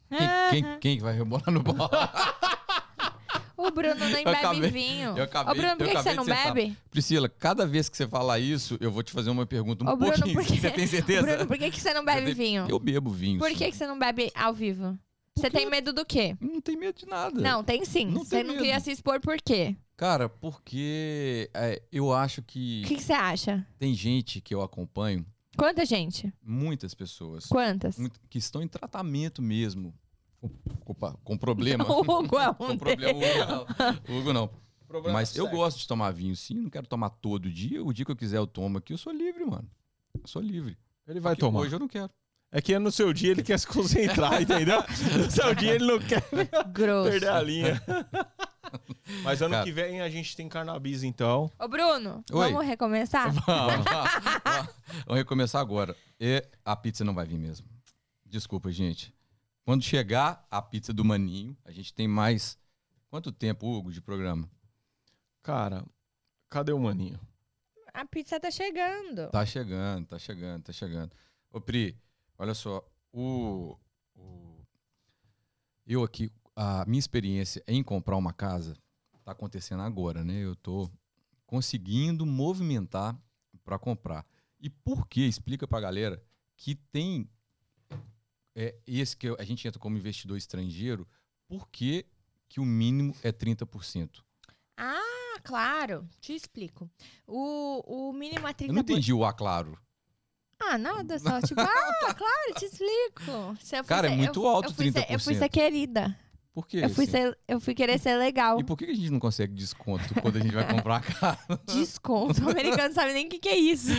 Quem, quem, quem que vai rebolar no bola?
Ah, O Bruno nem
Eu
bebe
acabei-
vinho.
eu acabei-
Ô, Bruno, por
eu
que que você
acabei
não
de sentar.
bebe?
Priscila, cada vez que você falar isso, eu vou te fazer uma pergunta um
Ô, Bruno,
pouquinho.
por quê?
Você tem certeza?
Bruno, por que, que você não bebe
Eu tenho-
vinho?
Eu bebo vinho.
Por
sim.
que, que você não bebe ao vivo? Você
Porque
tem medo do quê?
Não tem medo de nada.
Não, tem sim.
Não
você
tem
não
medo.
queria se expor por quê?
Cara, porque é, eu acho
O
que
que, que você acha?
tem gente que eu acompanho,
Quanta gente?
muitas pessoas,
Quantas?
muito- que estão em tratamento mesmo. Com- Opa, com problema.
O Hugo é um
com problema, o Hugo não. O Hugo não. Mas eu gosto de tomar vinho, sim. Não quero tomar todo dia. O dia que eu quiser, eu tomo aqui. Eu sou livre, mano. Eu sou livre.
Ele vai
Aqui,
tomar.
Hoje eu não quero.
É que no seu dia ele quer se concentrar, entendeu? No seu dia ele não quer
grosso.
perder a linha. Mas ano
Cara.
que vem a gente tem carnabis, então.
Ô, Bruno,
Oi.
vamos recomeçar?
Vamos recomeçar agora. E a pizza não vai vir mesmo. Desculpa, gente. Quando chegar a pizza do Maninho, a gente tem mais. Quanto tempo, Hugo, de programa?
Cara, cadê o maninho?
A pizza tá chegando.
Tá chegando, tá chegando, tá chegando. Ô, Pri, olha só. O. o- eu aqui, a minha experiência em comprar uma casa tá acontecendo agora, né? Eu tô conseguindo movimentar para comprar. E por que? Explica pra galera que tem. É, esse que a gente entra como investidor estrangeiro, por que, que o mínimo é 30%?
Ah, claro. Te explico. O, o mínimo é 30%.
Eu não entendi o A claro.
Ah, nada, só tipo, ah, claro, te explico. Se eu fui
Cara, é
ser-
muito
eu,
alto
eu fui ser- eu fui
30%.
ser querida.
Por que?
eu, fui
assim?
ser, eu fui querer ser legal.
E por que que a gente não consegue desconto quando a gente vai comprar a casa?
Desconto. O americano sabe nem o que, que é isso.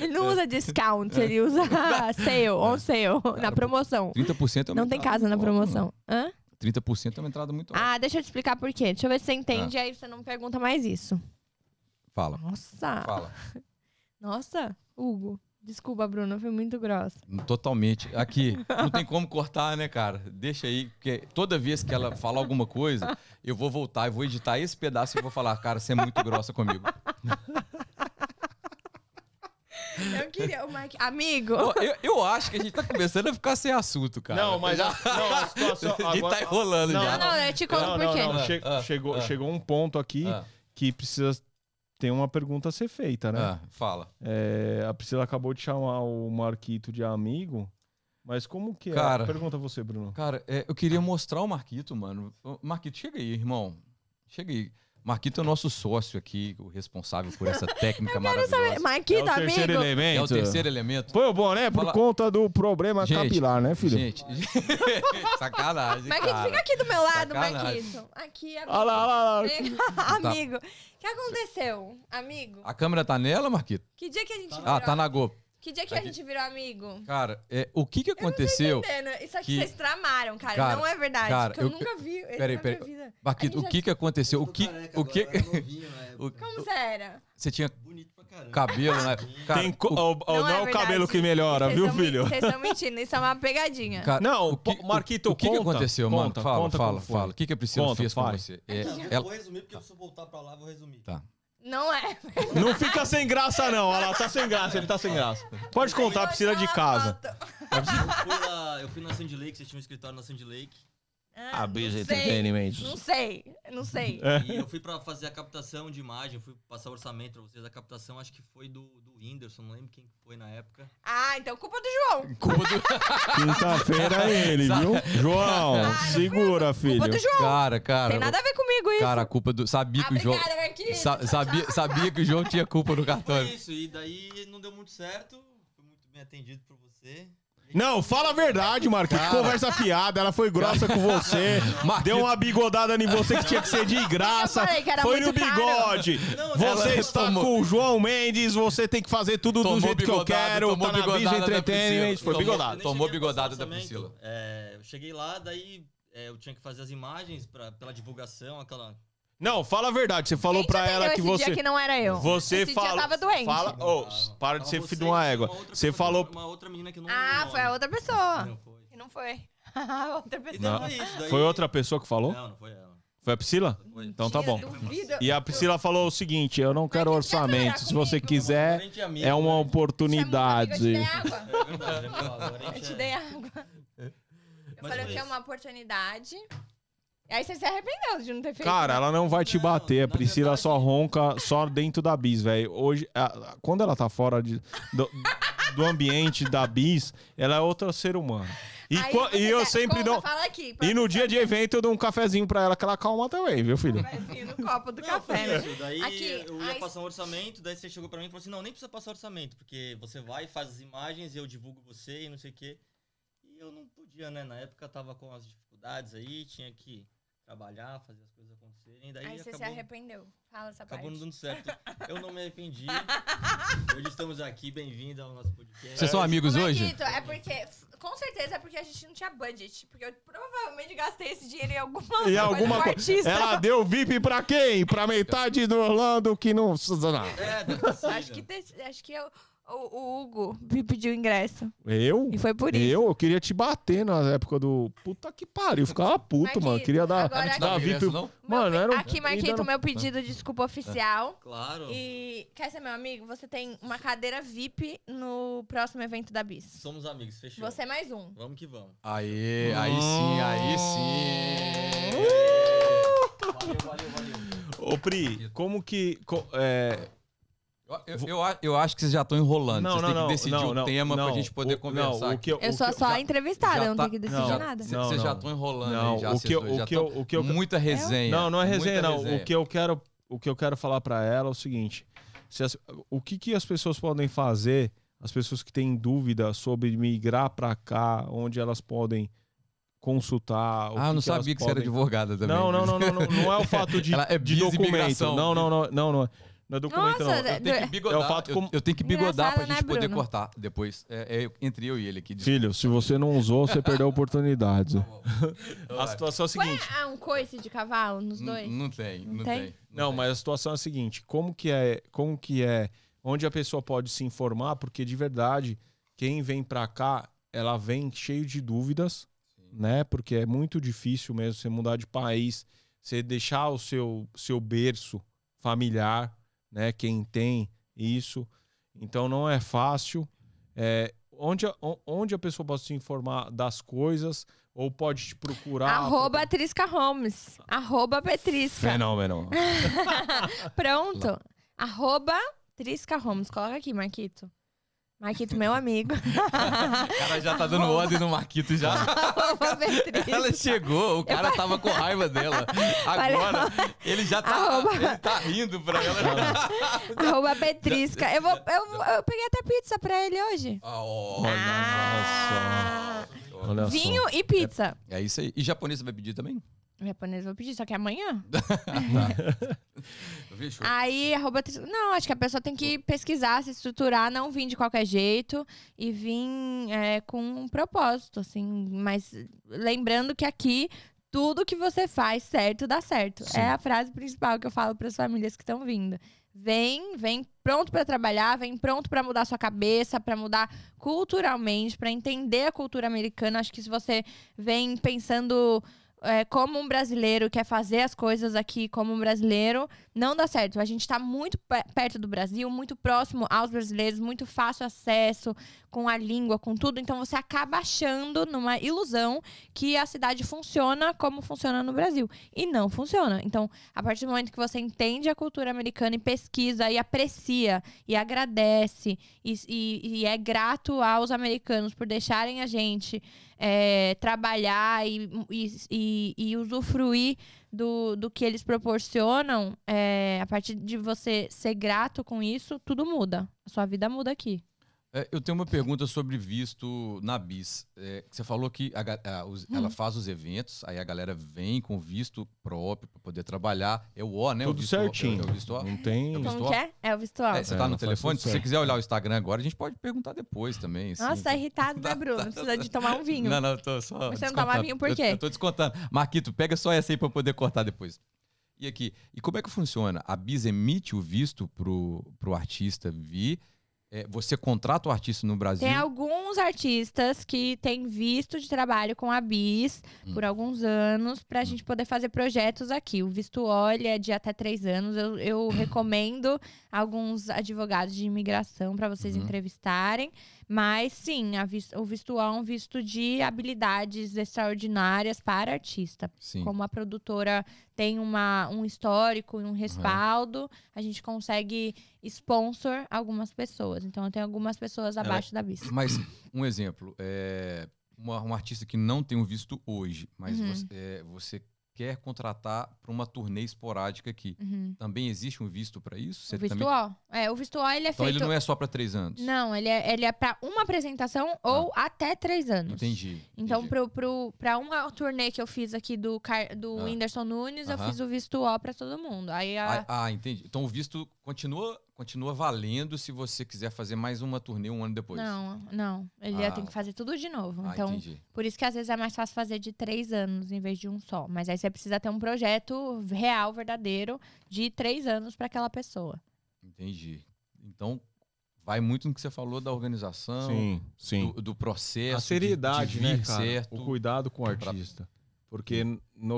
Ele não usa discount,
É.
ele usa sale, on sale, na
Claro,
promoção.
30% é uma
Não tem
entrada
casa na
muito
promoção. Hã?
alta, né? 30% é uma entrada muito alta.
Ah, deixa eu te explicar por quê. Deixa eu ver se você entende,
Ah.
aí você não me pergunta mais isso.
Fala,
Nossa!
fala.
Nossa, Hugo. Desculpa, Bruno, eu fui muito grossa.
Totalmente. Aqui, não tem como cortar, né, cara? Deixa aí, porque toda vez que ela falar alguma coisa, eu vou voltar e vou editar esse pedaço e vou falar, cara, você é muito grossa comigo.
Eu queria o Mike. Amigo!
Ó, Eu, eu acho que a gente tá começando a ficar sem assunto, cara.
Não, mas a, não, a situação.
A gente tá enrolando
Não,
já.
Não, Ah, não, eu te conto
Não,
por
não,
quê.
não,
Ah,
che-
ah,
chegou,
ah.
chegou um ponto aqui
Ah,
que precisa ter uma pergunta a ser feita, né?
ah, fala.
É, a Priscila acabou de chamar o Marquito de amigo, mas como que é?
Cara.
Pergunta você, Bruno.
Cara, é, eu queria mostrar o Marquito, mano. Ô, Marquito, chega aí, irmão. Chega aí. Marquito é o nosso sócio aqui, o responsável por essa técnica maravilhosa.
Marquito,
é o terceiro
tá, amigo!
elemento.
É o terceiro elemento.
Põe o boné por
Fala-
conta do problema
Gente,
capilar, né, filho?
Gente, sacanagem,
Marquito,
cara.
fica aqui do meu lado,
Sacanagem.
Marquito. Aqui, amigo.
Olha lá, olha lá.
Vem- amigo, o que aconteceu? Amigo,
A câmera tá nela, Marquito?
que dia que a gente virou?
Ah, tá na Go.
Que dia que a
Aqui.
gente virou amigo? Tá
Cara, é, o que que aconteceu?
Entendendo? Isso
Que-
aqui vocês tramaram, cara.
Cara,
Não é verdade.
cara,
que eu,
eu-
nunca vi ele
peraí,
na
peraí.
minha vida.
Marquito,
Aí já- né,
o que que aconteceu? O que o que o-
Como você era?
você tinha
né? Bonito pra caramba.
cabelo, né? Cara,
Tem co-
o-
ó, ó,
Não
não,
é
é o
verdade.
cabelo que melhora,
Vocês
viu,
tão men-
filho?
Vocês estão mentindo, isso é uma pegadinha.
cara,
Não,
o que,
pô, Marquito,
o que que
conta,
aconteceu, mano?
conta,
Fala,
conta
fala,
como foi.
fala. O que que a Priscila
Conta,
fez com
fala.
você? É,
Não, eu
ela-
vou resumir, porque se eu voltar pra lá, eu vou resumir.
Tá.
Não é.
Não fica sem graça, não. Olha lá, tá sem graça, ele tá sem graça. Pode contar, Priscila de casa.
Tá.
Eu fui, lá, eu fui na Sandy Lake, vocês tinham um escritório na Sandy Lake.
Ah, não sei, Não sei, não sei.
E eu fui pra fazer a captação de imagem, eu fui passar o orçamento pra vocês. A captação acho que foi do, do Whindersson, não lembro quem que foi na época.
Ah, então culpa do João.
Culpa do-
Quinta-feira é ele, viu? João,
não fui
segura,
Culpa
filho.
do João.
Cara, cara.
Tem nada a ver comigo isso.
Cara, a culpa do sabia
Ah,
que o João
Obrigada, Marquinhos.
sa- sabia, sabia que o João tinha culpa no
Foi
cartório.
isso, e daí não deu muito certo. Fui muito bem atendido por você.
Não, fala a verdade, Marquinhos. Conversa fiada, ela foi grossa com você.
Marquinhos-
Deu uma bigodada em você que tinha que ser de graça.
Eu falei que era
Foi no
muito caro.
bigode.
Não,
Você
ela
está
tomou-
com o João Mendes, você tem que fazer tudo do jeito que eu quero. Tá na Bis Entertainment. Foi
Eu nem- eu
bigodado.
Tomou
nem cheguei a passar
bigodada da
o orçamento.
Priscila.
É, eu cheguei lá, daí é, eu tinha que fazer as imagens pra, pela divulgação, aquela.
Não, fala a verdade. Você falou
Quem te
pra
atendeu
ela que
esse
você.
dia que não era eu.
Você
Esse
fala.
dia eu tava doente.
Fala, Ah, ô, para de
Tava
ser
você
filho de uma
e
égua.
uma outra
Você
pessoa,
falou.
Uma outra menina que eu não
Ah,
lembro o
foi a
nome.
outra pessoa.
Não, foi.
Que não foi. A outra
E
pessoa.
daí
Não.
foi isso, daí-
Foi outra pessoa que falou?
Não, não foi ela.
Foi a Priscila?
Foi.
Então tá bom.
Duvido.
E a Priscila falou o seguinte: eu não quero
Mas quem quer
orçamento.
trabalhar
Se você
comigo?
quiser,
Agora a gente é amigo,
é uma
né?
oportunidade.
Chama um amigo, um eu te dei água.
É verdade, é verdade, agora a
Eu
gente
te
é-
dei água. Eu
Mas
falei
foi
que é
isso.
uma oportunidade. E aí você se arrependeu de não ter feito.
Cara, ela não vai te
Não,
bater. A
na
Priscila
verdade-
só ronca só dentro da bis, velho. Hoje, a- a- quando ela tá fora de- do, do ambiente da bis, ela é outro ser humano. E,
Aí
qua-
você
e eu
quer-
sempre
conta,
dou.
Fala aqui,
E no dia de evento eu dou um cafezinho pra ela que ela calma também, viu, filho?
Cafezinho no copo do
Não,
café,
foi
é.
né?
isso. Daí
Aqui,
eu ia
a-
passar um orçamento, daí você chegou pra mim e falou assim, não, nem precisa passar orçamento, porque você vai, faz as imagens, eu divulgo você e não sei o quê. E eu não podia, né? Na época eu tava com as dificuldades aí, tinha que trabalhar, fazer as coisas acontecerem, daí
Aí você se
acabou,
arrependeu. Fala essa
acabou
parte.
não dando certo. Eu não me arrependi. Hoje estamos aqui, bem-vindo ao nosso podcast.
Vocês são amigos
Como é
hoje?
que tu- É porque, com certeza é porque a gente não tinha budget. Porque eu provavelmente gastei esse dinheiro em alguma
E
coisa
alguma
com
co-
artista.
Ela deu VIP pra quem? Pra metade do Orlando que não.
É, deve ter sido.
Acho que, te- acho que eu- o, o Hugo me pediu ingresso.
Eu?
E foi por isso.
Eu? Eu queria te bater na época do. Puta que pariu. Ficava puto,
Marquito,
mano. Queria dar.
agora
dar
é aqui- Não,
VIP.
ingresso, não?
Meu
Mano,
pe-
era um-
Aqui,
ainda
Marquito,
era um-
meu pedido de desculpa oficial.
Claro.
E quer ser meu amigo? Você tem uma cadeira VIP no próximo evento da Bis.
Somos amigos, fechou.
Você mais um.
Vamos que vamos.
Aê, aí sim,
Hum.
aí sim.
Valeu, valeu, valeu.
Ô, Pri, como que. co- é,
Eu, eu- eu a- eu acho que vocês já estão enrolando.
Não,
vocês
não,
têm
não.
que decidir
não,
o
não,
tema pra
não.
gente poder
O-
conversar.
Não, o que, o
Eu sou
que-
só a entrevistada,
já
eu não
tá-
tenho que decidir
não,
nada.
não,
Vocês já
não.
estão enrolando
Não,
aí já.
o
vocês
que, eu-
dois, já
o que,
tão-
eu- o que eu,
Muita resenha.
Não, não é
muita
resenha, não. O que eu quero, o que eu quero falar pra ela é o seguinte: se as- o que, que as pessoas podem fazer, as pessoas que têm dúvida sobre migrar pra cá, onde elas podem consultar. o
Ah, eu não
que que elas
sabia que você era
podem-
advogada também.
Não, não, não, não, não, não é o fato de,
Ela é
de
bis e
documento.
migração.
Não, não, não, não, não é. Não é documento,
Nossa,
não.
Eu tenho que bigodar,
É o fato
eu-
como-
eu, tenho que bigodar
Engraçado,
pra gente
né,
poder
Bruno?
cortar depois. É, é entre eu e ele aqui. desculpa.
Filho, se você não usou, você perdeu oportunidades.
A situação é a
Põe
seguinte.
ah, um coice de cavalo nos
N-
dois?
Não tem,
Não
não
tem?
tem.
Não,
tem.
mas a situação é a seguinte: como que é, como que é, onde a pessoa pode se informar? Porque de verdade, quem vem pra cá, ela vem cheio de dúvidas, né? Porque é muito difícil mesmo você mudar de país, você deixar o seu seu berço familiar, né? Quem tem isso, então não é fácil. É, onde, a, on- onde a pessoa pode se informar das coisas ou pode te procurar?
Arroba Trisca Holmes. Arroba Petrisca.
Fenômeno.
Pronto. Arroba Trisca Holmes. Coloca aqui, Marquito. Marquito, meu amigo.
O cara já tá dando ordem no Marquito já.
arroba Petrisca.
é
Ela
tipo-
chegou, o cara tava com raiva dela.
Falei-
Agora, ele já tá,
Arroba-
ele tá rindo pra ela.
Arroba Petrisca. Eu, vou, eu, eu peguei até pizza pra ele hoje.
Ah, ó.
Ah,
Olha só.
vinho e pizza.
É isso aí. E japonês vai pedir também?
O japonês eu vou pedir, só que é amanhã.
Fechou.
Aí, arroba Trisca. Não, acho que a pessoa tem que pesquisar, se estruturar, não vir de qualquer jeito e vir é, com um propósito, assim. Mas lembrando que aqui. Tudo que você faz certo dá certo.
Sim.
É a frase principal que eu falo para as famílias que estão vindo. Vem, vem pronto para trabalhar, vem pronto para mudar sua cabeça, para mudar culturalmente, para entender a cultura americana. Acho que se você vem pensando é, como um brasileiro, quer fazer as coisas aqui como um brasileiro, não dá certo. A gente está muito pe- perto do Brasil, muito próximo aos brasileiros, muito fácil acesso com a língua, com tudo. Então você acaba achando numa ilusão que a cidade funciona como funciona no Brasil. E não funciona. Então, a partir do momento que você entende a cultura americana e pesquisa e aprecia e agradece e, e- e é grato aos americanos por deixarem a gente é, trabalhar e, e, e- e usufruir do, do que eles proporcionam, é, a partir de você ser grato com isso, tudo muda. A sua vida muda aqui.
É, eu tenho uma pergunta sobre visto na BIS. É, que você falou que a ga- a- os-
Hum.
ela faz os eventos, aí a galera vem com visto próprio para poder trabalhar. É o O, né? o
Tudo
visto O,
certinho.
É o visto O.
Não tem.
Eu
Como
visto
que é? É o visto alto.
É, você
É,
tá no
não faz
telefone?
tudo
Se você
certo.
quiser olhar o Instagram agora, a gente pode perguntar depois também. assim.
Nossa, tá irritado, né, Bruno? Precisa de tomar um vinho.
Não, não, tô só.
Você não
descontando.
toma vinho por
Eu-
quê?
Eu, tô descontando. Marquito, pega só essa aí pra eu poder cortar depois. E aqui, e como é que funciona? A BIS emite o visto pro, pro artista vir. é, você contrata o artista no Brasil.
Tem alguns artistas que têm visto de trabalho com a BIS
Hum.
por alguns anos pra gente poder fazer projetos aqui. O visto olha é de até três anos. Eu, eu recomendo alguns advogados de imigração pra vocês
Uhum.
entrevistarem. Mas sim, a vis- o visto A é um visto de habilidades extraordinárias para artista.
Sim.
Como a produtora tem uma, um histórico e um respaldo, a gente consegue sponsor algumas pessoas. Então eu tenho algumas pessoas
é
abaixo da vista.
Mas, um exemplo, é, uma- um artista que não tem um visto hoje, mas
Uhum.
você, é, você quer contratar para uma turnê esporádica aqui.
Uhum.
Também existe um visto para isso? Você
O visto
também-
O. É, o visto O ele é
Então
feito.
ele não é só para três anos.
Não, ele é, ele é para uma apresentação ou até três anos.
Ah. Entendi.
Então,
entendi.
pro, pro, pra uma turnê que eu fiz aqui do, Car- do
Ah.
Whindersson Nunes, eu
Aham.
fiz o visto O pra todo mundo. Aí a-
Ah, ah, entendi. Então o visto continua, continua valendo se você quiser fazer mais uma turnê um ano depois.
Não, não. Ele
Ah.
ia ter que fazer tudo de novo.
Ah,
então,
entendi.
por isso que às vezes é mais fácil fazer de três anos em vez de um só. Mas aí você precisa ter um projeto real, verdadeiro, de três anos pra aquela pessoa.
Entendi. Então, vai muito no que você falou da organização,
Sim, sim.
Do, do processo.
a
de-
seriedade,
de, vir
né, cara?
certo.
O cuidado com o
Pra-
artista. Porque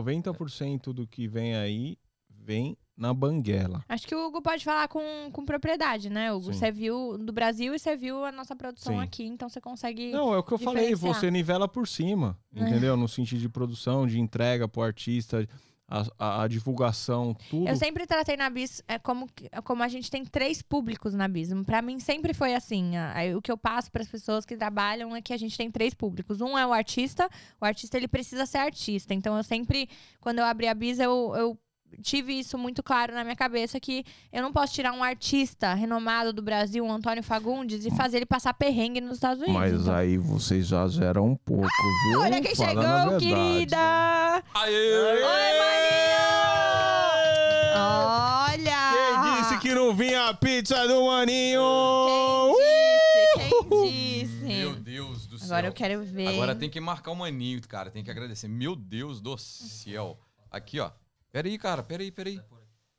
90% do que vem aí vem na banguela.
Acho que o Hugo pode falar com, com propriedade, né, Hugo?
Sim.
Você viu do Brasil e você viu a nossa produção
Sim.
aqui, então você consegue.
Não, é o que eu falei,
Diferenciar. É.
você nivela por cima, entendeu? No sentido de produção, de entrega pro artista, a, a- a divulgação, tudo.
Eu sempre tratei na Bis é, como, que- como a gente tem três públicos na Bis. Pra mim sempre foi assim. a- a- o que eu passo pras pessoas que trabalham é que a gente tem três públicos. Um é o artista. O artista ele precisa ser artista. Então eu sempre, quando eu abri a Bis, eu, eu tive isso muito claro na minha cabeça que eu não posso tirar um artista renomado do Brasil, um Antônio Fagundes, e fazer ele passar perrengue nos Estados Unidos.
Mas
Então,
aí vocês já zeram um pouco, viu?
Olha quem
Fala na
chegou,
verdade.
querida!
Aê!
Oi, Maninho! Olha!
Quem disse que não vinha a pizza do Maninho?
Quem disse?
Meu
Quem disse?
Deus do céu.
Agora eu quero ver.
Agora tem que marcar o maninho, cara. Tem que agradecer. Meu Deus do céu. Aqui, ó. Peraí, cara. Peraí, peraí.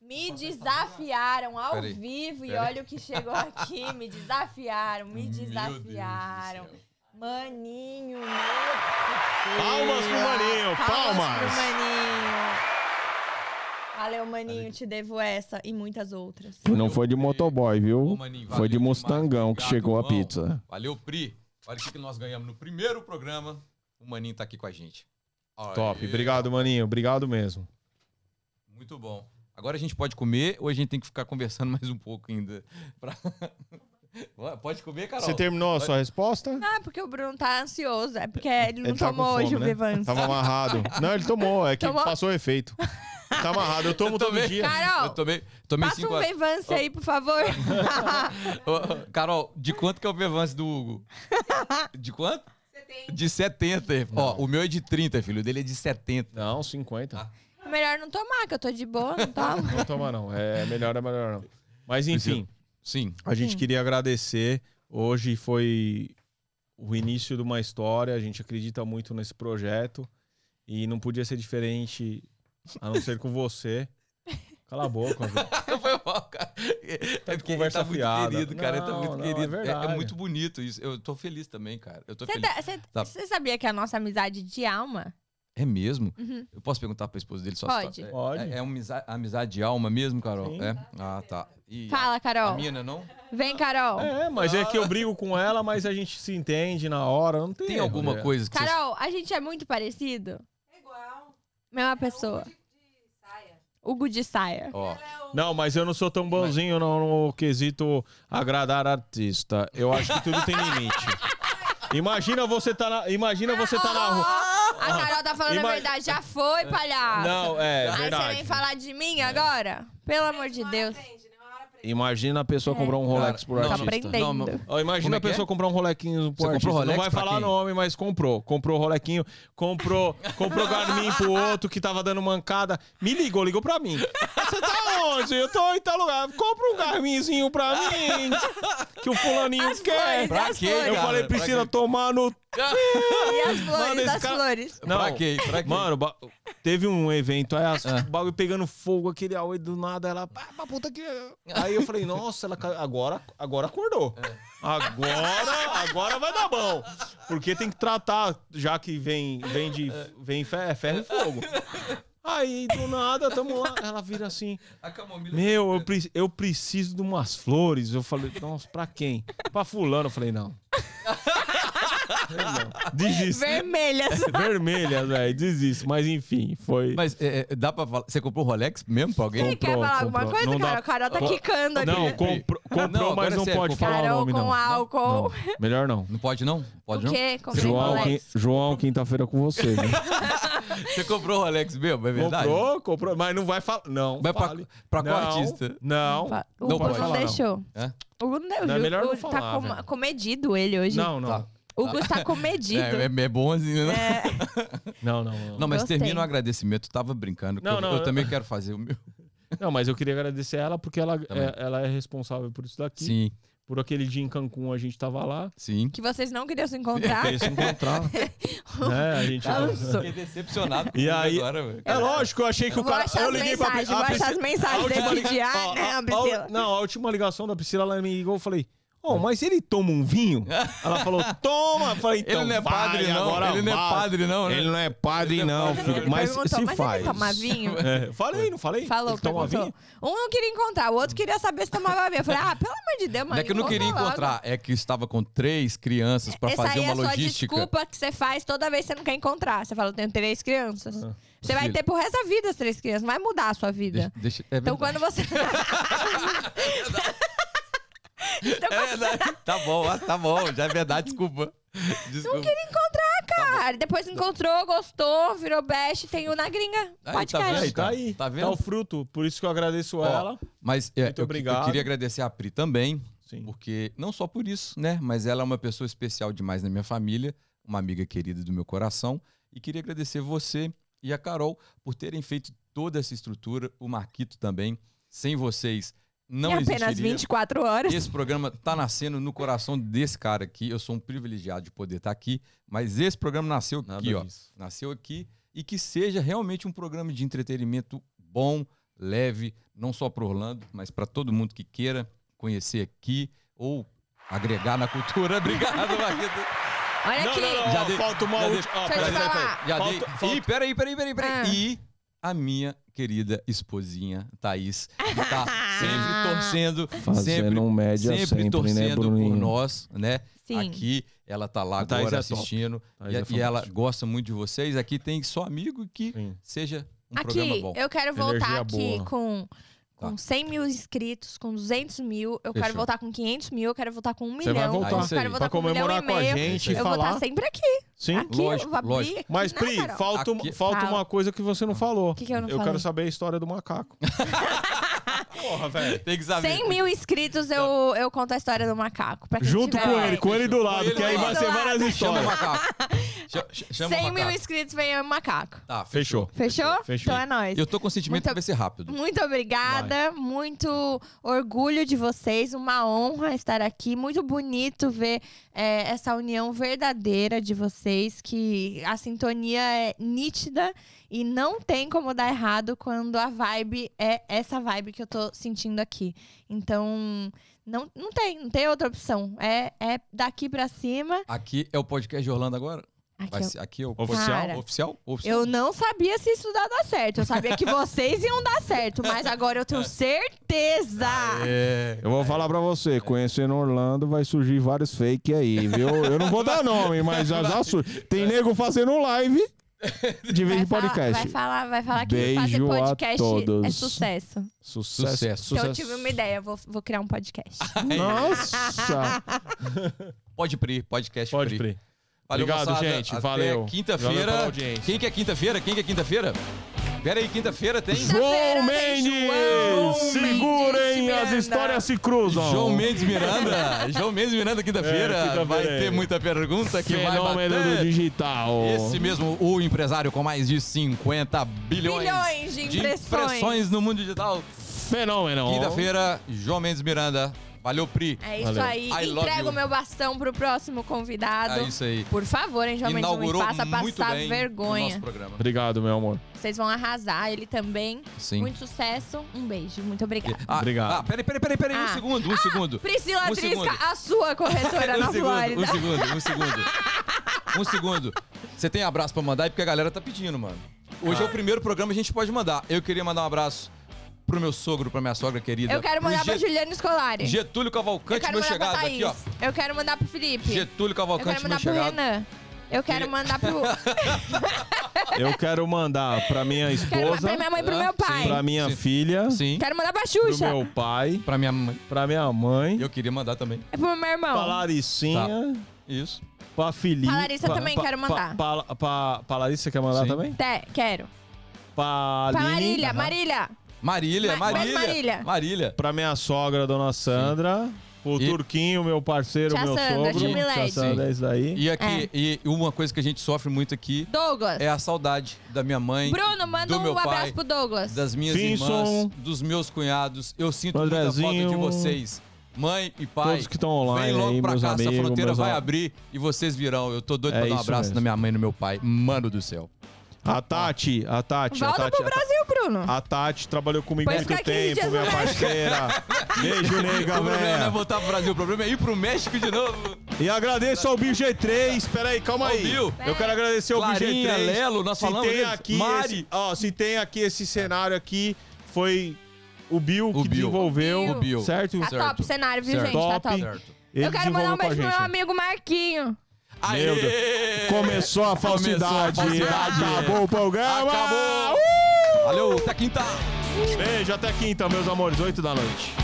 Me desafiaram ao
Peraí,
vivo e
peraí.
olha o que chegou aqui. Me desafiaram, me desafiaram. Maninho, meu
Palmas pro Maninho,
Palmas pro
palmas.
Maninho. Valeu, Maninho, te devo essa e muitas outras.
E não foi de motoboy, viu? Foi de Mustangão que chegou a
pizza.
pizza.
Valeu, Pri. Olha o que que nós ganhamos no primeiro programa. O Maninho tá aqui com a gente. Aê.
Top, obrigado, Maninho, obrigado mesmo.
Muito bom. Agora a gente pode comer ou a gente tem que ficar conversando mais um pouco ainda? Pra- Ué, Pode comer, Carol?
Você terminou a sua resposta?
Ah, porque o Bruno tá ansioso. É porque ele não
Ele tá com
tomou hoje
fome,
o
né?
Bevans.
Tava amarrado. Não, ele tomou, é que
Tomou?
passou o efeito. Tá amarrado, eu tomo
Eu
todo
também.
dia.
Carol,
Eu tomei, tomei
passa
cinco
um
horas.
Bevans aí, por favor.
Ô, ô, Carol, de quanto que é o Bevance do Hugo? De quanto? De 70. Ó, o meu é de 30, filho. O dele é de 70.
Não, 50.
É Melhor não tomar, que eu tô de boa, não tomo.
Não toma, não. É melhor, é melhor não. Mas enfim,
Sim.
a gente
Sim.
queria agradecer. Hoje foi o início de uma história. A gente acredita muito nesse projeto. E não podia ser diferente a não ser com você. Cala a boca, velho.
Foi mal, cara.
Tá
É
de
porque
conversa
ele tá muito
fiada.
querido, cara. ele tá
Não,
muito
não, é
querido. É,
verdade.
muito bonito isso. Eu tô feliz também, cara. Eu tô
Você
feliz.
tá- você-
Tá.
você sabia que a nossa amizade de alma?
É mesmo?
Uhum.
Eu posso perguntar pra esposa dele só
Pode.
se tá- é-
Pode.
É, é uma amizade, amizade de alma mesmo, Carol?
Sim.
É? Ah, tá. E
Fala,
a, a
Carol.
minha, não é não?
Vem, Carol.
É, mas é que eu brigo com ela, mas a gente se entende na hora. Não tem,
Tem
erro,
alguma
né?
coisa que vocês...
Carol, a gente é muito parecido? É igual. Mesma pessoa. Hugo de saia.
Ó,
Não, mas eu não sou tão bonzinho não, no quesito agradar artista. Eu acho que tudo tem limite. Imagina você tá na, imagina você tá na rua.
Ó, Ah! a Carol tá falando
Ima-
a verdade. Já foi, palhaço.
Não, é
Aí Ah, você
verdade.
vem falar de mim agora? Pelo amor de Deus.
Imagina a
É.
pessoa comprar um Rolex por
não,
artista.
aprendendo.
não, mas-
Ó, imagina
Como é
a
que é?
pessoa comprar um rolequinho pro
Você
artista.
comprou
não
Rolex
vai
pra
falar
quem?
nome, mas comprou. Comprou rolequinho, comprou, comprou Garmin pro outro que tava dando mancada. Me ligou, ligou pra mim. Você tá onde? Eu tô em tal lugar. Compra um Garminzinho pra mim. Que o fulaninho
As
quer.
flores, Pra as quê, flores.
Eu
cara?
falei,
Pra
Priscila,
quê?
tomar no
E as
Mano,
flores,
esse
as
cara-
flores.
Não.
pra quê? Pra quê?
Mano, ba- teve um evento, aí
É.
as- o bagulho pegando fogo, aquele aoi do nada, ela, pá, pra puta que. Aí eu falei, nossa, ela ca- agora, agora acordou. Agora, agora vai dar bom. Porque tem que tratar, já que vem, vem de. vem fe- ferro e fogo. Aí, do nada, tamo lá. Ela vira assim.
a camomila...
Meu, eu, pre- eu preciso de umas flores. Eu falei, nossa, pra quem? Pra fulano. Eu falei, não. Desiste.
Vermelhas.
Vermelha, velho. Desiste. Mas enfim, foi.
Mas é, é, dá pra falar. Você comprou Rolex mesmo pra alguém?
Você quer
Comprou,
falar alguma
comprou.
coisa,
Não dá-
cara? O Carol tá
Co-
quicando aqui.
Não, compro- comprou,
Não,
mas
agora é
não
sério,
pode
comprou.
falar o
Carol
nome,
com
não.
álcool.
Não, Melhor não.
Não pode, não? Pode
o
não?
quê? Comprei
João,
Rolex.
quin- João, quinta-feira com você. Né?
Você comprou Rolex mesmo, é verdade?
Comprou, comprou, mas não vai falar. Não.
Mas pra,
fale.
pra qual
Não,
artista?
Não.
Fa- O
Não
Hugo
pode
não
falar, não.
deixou.
Hã?
O Hugo não deu.
Não, é
Ju-
melhor
o
não
Hugo
falar,
tá com-
velho.
comedido ele hoje.
Não,
Tá.
não.
O Hugo está comedido. É,
É, é, é bom assim, né?
Não, não, não.
Não, mas
Gostei.
termina o agradecimento. Tava brincando. que
Não,
eu,
não,
eu
eu-
também quero fazer o meu.
Não, mas eu queria agradecer ela porque ela
Também.
é, ela é responsável por isso daqui.
Sim,
Por aquele dia em Cancún a gente tava lá.
sim.
Que vocês não queriam se encontrar. Tá um
Queria se encontrar. né? A gente.
Nossa.
Fiquei decepcionado.
E aí-
Agora, velho.
É lógico, eu achei que o
Vou
cara.
achar
eu
as
liguei pra
mensagens,
a
vou achar
Priscila-
as mensagens
a última
desse
liga-
dia.
ó,
Ah, não,
a- a-
Priscila.
Não, a última ligação da Priscila, ela me ligou, eu falei,
É.
ô, mas ele toma um vinho? Ela falou, toma! Eu falei, então
ele não é
vai,
padre, não.
agora
Ele não é
vai.
padre, não, né?
Ele não é padre,
Ele não é
não,
padre,
filho.
Ele
Mas
perguntou,
se
mas
faz.
ele tomar vinho?
É, falei, não falei?
Falou,
Ele toma
perguntou.
vinho?
Um não queria encontrar, o outro queria saber se tomava vinho. Eu falei, ah, pelo amor de Deus, mano.
Não é que eu não queria
encontra logo.
encontrar, é que eu estava com três crianças pra
Essa
fazer
aí é
uma
a sua
logística.
desculpa que você faz toda vez que você não quer encontrar. Você fala, eu tenho três crianças.
Ah,
Você vai
Filho.
ter pro resto da vida as três crianças, não vai mudar a sua vida.
Deixa, deixa, é
Então
verdade.
quando você. então,
É verdade. Tá bom, ah, tá bom, já é verdade, desculpa. Desculpa. Não queria
Tá
cara, depois encontrou, gostou, virou best, tem um na gringa.
Aí,
Podcast.
tá vendo?
Aí, tá aí,
Tá
tá
vendo?
vendo? Tá o fruto, por isso que eu agradeço
Ó,
ela.
Mas é,
Muito
eu, eu
obrigado.
queria agradecer a Pri também,
Sim.
porque não só por isso, né? Mas ela é uma pessoa especial demais na minha família, uma amiga querida do meu coração. E queria agradecer você e a Carol por terem feito toda essa estrutura, o Marquito também. Sem vocês não
em apenas
existiria.
24 horas.
Esse programa tá nascendo no coração desse cara aqui. Eu sou um privilegiado de poder estar aqui, mas esse programa nasceu
Nada
aqui, ó.
disso.
Nasceu aqui e que seja realmente um programa de entretenimento bom, leve, não só para Orlando, mas para todo mundo que queira conhecer aqui ou agregar na cultura. Obrigado, Marquito.
Olha aqui.
Não, não, não,
Já
ó,
dei-
falta uma
já dei-
última. ó,
Deixa eu te
peraí, peraí,
falar.
Já
Falta-
dei...
falta-
Ih, peraí, peraí, peraí, peraí.
Ah.
E a minha querida esposinha, Thaís, que tá
Ah.
sempre torcendo, sempre
Fazendo um média
sempre,
sempre, né,
torcendo por
Bruninho?
nós, né?
Sim.
Aqui, ela tá lá
A Thaís
agora
é top.
assistindo.
Thaís
e
é
e ela
fantástica.
gosta muito de vocês. Aqui tem só amigo que
Sim.
seja um programa
Aqui,
bom.
eu quero voltar
Energia
aqui
boa.
com, com
Tá.
100 mil inscritos, com 200 mil. Eu quero
Fechou.
voltar com 500 mil, eu quero voltar com 1
Você
milhão.
vai
Aí,
voltar
isso
eu quero
aí.
pra
voltar com 1
comemorar
milhão
com a
e meio.
gente,
eu vou Ah,
falar.
estar sempre aqui.
Sim.
Aqui,
Lógico,
eu vou abrir
lógico.
aqui,
Mas,
né,
Pri,
Carol?
falta, um-
Aqui-
falta
Fala.
uma coisa que você não falou.
O que, que eu não
eu
falei?
quero saber a história do macaco. Porra, velho.
Tem que saber.
100 mil inscritos, eu, eu conto a história do macaco. Pra quem
Tá. Junto
tiver-
com ele, com ele do lado,
ele
que aí
do
vai
lado.
ser várias
Chama o
histórias.
macaco. Cha- cha- Chama
100
o
mil
macaco.
inscritos vem o macaco.
Tá, fechou.
Fechou.
Fechou?
Fechou.
Então é nóis.
Eu tô com o sentimento
Muito-
que vai ser rápido.
Muito obrigada, muito orgulho de vocês, uma honra estar aqui, muito bonito ver é, essa união verdadeira de vocês, que a sintonia é nítida e não tem como dar errado quando a vibe é essa vibe que eu tô sentindo aqui. Então, não, não tem, não tem outra opção. É, é daqui pra cima.
Aqui é o podcast de Orlando agora?
Aqui,
Vai
ó.
ser- aqui é o
Oficial?
Cara.
Oficial? Oficial?
Eu não sabia se isso dá dar certo. Eu sabia que vocês iam dar certo, mas agora eu tenho certeza.
É.
Eu vou falar pra você, conhecendo Orlando, vai surgir vários fake aí, viu? Eu não vou dar nome, mas já, já surge. Tem nego fazendo live de vez
Vai
de podcast.
Falar, vai falar, vai falar que
Beijo
fazer
a
podcast é
todos.
sucesso.
Sucesso.
Sucesso.
Então eu tive uma ideia, vou, vou criar um podcast.
Nossa!
Pode Pri, podcast
Pode,
Pri.
Pri.
Valeu,
Obrigado,
moçada.
gente.
Até
Valeu. Valeu
Quinta-feira.
pela audiência.
Quem que é quinta-feira? Quem que é quinta-feira? Pera aí, quinta-feira tem.
Quinta-feira tem
João Mendes!
Então, João Mendes de
Segurem, as
Miranda.
histórias se cruzam.
João Mendes Miranda. João Mendes Miranda, quinta-feira.
É, quinta-feira.
vai ter muita pergunta que vai
Fenômeno do
bater.
digital.
Esse mesmo, o empresário com mais de 50 bilhões,
Bilhões de impressões.
no mundo digital.
Fenômeno.
Quinta-feira, João Mendes Miranda. Valeu, Pri.
É isso
Valeu.
aí.
I love
Entrega
you.
o meu bastão pro próximo convidado.
É isso aí.
Por favor, hein, João Mendes, não me
Inaugurou
faça
muito
passar
bem o nosso
vergonha.
programa.
Obrigado, meu amor.
Vocês vão arrasar, ele também.
Sim.
Muito sucesso, um beijo, muito obrigada.
Ah,
Obrigado.
Ah, peraí, peraí, peraí, peraí. Um
Ah.
segundo, um segundo.
Priscila
Um
Trisca,
segundo.
a sua corretora na
um, segundo, um
Flórida.
segundo, um segundo. Um segundo. Você tem abraço pra
Ah.
mandar aí? Porque a galera tá pedindo, mano. Hoje é o primeiro programa, a gente pode mandar. Eu queria mandar um abraço pro meu sogro, pra minha sogra querida.
Eu quero
pro
mandar pra
Get-
Juliana Scolari.
Getúlio
Eu
Cavalcante,
quero
meu
mandar pra
chegado
Thaís.
aqui, ó.
Eu quero mandar pro Felipe.
Getúlio
Eu quero
Cavalcante, meu
mandar pro
chegado.
Renan. Eu quero mandar pro.
Eu quero mandar pra minha
quero mandar pra
esposa,
minha mãe e pro
Ah,
meu
sim.
pai.
pra minha
Sim.
filha,
Sim.
Quero mandar pra
pro
Xuxa.
meu pai,
Pra minha mãe.
pra minha mãe,
Eu queria mandar também.
Pro meu
pra
irmão.
Laricinha,
Tá. Isso.
pra Felipe.
Pra Larissa
pra-
também
pra-
quero mandar.
Pra, pra, pra- pra Larissa, quer mandar
Sim.
também?
Te- quero.
Pra
Pra
Aline,
Marília, Marília.
Marília,
Ma-
Marília.
Marília.
Marília.
pra minha sogra, dona Sandra, o
E-
Turquinho, meu parceiro,
Tia
meu
Sandra,
sogro.
tia Milete.
Tia Sandra, é isso daí.
E aqui,
É.
e uma coisa que a gente sofre muito aqui
Douglas.
é a saudade da minha mãe,
Bruno, manda
do meu
um abraço
pai,
pro Douglas.
das minhas
Finson.
irmãs, dos meus cunhados. Eu sinto muita falta de
Andrezinho.
vocês. Mãe e pai.
Todos que estão online
Vem logo
aí,
pra
meus
cá, essa
amigos,
fronteira
meus
vai
am-
abrir e vocês virão. Eu tô doido
É
pra dar um
isso
abraço
mesmo.
na minha mãe e no meu pai. Mano do céu.
A Tati, a Tati, a
Volta
Tati.
pro
a Tati-
Brasil, Bruno.
A Tati trabalhou comigo
Vai
muito
ficar
tempo,
15 dias
minha
no
parceira. Beijo, nega,
o problema não é
velho.
voltar pro Brasil, o problema é ir pro México de novo.
E agradeço ao Bill G3. Pera aí, calma
Ao
aí.
Bill.
Eu quero agradecer ao
Clarinha,
Bill G3.
Lelo, nós
se
falamos
tem
deles.
aqui
Mari.
esse- ó, se tem aqui esse cenário aqui, foi o Bill
O
que
Bill.
desenvolveu.
O
Bill.
Certo?
Tá
Certo.
top o cenário, viu,
Certo.
gente? Tá
Top.
top.
Certo.
Ele
Eu quero mandar
desenvolveu com
um
a
beijo pro meu
gente.
amigo Marquinho.
Meu Deus.
Aê!
Começou a falsidade.
Começou a falsidade.
Acabou o programa.
Acabou! Valeu, até quinta!
Beijo, até quinta, meus amores. 8 da noite.